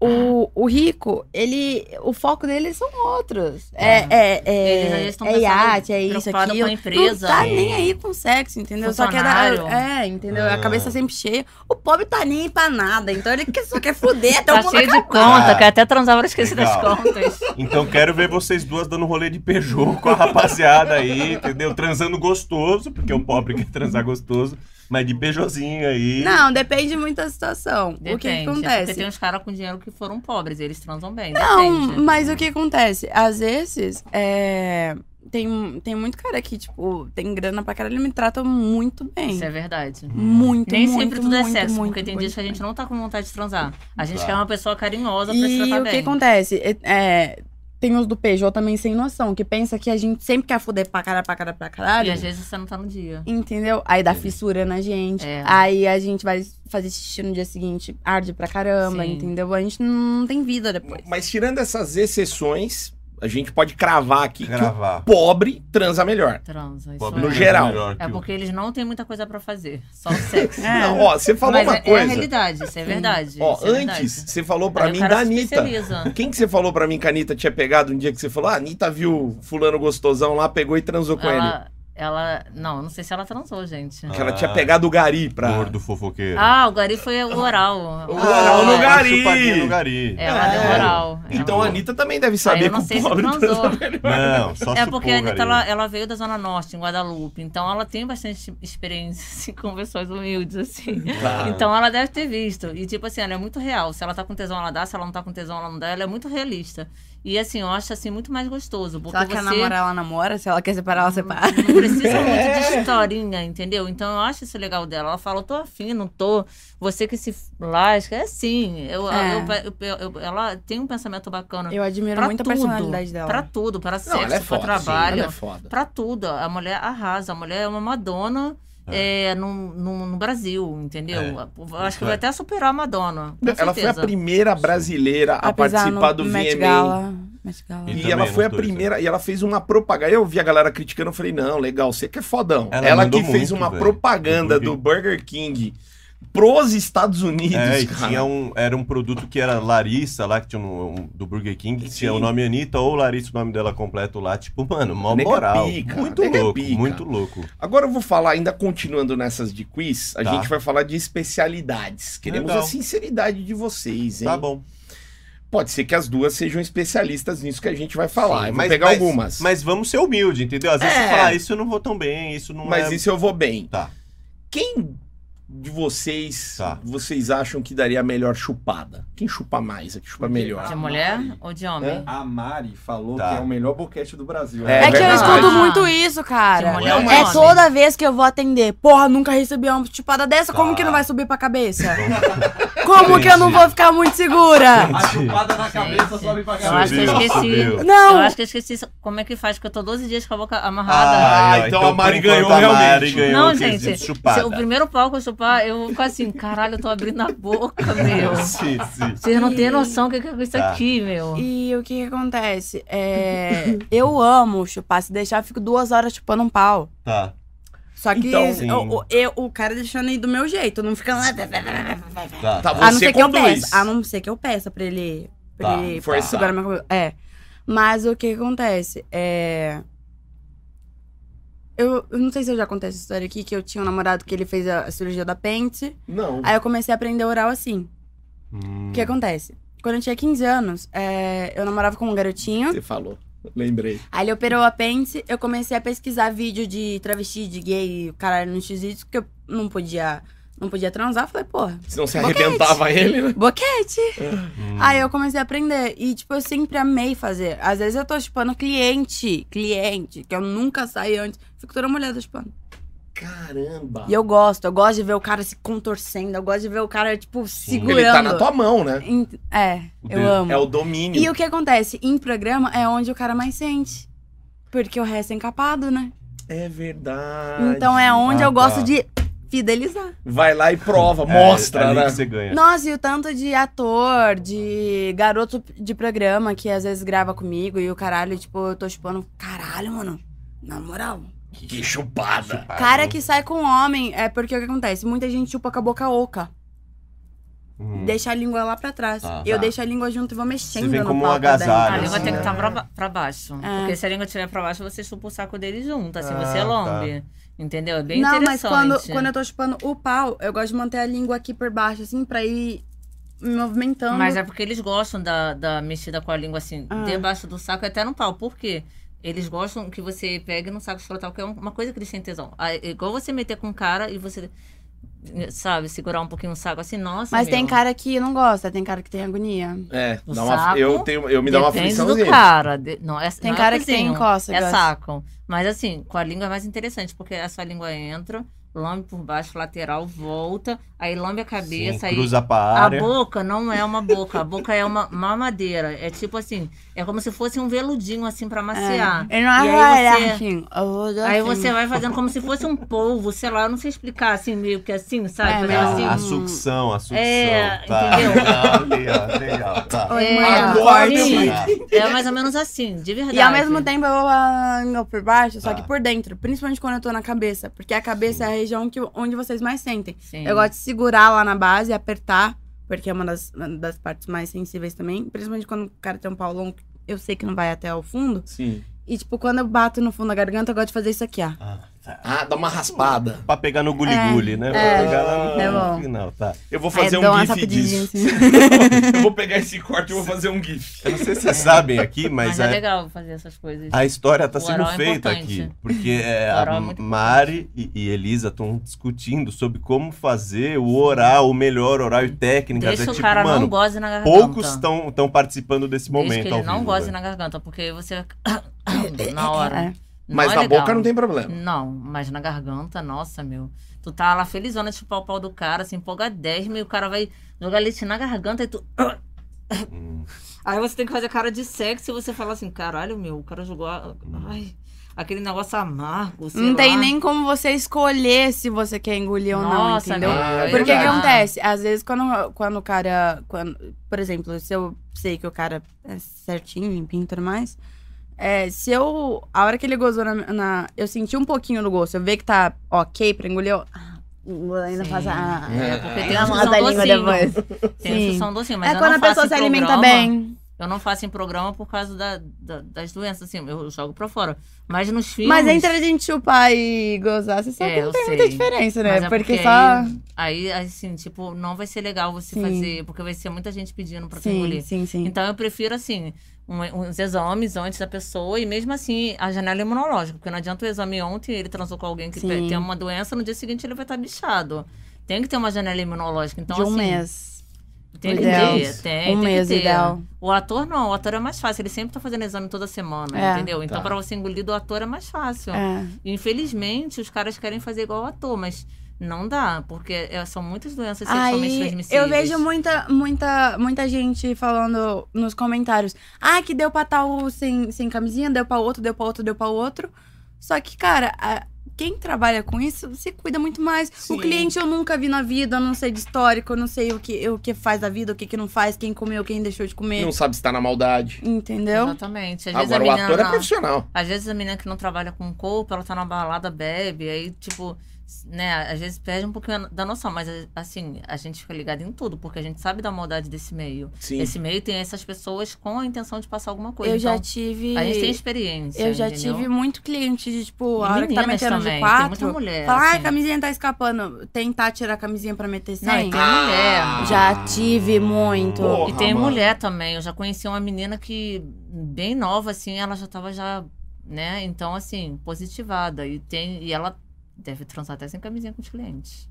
o, o rico, ele. O foco deles são outros. É, é, Eles às é. vezes estão É pensando, iate, é isso, preocupado aquilo. com a empresa. é. Não tá Sim. nem aí com sexo, entendeu? Só que é, da, Funcionário. é entendeu? A Ah. cabeça sempre cheia. O pobre tá nem aí pra nada, então ele que- só quer fuder até Tá o mundo cheio de acabar. É. conta, que até transava esqueci das Legal. contas. Então quero ver vocês duas dando rolê de Peugeot com a rapaziada aí, entendeu? Transando gostoso, porque o pobre quer transar gostoso, mas de Peugeotzinho aí. Não, depende muito da situação. o que, que Depende, é Porque tem acontece? uns caras com dinheiro que foram pobres, eles transam bem. Não, depende. mas o que acontece? Às vezes, é, tem, tem muito cara que, tipo, tem grana pra caralho, ele me trata muito bem. Isso é verdade. hum. Muito, Nem muito, sempre tudo muito, é sexo, muito, porque tem muito, dias que a gente não tá com vontade de transar. A gente Tá. quer uma pessoa carinhosa pra se E tratar o que bem. acontece? É- é, tem os do Peugeot também sem noção, que pensa que a gente sempre quer fuder pra caralho, pra caralho, pra E caralho. às vezes você não tá no dia. Entendeu? Aí dá fissura na gente. É. Aí a gente vai fazer xixi no dia seguinte, arde pra caramba, Sim. entendeu? A gente não tem vida depois. Mas tirando essas exceções, a gente pode cravar aqui que Gravar. o pobre transa melhor. Transa, isso Pobre é. No geral. melhor que É o- porque eles não têm muita coisa pra fazer, só o sexo. É. Não, ó, você falou Mas uma é, é a coisa. realidade, isso é verdade. ó, isso é verdade. antes, você falou pra Aí o mim cara é da se Anitta. especializa. Quem que você falou pra mim que a Anitta tinha pegado um dia que você falou, ah, a Anitta viu fulano gostosão lá, pegou e transou com ele? Ela- Ela. Não, não sei se ela transou, gente. Que ela Ah. tinha pegado o gari pra. Gordo fofoqueiro. Ah, Ah, o Gari foi o oral. O oral no Gari. Gari. Chupadinha no gari. Ela deu É. oral. Então Ela- a Anitta também deve Aí saber eu não que sei o se pobre transou. Não, só É porque chupou a o Anitta gari. ela, ela veio da Zona Norte, em Guadalupe. Então ela tem bastante experiência assim, com pessoas humildes, assim. Claro. Então ela deve ter visto. E, tipo assim, ela é muito real. Se ela tá com tesão, ela dá. Se ela não tá com tesão, ela não dá. Ela é muito realista. E, assim, eu acho assim muito mais gostoso. Se Porque ela você Uhum. quer namorar, ela namora. Se ela quer separar, ela separa. não precisa muito É. de historinha, entendeu? Então eu acho isso legal dela. Ela fala, eu tô afim, não tô. Você que se lasca. É assim. Eu, É. eu- eu- eu- ela tem um pensamento bacana. Eu admiro Pra muito tudo, a personalidade dela. Pra tudo, pra Não, ela é sexo, pra foda. trabalho. Ela é foda. Pra tudo. A mulher arrasa. A mulher é uma Madonna é, no, no- no Brasil, entendeu? É. Eu Acho que vai até superar a Madonna. Com Ela foi a certeza. primeira brasileira a Apesar participar no do Met VMA. Gala. Met Gala. E E também ela nos foi a dois, primeira, e ela fez uma propaganda. Eu vi a galera criticando, eu falei, não, legal, você que é fodão. Ela, Ela que mandou fez muito, uma velho. propaganda do Do Burger King pros Estados Unidos, É, e cara. tinha um, era um produto que era Larissa lá, que tinha um, um- do Burger King, que tinha Sim. o nome Anitta ou Larissa, o nome dela completo lá, tipo, mano, mó Nega moral. pica, muito nega louco, pica. muito louco. Agora eu vou falar, ainda continuando nessas de quiz, a Tá. gente vai falar de especialidades. Queremos Legal. a sinceridade de vocês, hein? Tá bom. Pode ser que as duas sejam especialistas nisso que a gente vai falar. Sim, eu vou pegar algumas. Mas, Mas vamos ser humilde, entendeu? Às vezes É. você fala, ah, isso eu não vou tão bem, isso não é... isso eu vou bem. Tá. Quem de vocês Tá. vocês acham que daria a melhor chupada? Quem chupa mais? A que chupa melhor? De mulher Ah, ou de homem? A Mari falou Tá. que é o melhor boquete do Brasil. né? É É que eu verdade. escuto muito isso, cara. De mulher ou de É homem? toda vez que eu vou atender. Porra, nunca recebi uma chupada dessa. Como Tá. que não vai subir pra cabeça? Como que eu não Entendi. vou ficar muito segura? A chupada na cabeça Gente. sobe pra Eu acho que eu cabeça. Subiu, esqueci. subiu. Não. Eu acho que eu esqueci como é que faz, que eu tô 12 dias com a boca amarrada. Ah, Ai, então a por Mari enquanto ganhou a Mari realmente. ganhou não, o quesito gente. chupada. se o primeiro pau que eu chupar, eu fico assim, caralho, eu tô abrindo a boca, meu. Sim, sim. Vocês não têm noção do que que é isso Tá. aqui, meu. E o que, que acontece? É, eu amo chupar. Se deixar, eu fico duas horas chupando um pau. Tá. Só que Então, sim. o- o- eu- o cara deixando ir do meu jeito, não fica lá. Tá. Tá, A Ah, não é você ser que eu conduz. peça. A Ah, não ser que eu peça pra ele. Pra Tá, ele forçar. segurar minha cabeça. É. Mas o que que acontece? É. Eu, eu não sei se eu já contei essa história aqui, que eu tinha um namorado que ele fez a, a cirurgia da pente. Não. Aí eu comecei a aprender oral assim. Hum, O Hum. que acontece? Quando eu tinha 15 anos, é, eu namorava com um garotinho. Você falou. Lembrei. Aí ele operou o apêndice, eu comecei a pesquisar vídeo de travesti, de gay, caralho, no x porque eu não podia, não podia transar. Falei, porra, Senão você Boquete. arrebentava ele, né? boquete! Hum. Ah, Aí eu comecei a aprender. E, tipo, eu sempre amei fazer. Às vezes eu tô chupando cliente, cliente, que eu nunca saí antes. Fico toda molhada chupando. Caramba. E eu gosto, eu gosto de ver o cara se contorcendo, eu gosto de ver o cara, tipo, segurando. Ele tá na tua mão, né? Ent- É, O eu dedo- amo. É o domínio. E o que acontece? Em programa é onde o cara mais sente. Porque o resto é encapado, né? É verdade. Então é onde Ah, eu gosto tá. de fidelizar. Vai lá e prova, É, mostra, ali né? que você ganha. Nossa, e o tanto de ator, de garoto de programa que às vezes grava comigo e o caralho, tipo, eu tô chupando. Caralho, mano. Na moral. Que chupada. Chupada, Cara né? que sai com homem, é porque o que acontece? Muita gente chupa com a boca oca. Hum. Deixa a língua lá pra trás. Tá. eu Tá. deixo a língua junto e vou mexendo Você vem no como um pau pra dentro. agasalho, A língua assim, tem né? que estar pra, ba- pra baixo. Ah. Porque se a língua estiver pra baixo, você chupa o saco dele junto, assim, Ah, você tá. lombe. Entendeu? É bem Não, mas interessante. quando, quando eu tô chupando o pau, eu gosto de manter a língua aqui por baixo, assim, pra ir me movimentando. Mas é porque eles gostam da, da mexida com a língua, assim, Ah. debaixo do saco e até no pau. Por quê? Eles gostam que você pegue no saco escrotal, que é uma coisa que eles têm tesão. Ah, é igual você meter com o cara e você, sabe, segurar um pouquinho o saco, assim, nossa, Mas meu, tem cara que não gosta, tem cara que tem agonia. É, O dá uma, saco eu, tenho, eu me dá uma depende afliçãozinha. do cara. de- não, é, Tem não é cara que tem cozinho. encosta, É gosta. saco. Mas assim, com a língua é mais interessante, porque a sua língua entra, lambe por baixo, lateral, volta, aí lambe a Sim, cabeça, aí cruza pra a área. boca não é uma boca, a boca é uma mamadeira. É tipo assim, é como se fosse um veludinho assim pra maciar. Ele não E é aí raiar, você- assim. Eu vou dar Aí assim. você vai fazendo como se fosse um polvo, sei lá, eu não sei explicar assim, meio que assim, sabe? É, Fazendo mas- assim. Ah, a sucção, a sucção. É, tá. entendeu? Ah, legal, legal, tá. Oi, mãe, É, Agora eu sim. Tá. É mais ou menos assim, de verdade. E ao mesmo tempo eu vou ah, indo por baixo, só Tá. que por dentro. Principalmente quando eu tô na cabeça. Porque a cabeça é a região que, onde vocês mais sentem. Sim. Eu gosto de segurar lá na base, apertar. Porque é uma das, uma das partes mais sensíveis também. Principalmente quando o cara tem um pau longo, eu sei que não vai até o fundo. Sim. E, tipo, quando eu bato no fundo da garganta, eu gosto de fazer isso aqui, ó. Ah, dá uma raspada. tá. Pra pegar no guliguli, né? Pra é, pegar lá no é bom. final, tá. Eu É, vou Aí fazer eu dou um uma gif rapidinha disso. assim. eu vou pegar esse corte e vou fazer um gif. Eu não sei se vocês sabem aqui, mas Mas é a, legal fazer essas coisas. a história tá O sendo oral é feita importante. aqui. Porque é, O oral a é muito Mari e, e Elisa estão discutindo sobre como fazer o oral, o melhor oral e técnicas. Deixa é o tipo, cara não mano, goze na garganta. poucos estão participando desse momento. Desde que ao ele não vivo, goze velho. na garganta, porque você... na hora. É. Mas é na legal. boca não tem problema. Não, mas na garganta, nossa, meu. Tu tá lá felizona, tipo, o pau do cara, se empolga 10, e o cara vai jogar leite na garganta e tu... Hum. Aí você tem que fazer cara de sexo e você fala assim, caralho, meu, o cara jogou... a- Ai, aquele negócio amargo, sei Não tem lá." nem como você escolher se você quer engolir ou não, Nossa, é entendeu? meu, Ah, eu é Porque o já- que acontece? Às vezes, quando, quando o cara. Quando, por exemplo, se eu sei que o cara é certinho, limpinho e tudo mais. é, se eu. A hora que ele gozou na, na- Eu senti um pouquinho do gosto, eu ver que tá ok pra engolir, eu. ah, vou Ainda Sim. faz a. É, porque tem a a mão da língua depois. Tem a Sim. função docinho, mas É eu quando não a pessoa faço se em alimenta programa. bem. Eu não faço em programa por causa da- da- das doenças, assim, eu jogo pra fora. Mas nos filmes... Mas é entre a gente chupar e gozar, você sabe É, que não eu tem muita sei. diferença, né? Mas é porque, porque só. Aí, assim, tipo, não vai ser legal você Sim. fazer, porque vai ser muita gente pedindo pra tu Sim, engolir. sim, sim. Então eu prefiro, assim, um- uns exames antes da pessoa e mesmo assim a janela imunológica, porque não adianta o exame ontem ele transou com alguém que Sim. tem uma doença, no dia seguinte ele vai estar bichado. Tem que ter uma janela imunológica. Então, de um assim, mês. tem que Ideal. ter, tem, um tem mês que ter. ideal. O ator não, o ator é mais fácil, ele sempre tá fazendo exame toda semana, É. entendeu? Então, Tá. pra você engolir do ator é mais fácil. É. Infelizmente, os caras querem fazer igual o ator, mas não dá, porque é- são muitas doenças sexualmente Aí, transmissíveis. eu vejo muita, muita, muita gente falando nos comentários. Ah, que deu pra tal sem, sem camisinha, deu pra outro, deu pra outro, deu pra outro. Só que, cara, a- quem trabalha com isso se cuida muito mais. Sim. O cliente eu nunca vi na vida, eu não sei de histórico, eu não sei o que, o que faz da vida, o que, que não faz, quem comeu, quem deixou de comer. Não sabe se tá na maldade. Entendeu? Exatamente. Hum. Às vezes Agora, a o menina ator é não- profissional. Às vezes a menina que não trabalha com corpo, ela tá na balada, bebe, aí, tipo, né, às vezes perde um pouquinho da noção, mas assim, a gente fica ligado em tudo, porque a gente sabe da maldade desse meio. Sim. Esse meio tem essas pessoas com a intenção de passar alguma coisa. Eu já então, tive. A gente tem experiência. Eu já entendeu? tive muito cliente de, tipo, a hora que tá Meninas metendo também, de Tem muita quatro. mulher. Falar, ah, a assim. camisinha tá escapando. Tentar tirar a camisinha pra meter sem. Não, e tem é mulher. Ah. Já tive muito. Porra. E tem Ah, mano. mulher também. Eu já conheci uma menina que, bem nova, assim, ela já tava já, né? Então, assim, positivada. E, tem, e ela deve transar até sem camisinha com os clientes.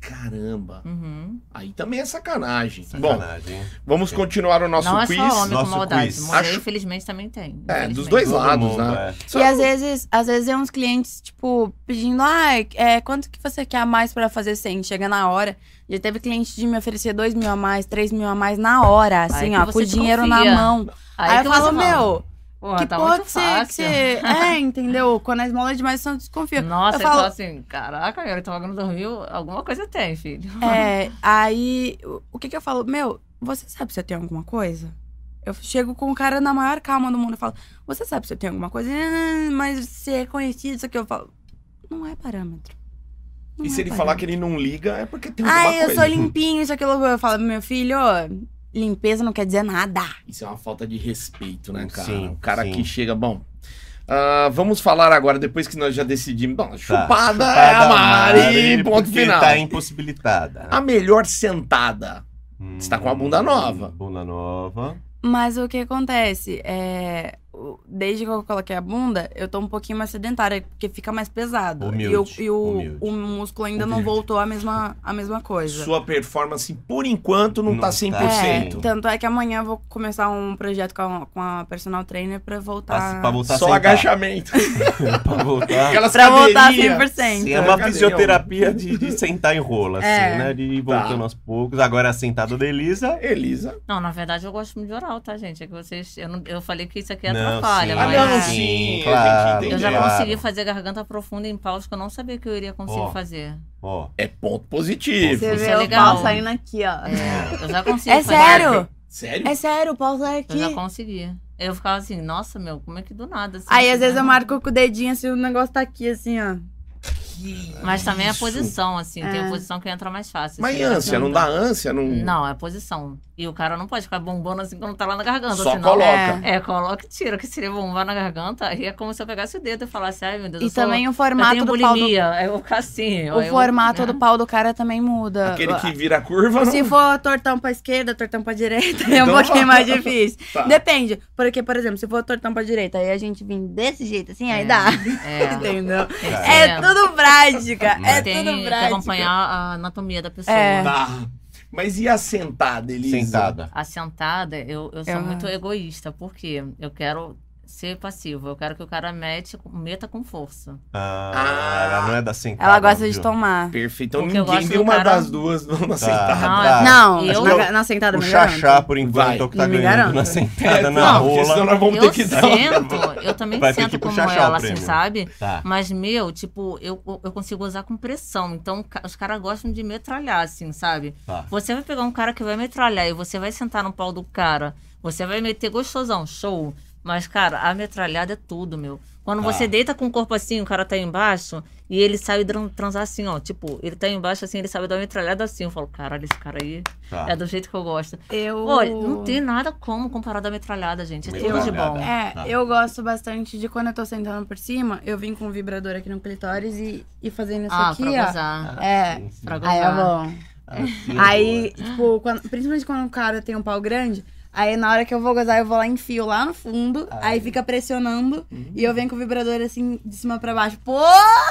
Caramba. Uhum. Aí também é sacanagem. Bom, Sacanagem. vamos continuar o nosso Não é quiz. só homem nosso com maldade. quiz. Mulher, Acho- infelizmente, também tem. É, dos infelizmente. dois Todo lados, mundo, né? é. Só- E às vezes, às vezes é uns clientes, tipo, pedindo, ah, é, quanto que você quer a mais pra fazer sem? Chega na hora. Já teve cliente de me oferecer dois mil a mais, três mil a mais na hora, assim, que ó, você com o dinheiro na desconfia. mão. Aí, que eu falo, você fala, meu, Porra, que tá porra muito que você, que fácil. você. É, entendeu? Quando a esmola é demais, você não desconfia. Nossa, Eu eu falo- falo assim, caraca, ele tá pagando dois mil, alguma coisa tem, filho. É, aí, o- o que que eu falo? Meu, você sabe se eu tenho alguma coisa? Eu chego com o cara na maior calma do mundo e falo, você sabe se eu tenho alguma coisa? "Ah, Mas você é conhecido, isso aqui eu falo. Não é parâmetro. Não E é se ele parâmetro. falar que ele não liga, é porque tem alguma Ai, eu coisa. sou limpinho, isso aqui eu eu falo, meu filho, ó, limpeza não quer dizer nada. Isso é uma falta de respeito, né, cara? Sim, o cara sim. que chega, bom. ah, vamos falar agora, depois que nós já decidimos. Bom, chupada, é Tá. Chupada a Mari, ponto porque final. Tá impossibilitada. A melhor sentada. Você tá com a bunda nova. Bunda nova. Mas o que acontece? É, o- desde que eu coloquei a bunda, eu tô um pouquinho mais sedentária, porque fica mais pesado. Humilde, e o, e humilde. o, o músculo ainda não Humilde. voltou à mesma, à mesma é. coisa. Sua performance, por enquanto, não, Não tá tá. 100%. É, tanto é que amanhã eu vou começar um projeto com a, com a personal trainer pra Pra, voltar. Assim, pra voltar Tá. Só a sentar. agachamento. Tá. Pra voltar. Aquelas pra voltar cadeirinhas. 100%. É uma Cadê fisioterapia de, de sentar em rola, assim, É. né? De ir voltando Tá. aos poucos. Agora a sentada da Elisa. Elisa. Não, na verdade eu gosto muito de oral, tá, gente? É que vocês. Eu, não, eu falei que isso aqui Não, atrapalha, sim. Ah, mas. não, Olha. sim. Claro. a gente Eu já entendeu. Claro. consegui fazer garganta profunda em paus que eu não sabia que eu iria conseguir Ó. fazer. Ó. É ponto positivo. Você Você Isso vê é o legal. pau saindo aqui, ó. É, eu já consegui É fazer. sério? Sério? É sério, o pau sai Eu aqui. já consegui. Eu ficava assim, nossa, meu, como é que do nada? assim, Aí né? às vezes eu marco com o dedinho assim, o negócio tá aqui, assim, ó. Que Mas também é a isso? posição, assim, tem É. a posição que entra mais fácil. Mas assim, e ânsia? Não dá ânsia? Não... Não, é a posição. E o cara não pode ficar bombando assim quando tá lá na garganta. Só senão... coloca. É, coloca e tira, que seria bombar na garganta. E é como se eu pegasse o dedo e falasse, ai meu Deus, E eu sou- também o eu formato tenho do pau do bulimia. Aí eu vou ficar assim. O formato do pau do cara também muda. Aquele que vira curva, não. Se for tortão pra esquerda, tortão pra direita, é um Então- pouquinho mais difícil. Tá. Depende. Porque, por exemplo, se for tortão pra direita e a gente vir desse jeito assim, aí É. dá. É, Entendeu? é, É tudo prática. É Tem tudo que acompanhar prática. a anatomia da pessoa. É. Tá. Mas e a sentada, Elisa? Sentada. A sentada, eu, eu sou Eu- muito egoísta, porque eu quero ser passivo. Eu quero que o cara mete, meta com força. Ah, ela não é da sentada. Ela gosta de viu? tomar. Perfeito. Então Porque eu ninguém gosto deu do uma cara- das duas na sentada. Ah, Não, é tá. Não, Eu- na, na sentada O tá me garanto. chachá, por enquanto, Vai. é o que tá Me ganhando garanto. na sentada, um na não, porque rola. senão nós vamos eu ter que dar. sento, eu também Vai ter que sento como puxar chá o ela, assim, prêmio. sabe? Tá. Mas, meu, tipo, eu, eu consigo usar com pressão. Então, ca- os caras gostam de metralhar, assim, sabe? Tá. Você vai pegar um cara que vai metralhar e você vai sentar no pau do cara. Você vai meter gostosão, show. Mas, cara, a metralhada é tudo, meu. Quando Tá. você deita com o corpo assim, o cara tá aí embaixo, e ele sabe dran- transar assim, ó. Tipo, ele tá aí embaixo assim, ele sabe dar uma metralhada assim. Eu falo, caralho, esse cara aí Tá. é do jeito que eu gosto. Eu... Olha, Uh. não tem nada como comparado à metralhada, gente. É tudo de Metralhada. bom. É, Tá. eu gosto bastante de quando eu tô sentando por cima, eu vim com um vibrador aqui no clitóris e, e fazendo isso Ah, É, aqui, pra ó. gozar. É. Sim, sim. Pra gozar. Aí é bom. Ah, que Aí, horror. tipo, quando- principalmente quando o cara tem um pau grande, aí na hora que eu vou gozar, eu vou lá, enfio lá no fundo, aí fica pressionando e eu venho com o vibrador assim de cima pra baixo. Pô!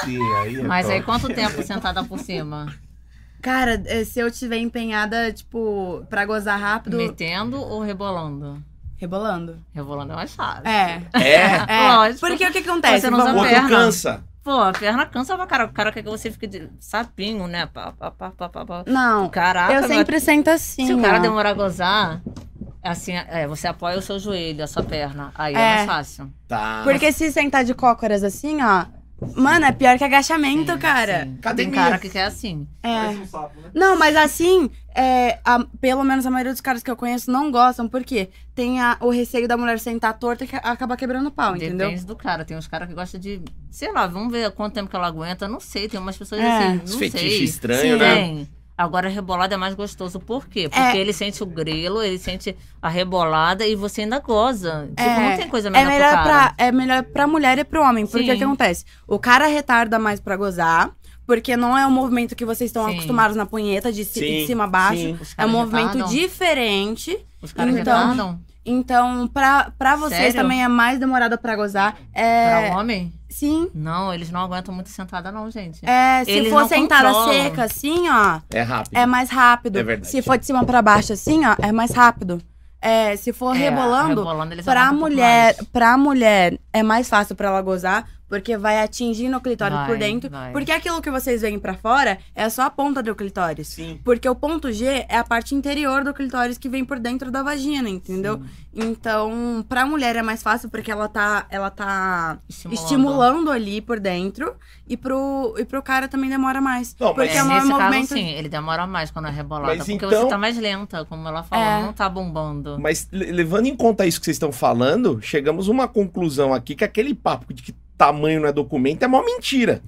Sim, aí é Mas aí top. quanto tempo sentada por cima? Cara, eh, se eu tiver empenhada, tipo, pra gozar rápido, Metendo ou rebolando? rebolando. Rebolando é mais fácil. É. É. É. Lógico. Porque o que acontece? Você não usa O Vamos- outro perna. cansa. Pô, a perna cansa pra caralho. O cara quer que você fique de sapinho, né? Pá, pá, pá, pá, pá, pá. Não. Caraca, eu sempre meu- sento assim. Se o cara ó. demorar a gozar, assim, é, você apoia o seu joelho, a sua perna. Aí é, É. mais fácil. Tá. Porque se sentar de cócoras assim, ó. Mano, é pior que agachamento, cara. Sim. Tem Academia. cara que quer assim. É. um sapo, né? Não, mas assim, é, a- pelo menos a maioria dos caras que eu conheço não gostam, porque tem a- o receio da mulher sentar torta e que- acabar quebrando o pau, entendeu? Depende do cara. Tem uns caras que gostam de. Sei lá, vamos ver quanto tempo que ela aguenta. Não sei. Tem umas pessoas É. assim. Esse Não fetiche sei. estranho, Sim. né? Tem. Agora, rebolada é mais gostoso. Por quê? Porque É. ele sente o grelo, ele sente a rebolada e você ainda goza. Tipo, É. não tem coisa É melhor, pro melhor, cara. né? pra, é melhor pra mulher e pro homem, porque Sim. o que acontece? O cara retarda mais pra gozar, porque não é o movimento que vocês estão Sim. Tá acostumados na punheta, de, ci- Sim, de cima a baixo. sim. Os É um caras movimento retardam. diferente. Os caras Então, retardam? Então, pra, pra vocês Sério? também é mais demorado pra gozar. É, Pra homem? sim. Não, eles não aguentam muito sentada, não, gente. É, se Eles for não sentada controlam. seca, assim, ó. É rápido. É mais rápido. É verdade. Se for de cima pra baixo assim, ó, é mais rápido. É, se for É, rebolando, rebolando eles pra aguentam um pouco mulher, mais. pra mulher é mais fácil pra ela gozar, porque vai atingindo o clitóris Vai, por dentro, vai. porque aquilo que vocês veem pra fora é só a ponta do clitóris. Sim. Porque o ponto G é a parte interior do clitóris que vem por dentro da vagina, entendeu? Então, pra mulher é mais fácil porque ela tá ela tá Estimulando. estimulando ali por dentro e pro e pro cara também demora mais, Não, mas- porque É, é, um nesse caso, movimento sim, ele demora mais quando é rebolada. Mas porque então- você tá mais lenta, como ela falou, É. não tá bombando. Mas le- levando em conta isso que vocês estão falando, chegamos a uma conclusão aqui que aquele papo de que tamanho não é documento é mó mentira.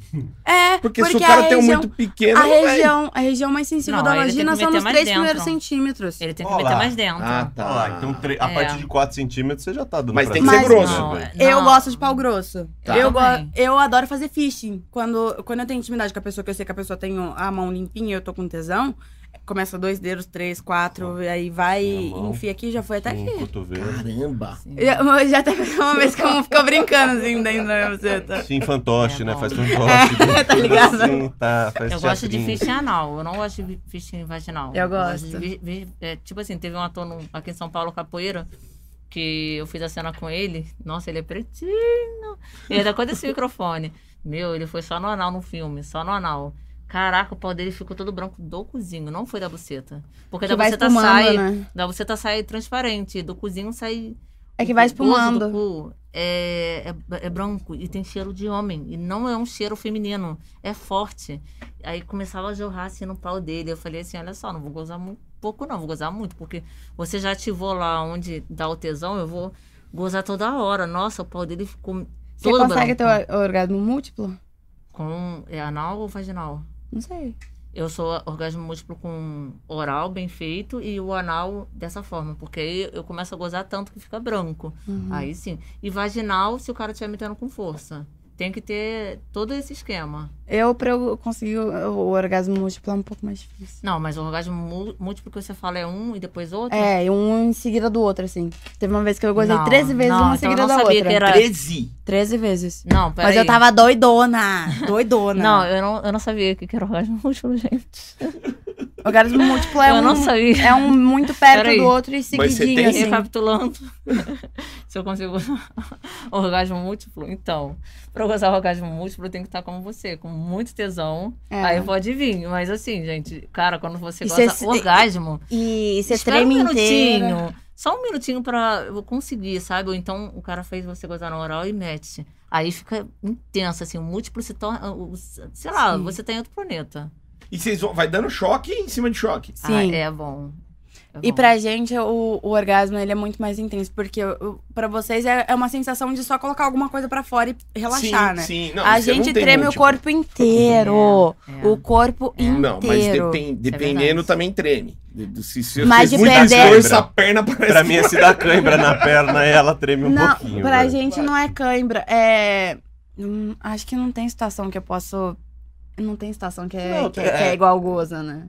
É, Porque, se o cara a tem um região, muito pequeno, a não é. vai. região, a região mais sensível Não, da aí ele tem que vagina são meter nos mais 3 dentro. primeiros centímetros. Ele tem que Olha meter lá. mais dentro. Ah, tá. Olha lá, então tre- a É. partir de 4 centímetros você já tá dando Mas pra tem que ser ver, grosso. né, Não, é, velho? Eu Não. gosto de pau grosso. Tá. Eu, go Também. eu adoro fazer fishing. Quando, quando eu tenho intimidade com a pessoa, que eu sei que a pessoa tem um, a mão limpinha e eu tô com tesão, começa dois dedos, três, quatro, e aí vai, Minha mão. enfia aqui, já foi até Um aqui. cotovelo. Caramba! Eu já, eu já até peguei uma vez que eu ficou brincando assim dentro da minha buceta. Sim, fantoche, É né? bom. Faz fantoche. É, tá ligado? Assim, tá, faz Eu gosto de teatrinho. fisting anal, eu não gosto de fisting vaginal. Eu de vi- vi- é, tipo assim, teve um ator no- aqui em São Paulo, Capoeira, que eu fiz a cena com ele. Nossa, ele é pretinho. Ele é da cor desse microfone. Meu, ele foi só no anal no filme, só no anal. Caraca, o pau dele ficou todo branco do cozinho, não foi da buceta. Porque Que da vai buceta espumando, sai, né? da buceta sai transparente, do cozinho sai É que vai o gozo espumando. do cu é, é, é branco e tem cheiro de homem. E não é um cheiro feminino. É forte. Aí começava a jorrar assim no pau dele. Eu falei assim: olha só, não vou gozar muito pouco, não. Vou gozar muito, porque você já ativou lá onde dá o tesão. Eu vou gozar toda hora. Nossa, o pau dele ficou. Você todo consegue ter branco. o orgasmo múltiplo? Com é anal ou vaginal? Não sei. Eu sou orgasmo múltiplo com oral bem feito e o anal dessa forma, porque aí eu começo a gozar tanto que fica branco. Uhum. Aí sim. E vaginal, se o cara estiver me dando com força. Tem que ter todo esse esquema. Eu, pra eu conseguir o, o orgasmo múltiplo, é um pouco mais difícil. Não, mas o orgasmo mú- múltiplo que você fala é um e depois outro? É, e um em seguida do outro, assim. Teve uma vez que eu gozei Não, 13 vezes, não, então uma eu seguida não da sabia outra. que era- 13. 13 vezes. Não, peraí. Mas eu tava doidona. Doidona. Não, eu não, eu não sabia o que que era orgasmo múltiplo, gente. Orgasmo múltiplo é eu um. não sabia. É um muito perto Peraí. do outro e Mas você tem- seguidinho, assim. Recapitulando, se eu consigo orgasmo múltiplo, então, pra eu gozar orgasmo múltiplo, eu tenho que estar como você, com muito tesão. É. Aí pode vir, mas assim, gente, cara, quando você E goza cê- orgasmo, E você espera treme um inteiro. minutinho, só um minutinho pra eu conseguir, sabe? Ou então o cara fez você gozar no oral e mete. Aí fica intenso, assim, o múltiplo se torna, o- sei lá, Sim. você tá em outro planeta. E vocês vão. Vai dando choque em cima de choque. Sim. Ah, é bom. É E bom. pra gente, o, o orgasmo, ele é muito mais intenso. Porque eu- eu- pra vocês, é, é uma sensação de só colocar alguma coisa pra fora e sim, relaxar, né? Sim, não, é um a você não gente tem treme múltiplo. o corpo inteiro. É, é. O corpo É. inteiro. tipo, Não, mas depen- dependendo verdade. também treme. De- de- Se, se Mas se muita dependendo- força, a perna parece Pra mim é se dar cãibra na perna e ela treme um não, pouquinho. pra velho. gente não é cãibra. É. hum, acho que não tem situação que eu posso. Não tem situação que é, Não, que, é- que é igual goza, né?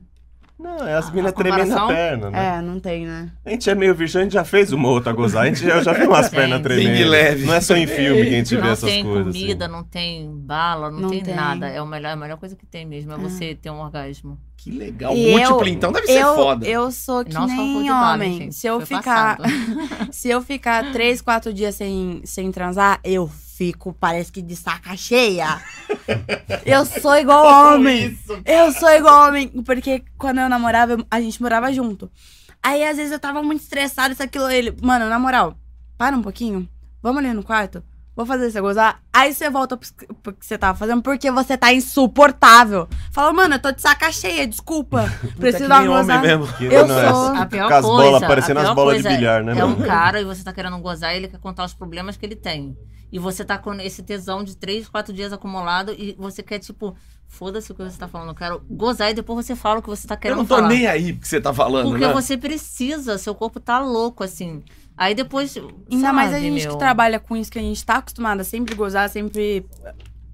Não, é as A- minas a tremem na comparação? perna, né? É, não tem, né? A gente é meio virgem, a gente já fez uma outra gozar. A gente já, eu já viu umas Sim. pernas Bem de tremendo. leve. Não é só em filme que a gente vê não essas tem coisas. assim. comida, não tem bala, não, Não tem, tem. nada. É o melhor, a melhor coisa que tem mesmo, é Ah. você ter um orgasmo. Que legal. Eu- Múltiplo, então, deve ser Eu, foda. eu sou que Nossa, um pouco de nem bala, homem. gente. se, eu Foi ficar, passado. se eu ficar três, quatro dias sem, sem transar, eu fico, parece que de saca cheia. eu sou igual homem. Isso. Eu sou igual homem, porque quando eu namorava, eu- a gente morava junto. Aí, às vezes, eu tava muito estressada, isso, aquilo, ele... Mano, na moral, para um pouquinho, vamos ali no quarto, vou fazer você gozar, aí você volta pro pro que você tava fazendo, porque você tá insuportável. Fala, mano, eu tô de saca cheia, desculpa, preciso dar uma gozada. Que Eu não é sou- assim, A pior ficar as coisa, bolas a parecendo as pior bolas de coisa bilhar, né? É um mano? cara e você tá querendo gozar e ele quer contar os problemas que ele tem. E você tá com esse tesão de três, quatro dias acumulado e você quer, tipo, foda-se o que você tá falando, eu quero gozar e depois você fala o que você tá Eu querendo não tô falar. nem aí porque você tá falando, Porque né? você precisa, seu corpo tá louco, assim. Aí depois. Ainda mais a sabe, gente meu? que trabalha com isso, que a gente tá acostumada a sempre gozar, sempre.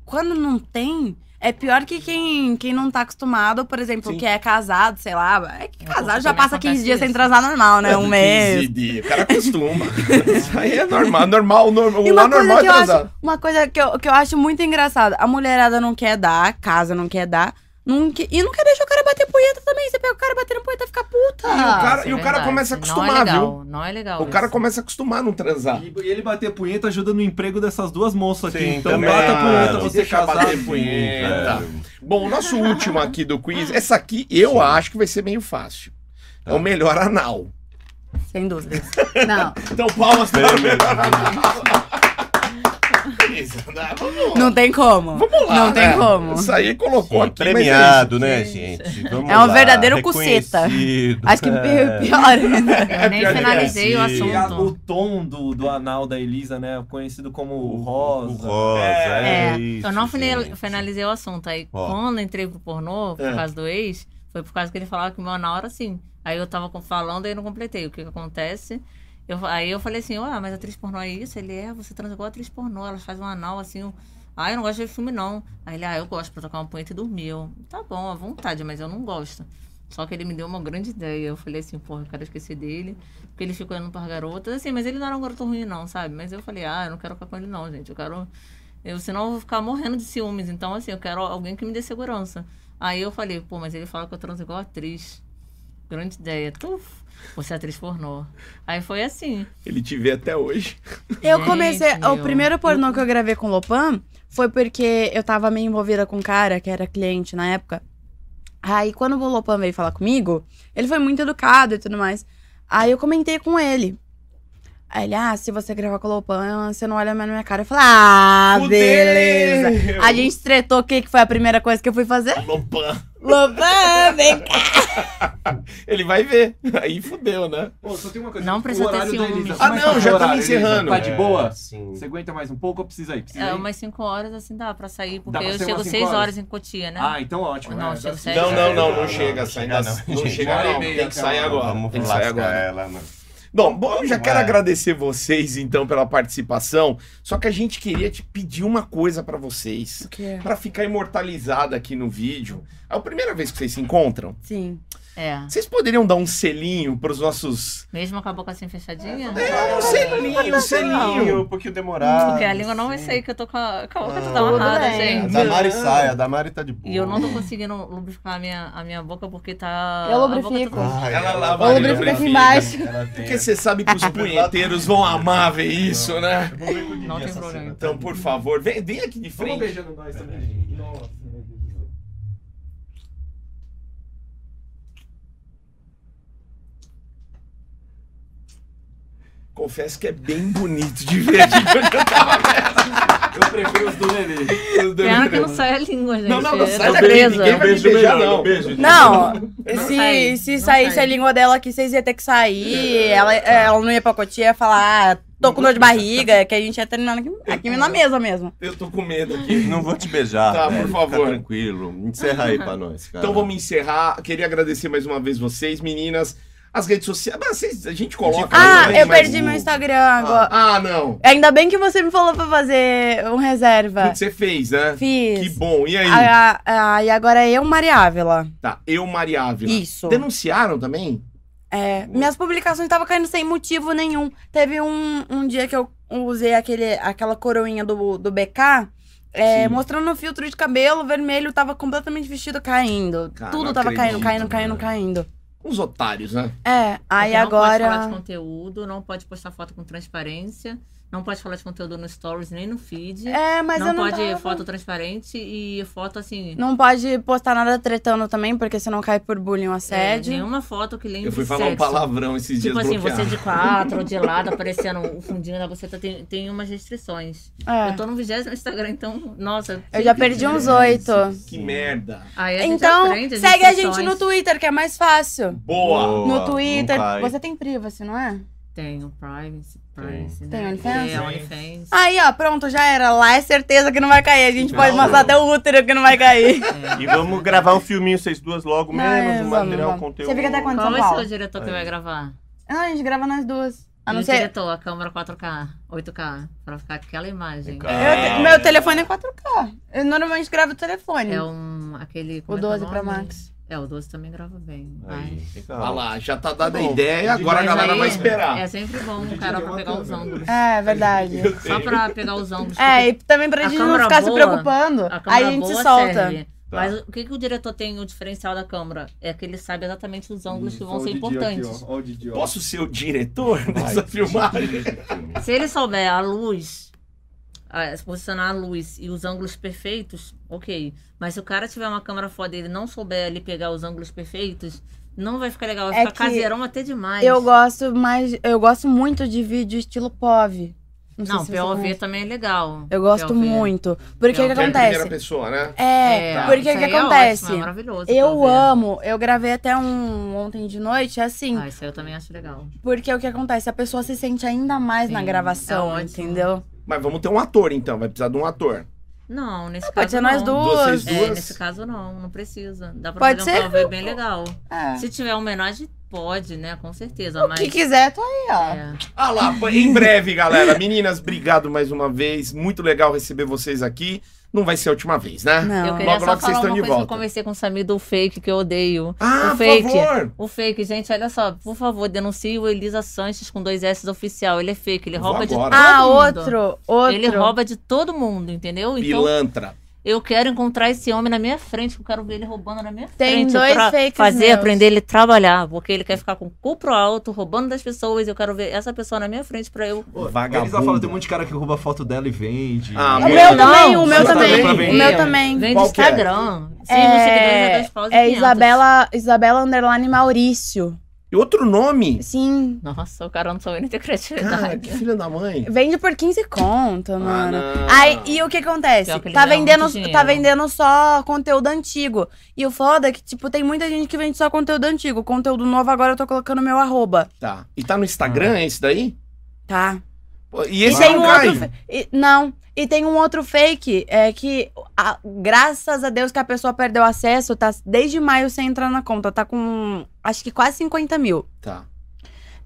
Quando não tem, é pior que quem, quem não tá acostumado, por exemplo, Sim. que é casado, sei lá. É que É, casado já também passa 15 acontece dias sem isso. transar normal, É, né? Um mês. 15 dias, O cara acostuma. Isso aí é normal. Normal, normal. E O uma anormal coisa, é que eu acho, transar. uma coisa que eu, que eu acho muito engraçada. A mulherada não quer dar, a casa não quer dar. Não que- e não quer deixar o cara bater punheta também. Você pega o cara batendo punheta e fica puta. E o cara, Isso e é o cara verdade. começa a não é acostumar, legal, viu? Não é legal. O cara isso. começa a acostumar a não transar. E e ele bater punheta ajuda no emprego dessas duas moças aqui. Sim, então também, bata punheta, mano. você Deixa casado. bater punheta. Bom, o nosso último aqui do quiz. Essa aqui eu Sim. acho que vai ser meio fácil. É o melhor anal. Ah, Sem dúvidas. Não, Então, palmas para o melhor Tremendo. anal. Beleza, né? Vamos- não tem como. Vamos lá. Não tem né? como. Isso aí colocou aqui. mas é Premiado, né, Gente. gente? Vamos É um lá, verdadeiro cuceta. reconhecido. Acho que É. pior ainda. Eu nem pior que é. finalizei o Sim. E a- o assunto. tom do, do anal da Elisa, né? Conhecido como o O rosa. rosa, é, É, isso. eu não fina- gente. finalizei o assunto. Aí, Ó. quando eu entrei pro pornô, por É. causa do ex, foi por causa que ele falava que o meu anal era assim. Aí eu tava com- falando e não completei. O que que acontece? Eu, aí eu falei assim, ah, mas a atriz pornô é isso? Ele é, você transa igual a atriz pornô, elas fazem um anal assim. um- Ah, eu não gosto de ver filme, não. Aí ele, ah, eu gosto pra tocar uma punheta e dormir. Eu, tá bom, à vontade, mas eu não gosto. Só que ele me deu uma grande ideia. Eu falei assim, porra, eu quero esquecer dele. Porque ele ficou indo pras garotas. Assim, mas ele não era um garoto ruim, não, sabe? Mas eu falei, ah, eu não quero ficar com ele, não, gente. Eu quero. Eu, senão eu vou ficar morrendo de ciúmes. Então, assim, eu quero alguém que me dê segurança. Aí eu falei, pô, mas ele fala que eu transo igual atriz. Grande ideia. Tuf, você é atriz pornô. Aí foi assim. Ele te vê até hoje. Eu Gente, comecei. O meu. primeiro pornô que eu gravei com o Lopan foi porque eu tava meio envolvida com um cara que era cliente na época. Aí quando o Lopan veio falar comigo, ele foi muito educado e tudo mais. Aí eu comentei com ele. Aí ele, ah, se você gravar com o Lopan, você não olha mais na minha cara. Eu falei, ah, Fudeu! beleza. A gente tretou o que que foi a primeira coisa que eu fui fazer? Lopan. Lopan, vem cá. Ele vai ver. Aí fudeu, né? Pô, só tem uma coisa. Não o precisa ter horário da ciúme. Elisa, Ah, como é que não, tá o já tamo horário, Elisa? encerrando. Tá de boa? É, Sim. Você aguenta mais um pouco ou precisa ir? Precisa É, ir? umas 5 horas assim dá pra sair, porque pra eu ser umas chego cinco 6 horas? horas? em Cotia, né? Ah, então ótimo. Não, é, chega dá- sete. Não, não, não, não É, chega. não, essa não ainda- chega não, Não gente. chega, Uma hora e não. meia, Tem que cara. sair agora. Então, Vamos Tem que lascar sair agora. ela, mano. Um Bom, bom, eu já quero Ué. agradecer vocês, então, pela participação. Só que a gente queria te pedir uma coisa pra vocês. Porque... Pra ficar imortalizada aqui no vídeo. É a primeira vez que vocês se encontram. Sim. É. Vocês poderiam dar um selinho pros nossos. Mesmo com a boca assim fechadinha? É, um selinho, um selinho. Selinho, um pouquinho demorado. Porque a língua não vai sim. sair, que eu tô com a, com a boca Ah, toda tudo amarrada, bem. A gente. Damari sai, a Damari tá de boa. E eu não tô conseguindo lubrificar a minha, a minha boca porque tá. Eu a boca lubrifico. toda- Ai, Ela lava Ou Olha, lubrifica aqui lubrifica. embaixo. Porque você sabe que os punheteiros vão amar ver isso, né? Não tem problema. Então, por favor, vem, vem aqui de Vamos frente. beijando nós né? também. Nossa, meu Deus do céu. Confesso que é bem bonito de ver aqui onde eu tava Eu prefiro os do Lelê. Pena que não sai a língua, gente. Não, não, não Eu sai tô daqui, presa. ninguém vai me beijar, não. Não, saí, se, se não saísse saí. a língua dela aqui, vocês iam ter que sair. Ela, ela não ia pra cotia ia falar, ah, tô com dor de barriga, que a gente ia terminar aqui, aqui na mesa mesmo. Eu tô com medo aqui. Não vou te beijar. Tá, velho, por fica favor. tranquilo. Encerra aí pra nós, cara. Então vamos encerrar. Queria agradecer mais uma vez vocês, meninas. As redes sociais. Mas vocês- a gente coloca. Ah, né, eu mas perdi o- meu Instagram agora. Ah, não. Ainda bem que você me falou pra fazer um reserva. Você fez, né? Que Fiz. bom. E aí? Ah, ah, e agora é eu, Maria Ávila. Tá, eu, Maria Ávila. Isso. Denunciaram também? Uhum. É, minhas publicações estavam caindo sem motivo nenhum. Teve um, um dia que eu usei aquele, aquela coroinha do, do BK, é, Sim. mostrando o filtro de cabelo vermelho, tava completamente vestido caindo. Cara, não Tudo tava acredito, caindo, caindo, cara. caindo, caindo. Uns otários, né? É, aí Porque Não pode falar de agora. conteúdo, não pode postar foto com transparência, não pode falar de conteúdo no stories nem no feed. É, mas não eu não. pode tava- foto transparente e foto assim. Não pode postar nada tretando também, porque senão cai por bullying ou é, assédio. nenhuma foto que lembre Eu fui falar um sexo. palavrão esses dias Tipo assim, bloquearam. você de quatro, de lado, aparecendo o fundinho da boceta, tem, tem umas restrições. É. Eu tô no vigésimo Instagram, então, nossa. Eu já perdi uns oito. Que merda. Aí a gente Então, aprende as segue a gente restrições. no Twitter, que é mais fácil. Boa. no Boa, Twitter. não cai. Você tem privacy, não é? Tem o Privacy, Privacy, né? Tem OnlyFans? Ah, É, OnlyFans. Aí, ó, pronto, já era. Lá é certeza que não vai cair. A gente pode Não. mostrar até o útero que não vai cair. É. E vamos gravar um filminho, vocês duas logo Não, mesmo. é, um vamos, material, vamos. conteúdo. Você fica até quando? Qual São vai ser Paulo. o diretor que Aí. vai gravar? Não, Ah, a gente grava nós duas. A não o ser. diretor, a câmera 4K, 8K, pra ficar aquela imagem. Cara, Eu te- Meu telefone é 4K. Eu normalmente gravo o telefone. É um, aquele... O como é que é 12 pra nome? Max. É, o 12 também grava bem. Aí, mas- legal. Olha lá, já tá dada a Bom, ideia, agora a Mas galera aí vai esperar. É sempre bom o cara pra pegar os ângulos. É, verdade. Só pra pegar os ângulos. É, porque e também pra A gente não câmera ficar se boa- preocupando. a câmera Aí a gente boa se solta. serve. Tá. Mas o que, que o diretor tem, o diferencial da câmera? É que ele sabe exatamente os ângulos que vão ser importantes. Ó, Hum, o Didi, ó. Posso ser o diretor dessa Vai. filmagem? Se ele souber a luz, a- se posicionar a luz e os ângulos perfeitos, ok. Mas se o cara tiver uma câmera foda e ele não souber ali pegar os ângulos perfeitos, não vai ficar legal. Vai É ficar que caseirão até demais. Eu gosto mais. Eu gosto muito de vídeo estilo POV. Não, sei Não, se você conhece. POV também é legal. Eu gosto POV. muito. Porque o que POV. É a primeira acontece? pessoa, né? É, tá. porque Isso o que aí é ótimo, acontece? é maravilhoso. Eu POV. amo, eu gravei até um ontem de noite, assim, Ah, isso aí eu também acho legal. porque o que acontece? A pessoa se sente ainda mais na Sim, é gravação, ótimo. entendeu? Mas vamos ter um ator, então. Vai precisar de um ator. Não, nesse caso Pode ser nós não. Vocês duas. É, Duas? nesse caso não, não precisa. Dá pra Pode fazer ser? um POV bem legal. É. Se tiver homenagem, pode, né? Com certeza. O mas que quiser, tá aí, ó. é. Ah lá, em breve, galera. Meninas, obrigado mais uma vez. Muito legal receber vocês aqui. Não vai ser a última vez, né? Não. É. Eu queria Logo, só logo vocês falar estão uma de coisa que eu volta. conversei com o Samir do fake que eu odeio. Ah, O por fake. Então- favor. O fake, gente, olha só, por favor, denuncie o Elisa Sanches com dois S oficial. Ele é fake, ele Vou rouba de todo agora. Ah, mundo. outro, outro. Ele rouba de todo mundo, entendeu? Então Pilantra. eu quero encontrar esse homem na minha frente, eu quero ver ele roubando na minha Tem frente. dois pra fakes Fazer, meus. aprender ele a trabalhar, porque ele quer ficar com o cu pro alto, roubando das pessoas. Eu quero ver essa pessoa na minha frente pra eu. Ô, Vagabundo. Elisa fala, tem um monte de cara que rouba foto dela e vende. É Ah, O meu meu também, Não, o meu você tá também. bem pra O vender. meu também. Vem do Qual que é? Instagram. Sim, É- meus seguidores já dão as pausas É 500. Isabela, Isabela Underline Maurício. E outro nome. Sim. Nossa, o cara não soube nem ter Cara, que criatividade. filha da mãe. Vende por 15 conto, Tá. mano. Ah, não. Aí, e o que acontece? Ah. Pior que ele Tá dá vendendo, muito dinheiro. tá vendendo só conteúdo antigo. E o foda é que, tipo, tem muita gente que vende só conteúdo antigo. Conteúdo novo agora eu tô colocando meu arroba. Tá. E tá no Instagram, é isso daí? Tá. Pô, E Ah. E esse tem não um cai. outro. fe- e- não. E tem um outro fake é que, a- graças a Deus que a pessoa perdeu acesso, tá desde maio sem entrar na conta. Tá com acho que quase 50 mil. Tá.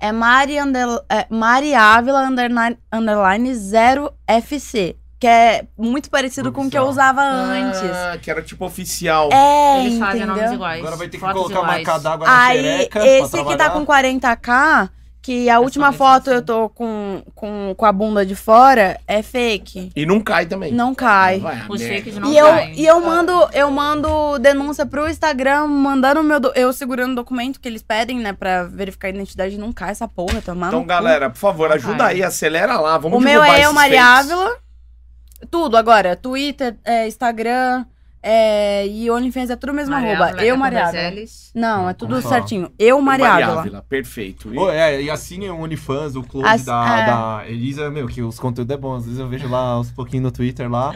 É Mari, under, é Mari Ávila underline, underline 0FC. Que é muito parecido com o que eu Oficial. usava antes. Ah, que era tipo oficial. É, Eles fazem nomes entendeu? iguais. Agora vai ter que fotos colocar uma iguais. d'água na Aí, xereca pra esse que tá trabalhar. com 40k, que a última só foto assim. eu tô com, com, com a bunda de fora, é fake. E não cai também. Não cai. Vai, né? a Os merda. fakes não e, eu, caem. e eu mando eu mando denúncia pro Instagram, mandando o meu. do- eu segurando o documento que eles pedem, né? Pra verificar a identidade. Não cai essa porra, tomar. no Então, cu. galera, por favor, ajuda Vai. aí, acelera lá. Vamos o meu derrubar é eu, esses Maria fakes. Ávila. Tudo agora. Twitter, é, Instagram é, e OnlyFans é tudo mesmo arroba. Ávila, é Eu, com Maria dois Ávila. Ls. Não, é tudo Como fala? certinho. Eu, Maria Ávila. Perfeito. E- Pô, é, e assim é o OnlyFans, o clone As- da, é. da Elisa, meu, que os conteúdos é bom. Às vezes eu vejo lá uns pouquinho no Twitter lá.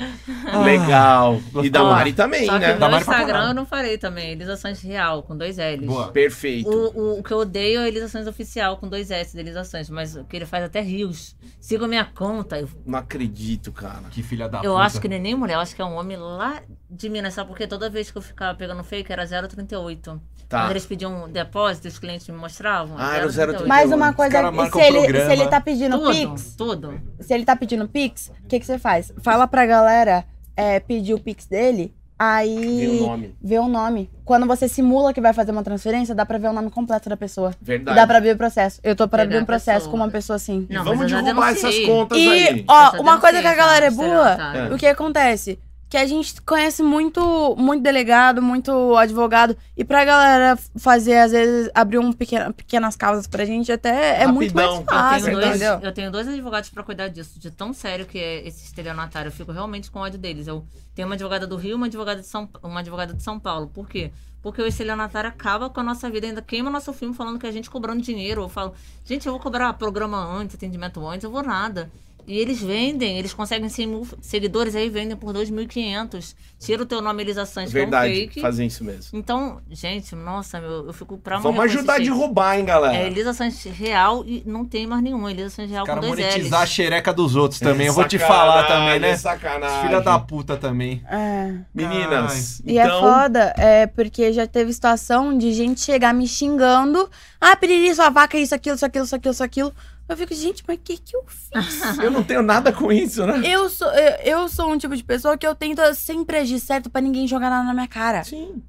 Ah, Legal. E da Ó, Mari também, Só que né? o meu Tamara é, pra Instagram caralho. eu não falei também. Elisa Sanches Real, com dois L's. Boa. Perfeito. O, o- o que eu odeio é Elisa Sanches Oficial, com dois S da Elisa Sanches. Mas o que ele faz até rios. Siga minha conta. Eu, Não acredito, cara. Que filha da eu Tá puta. acho que não é nem mulher, eu acho que é um homem lá de Minas. Sabe porque toda vez que eu ficava pegando fake era 0,38. Quando Tá. eles pediam um depósito, os clientes me mostravam. Ah, era 0,38. Mais uma Os coisa, é cara marca se um ele, programa. se ele tá pedindo Tudo, Pix, tudo. se ele tá pedindo Pix, o que, que você faz? Fala pra galera é, pedir o Pix dele, Vê aí o nome. vê o nome. Quando você simula que vai fazer uma transferência, dá pra ver o nome completo da pessoa. Verdade. Dá pra abrir o processo. Eu tô pra Pegar abrir um a processo pessoa. com uma pessoa assim. E Não, vamos mas eu já derrubar denunciei. essas contas E, aí. Eu ó, só uma coisa que a denunciei, galera é tá? boa, Estereotário. É. o que acontece? Que a gente conhece muito, muito delegado, muito advogado. E pra galera fazer, às vezes, abrir um pequena, pequenas causas pra gente, até é muito mais Rapidão. Eu fácil, tenho, dois, entendeu? eu tenho dois advogados pra cuidar disso, de tão sério que é esse estelionatário. Eu fico realmente com ódio deles. Eu tenho uma advogada do Rio e uma advogada de São, uma advogada de São Paulo. Por quê? Porque o estelionatário acaba com a nossa vida, ainda queima nosso filme falando que a gente cobrando dinheiro. Eu falo, gente, eu vou cobrar programa antes, atendimento antes, eu vou nada. E eles vendem, eles conseguem 100 mil seguidores aí, vendem por 2.500. Tira o teu nome, Elisa Santos, que é um Verdade, fake. fazem isso mesmo. Então, gente, nossa, meu, eu fico pra Vamos morrer com ajudar a esses derrubar, hein, galera. é Elisa Sanches Real e não tem mais nenhum. Elisa Sanches Real O cara tá com dois L's. monetizar a xereca dos outros também. Eu vou te falar também, né? Sacanagem. Filha da puta também. É. Meninas, E é então. foda, é porque já teve situação de gente chegar me xingando. Ah, piriri, sua vaca, isso, aquilo, isso, aquilo, isso, aquilo, isso, aquilo. Eu fico, gente, mas o que, que eu fiz? eu não tenho nada com isso, né? eu, sou, eu, eu sou um tipo de pessoa que eu tento sempre agir certo pra ninguém jogar nada na minha cara. Sim.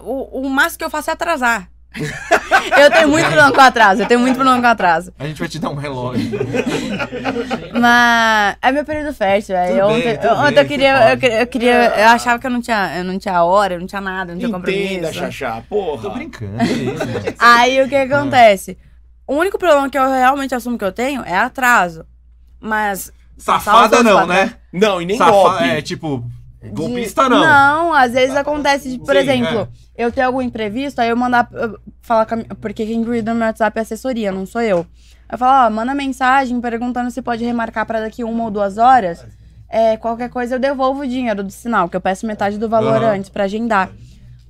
O, o máximo que eu faço é atrasar. eu tenho muito problema com atraso, eu tenho muito problema com atraso. A gente vai te dar um relógio. Mas é meu período fértil, Tudo velho. bem, Ontem, tudo ontem bem, eu queria. você Eu, queria- eu queria. Eu achava que eu não tinha, eu não tinha hora, eu não tinha nada, eu não tinha compromisso. Entenda, Xaxá. Tô Porra. brincando. é Tá. isso, né? Tá Aí o que acontece? O único problema que eu realmente assumo que eu tenho é atraso. Mas. Safada não, né? Não, e nem Safa- golpe. É, tipo, de- golpista não. Ah, Não, às vezes acontece, de, por Sim, é. exemplo, eu tenho algum imprevisto, aí eu mandar. eu falar com a, mi- porque quem cuida do meu WhatsApp é assessoria, não sou eu. Eu falo, ó, manda mensagem perguntando se pode remarcar pra daqui uma ou duas horas. É, qualquer coisa eu devolvo o dinheiro do sinal, que eu peço metade do valor Aham. antes pra agendar.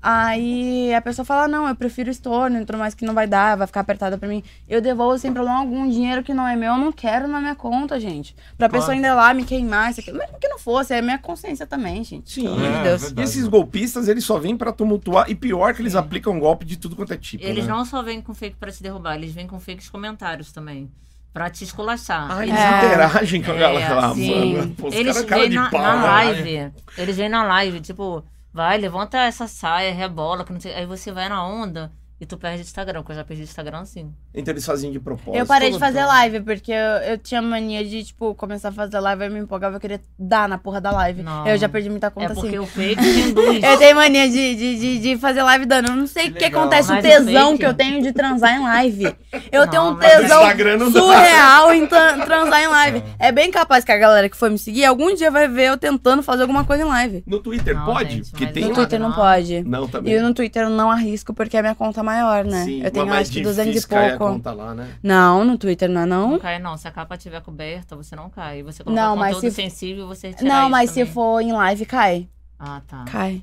Aí a pessoa fala: não, eu prefiro estorno, e tudo mais que não vai dar, vai ficar apertada pra mim. Eu devolvo sem problema algum dinheiro que não é meu, eu não quero na minha conta, gente. Pra Claro. pessoa ainda ir lá me queimar, isso aqui. Mesmo que não fosse, é minha consciência também, gente. Sim. Pelo amor de É, Deus. verdade. E esses golpistas, eles só vêm pra tumultuar. E pior que eles aplicam golpe de tudo quanto é tipo. Eles né? não só vêm com fake pra te derrubar, eles vêm com fakes comentários também. Pra te esculachar. Ah, eles eles É. interagem com a galera É, lá, sim. mano. Pô, os eles caras cara vêm de na, pau. na né? live. Eles vêm na live, tipo, vai, levanta essa saia, rebola, que não sei. Aí você vai na onda e tu perde o Instagram, que eu já perdi o Instagram assim. Então eles fazem de propósito. Eu parei de Todo- fazer live, porque eu, eu tinha mania de, tipo, começar a fazer live, eu me empolgava, eu queria dar na porra da live. Não. Eu já perdi muita conta, é porque assim. o fake induz. Eu tenho mania de, de, de, de fazer live dando. Eu não sei o que Legal. acontece, o Mas o tesão fake- que eu tenho de transar em live. Eu Não, tenho um mas o tesão Instagram não dá. surreal em tran- transar em live. É bem capaz que a galera que foi me seguir algum dia vai ver eu tentando fazer alguma coisa em live. No Twitter Não, pode? gente, Porque mas tem No não lá- tô- Twitter não não. pode. Não, também. E no Twitter eu não arrisco porque é minha conta maior, né? Sim, eu tenho mas acho que de 200 e fiscal é a pouco. conta lá, né? Não, no Twitter não é não. Não cai, não. Se a capa tiver coberta, você não cai. Você colocar Não, mas conteúdo se- sensível, você retira Não, isso mas se também. for em live, cai. Ah, tá. Cai.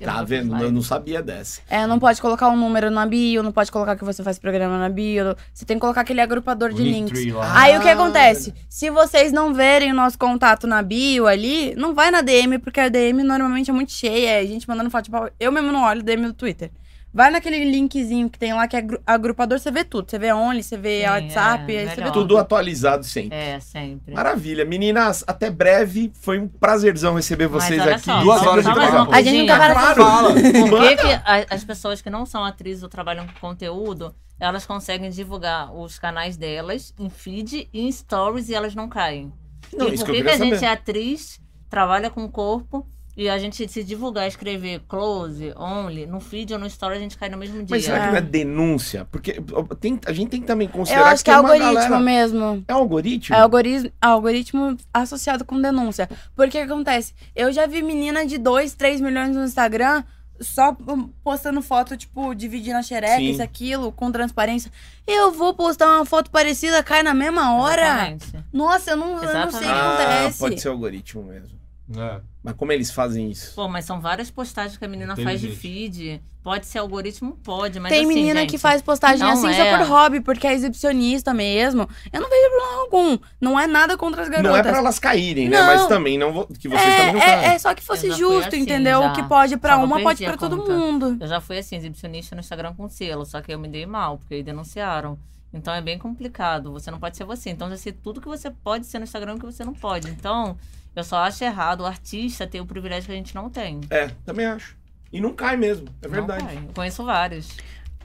Eu tá vou vendo? falar. Eu não sabia dessa. É, não pode colocar um número na bio, não pode colocar que você faz programa na bio. Você tem que colocar aquele agrupador de links. Linktree lá. Aí o que Ah. acontece? Se vocês não verem o nosso contato na bio ali, não vai na DM, porque a DM normalmente é muito cheia, é gente mandando foto. Tipo, eu mesmo não olho DM do Twitter. Vai naquele linkzinho que tem lá, que é agru- agrupador, você vê tudo. Você vê Only, você vê Sim, WhatsApp, é, aí você vê melhor. tudo. Tudo atualizado sempre. É, sempre. Maravilha. Meninas, até breve. Foi um prazerzão receber Mas vocês olha aqui. só, Duas só horas de mais programa. uma A gente nunca coisinha. vai Claro. Por Manda. que, que a- as pessoas que não são atrizes ou trabalham com conteúdo, elas conseguem divulgar os canais delas em feed e em stories e elas não caem? Não, e isso por que que, eu queria que a gente saber. é atriz, trabalha com o corpo e a gente se divulgar, escrever close, only, no feed ou no story a gente cai no mesmo um dia? Mas será que não é É. denúncia? Porque ó, tem- a gente tem que também considerar Eu acho que é tem uma algoritmo galera- mesmo. É algoritmo? É algoritmo, algoritmo associado com denúncia. Porque o que acontece? Eu já vi menina de 2, 3 milhões no Instagram só hum, postando foto, tipo, dividindo a xereca, Sim. isso, aquilo, com transparência. Eu vou postar uma foto parecida, cai na mesma hora. Exatamente. Nossa, eu não, eu não sei o que Ah, acontece. pode ser algoritmo mesmo. É. Mas como eles fazem isso? Pô, mas são várias postagens que a menina faz de Inteligente. feed. Pode ser algoritmo? Pode, mas Tem assim, menina gente, que faz postagem não assim é. só por hobby, porque é exibicionista mesmo. Eu não vejo problema algum. Não é nada contra as garotas. Não é pra elas caírem, né? Não. Mas também não vou... que vocês É, também não tá. é- caem. é só que fosse Eu já fui justo, assim, entendeu? já. O que pode pra Só que eu uma, pode perdi a pra todo conta. mundo. Eu já fui assim, exibicionista no Instagram com selo, só que eu me dei mal, porque aí denunciaram. Então é bem complicado, você não pode ser você. Então já sei tudo que você pode ser no Instagram e que você não pode. Então, eu só acho errado o artista ter o privilégio que a gente não tem. É, também acho. E não cai mesmo, é verdade. Não vai. eu conheço vários.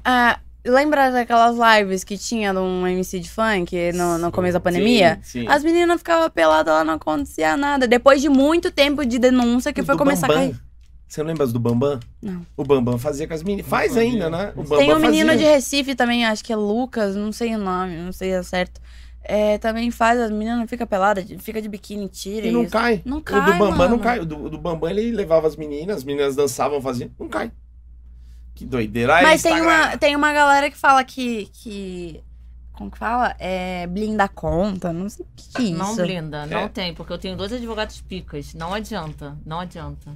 Ah, lembra daquelas lives que tinha de um MC de funk no, no começo da pandemia? Sim, sim. As meninas ficavam peladas lá, não acontecia nada. Depois de muito tempo de denúncia que Os foi do começar a Bambam. cair. Você lembra as do Bambam? Não. O Bambam fazia com as meninas. Faz fazia. ainda, né? O Bambam Tem um menino de fazia. Recife também, acho que é Lucas, não sei o nome, não sei ao certo. É, também faz, as meninas ficam peladas, fica de biquíni, tira E não isso. cai. Não o cai, do Bambam não mano. cai. O do, o do Bambam ele levava as meninas, as meninas dançavam, faziam. Não cai. Que doideira. Aí, tá Mas tem Instagram. uma, tem uma galera que fala que. que como que fala? É, blinda a conta, não sei o que que é isso. Não blinda, É. não tem, porque eu tenho dois advogados picas. Não adianta, não adianta.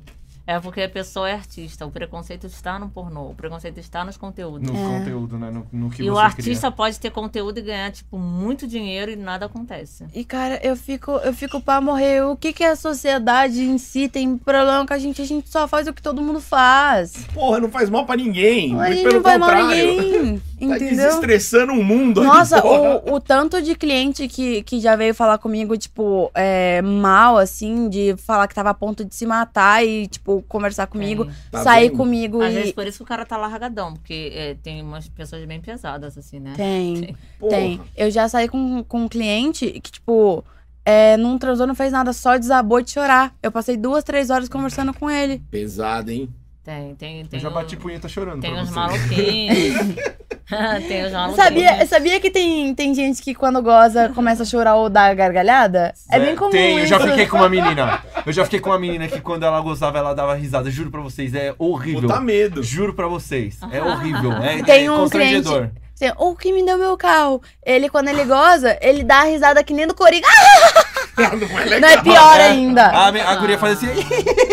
É porque a pessoa é artista, o preconceito está no pornô, o preconceito está nos conteúdos. No conteúdo, né? No, no que É. e você o cria. artista pode ter conteúdo e ganhar, tipo, muito dinheiro e nada acontece. E, cara, eu fico, eu fico pra morrer. O que, que a sociedade em si tem problema com a gente? A gente só faz o que todo mundo faz. Porra, não faz mal pra ninguém. a Muito gente pelo não vai mal contrário. ninguém. Tá Entendeu? desestressando o mundo. ali, Nossa, porra. o, o tanto de cliente que, que já veio falar comigo, tipo, é, mal, assim, de falar que tava a ponto de se matar e, tipo, conversar comigo, Tem. Tá sair vendo? comigo Às e. vezes por isso que o cara tá largadão, porque é, tem umas pessoas bem pesadas, assim, né? Tem. Porra. Tem. Eu já saí com, com um cliente que, tipo, é, não transou, não fez nada, só desabou de chorar. Eu passei duas, três horas conversando com ele. Pesado, hein? Tem, tem, tem. Eu já o- bati punheta chorando. Tem pra os vocês. maluquinhos. tem os maluquinhos. Sabia, sabia que tem, tem gente que quando goza começa a chorar ou dar gargalhada? É bem comum Né? Tem, eu isso. já fiquei com uma menina. Eu já fiquei com uma menina que quando ela gozava, ela dava risada. Juro pra vocês, é horrível. Puta medo. Juro pra vocês, é horrível. É, Tem é um constrangedor. Assim, ou que me deu meu carro. Ele, quando ele goza, ele dá a risada que nem do Coringa. Ah, Não é legal. não é pior Ah, ainda. A, me- a guria fazia assim.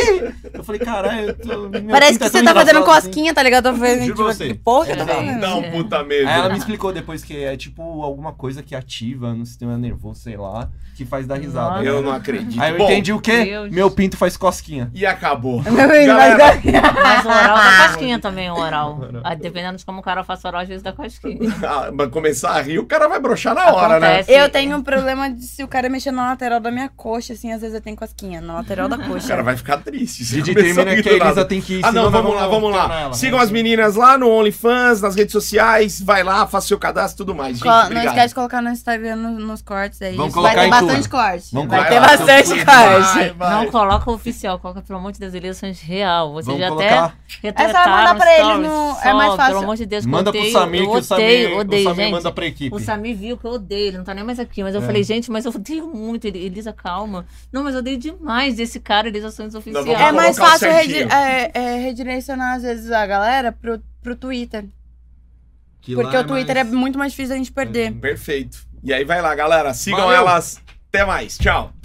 eu falei, caralho, eu tô. minha Parece pinta que é tão você tá fazendo engraçada assim." cosquinha, tá ligado? Tá fazendo, Juro pra tipo, você. que porra que eu tô É. fazendo? Dá um puta medo. Aí ela me explicou depois que é tipo alguma coisa que ativa no sistema nervoso, sei lá, que faz dar risada. né? Nossa. Eu não acredito. Aí eu Bom, entendi o quê? Deus. Meu pinto faz cosquinha. E acabou. Meu filho, mas- Galera, Mas o oral dá cosquinha também, o oral. Ah, dependendo de como o cara faça oral, às vezes dá cosquinha. é- Ah, mas começar a rir, o cara vai broxar na hora, né? Acontece. Eu tenho um problema de se o cara mexer na lateral da minha coxa, assim, às vezes eu tenho cosquinha, na lateral da O coxa. cara vai ficar triste. se Didi começar a termina rir do que a Elisa nada. tem que ir. Ah, não, senão vamos nós lá, vamos alternar lá. ela. né? Sigam as meninas lá no OnlyFans, nas redes sociais. Vai lá, faça seu cadastro e tudo mais. Gente, Co- não obrigado. esquece de colocar no Instagram no- nos cortes aí. Vamos Isso colocar vai ter em bastante tudo. corte. Vamos vai colocar ter em tudo. bastante corte. Vai, vai. Não coloca o oficial, coloca, pelo amor de Deus, eleições real. Vocês Vamos já colocar. até retrataram É mandar pra stories, ele no- é só, mais fácil. Pelo amor de Deus, que Manda eu pro odeio, Samir, eu que o Samir, odeio, odeio, o Samir gente. manda pra equipe. O Samir viu que eu odeio, ele não tá nem mais aqui. Mas eu É. falei, gente, mas eu odeio muito. Ele, Elisa, calma. Não, mas eu odeio demais esse cara, Elisa Santos Oficial. vamos É mais colocar fácil redi- certinho. é- é redirecionar, às vezes, a galera pro, pro Twitter. Que Porque lá o Twitter é mais- é muito mais difícil da gente perder. Perfeito. E aí vai lá, galera. Sigam Valeu. elas. Até mais. Tchau.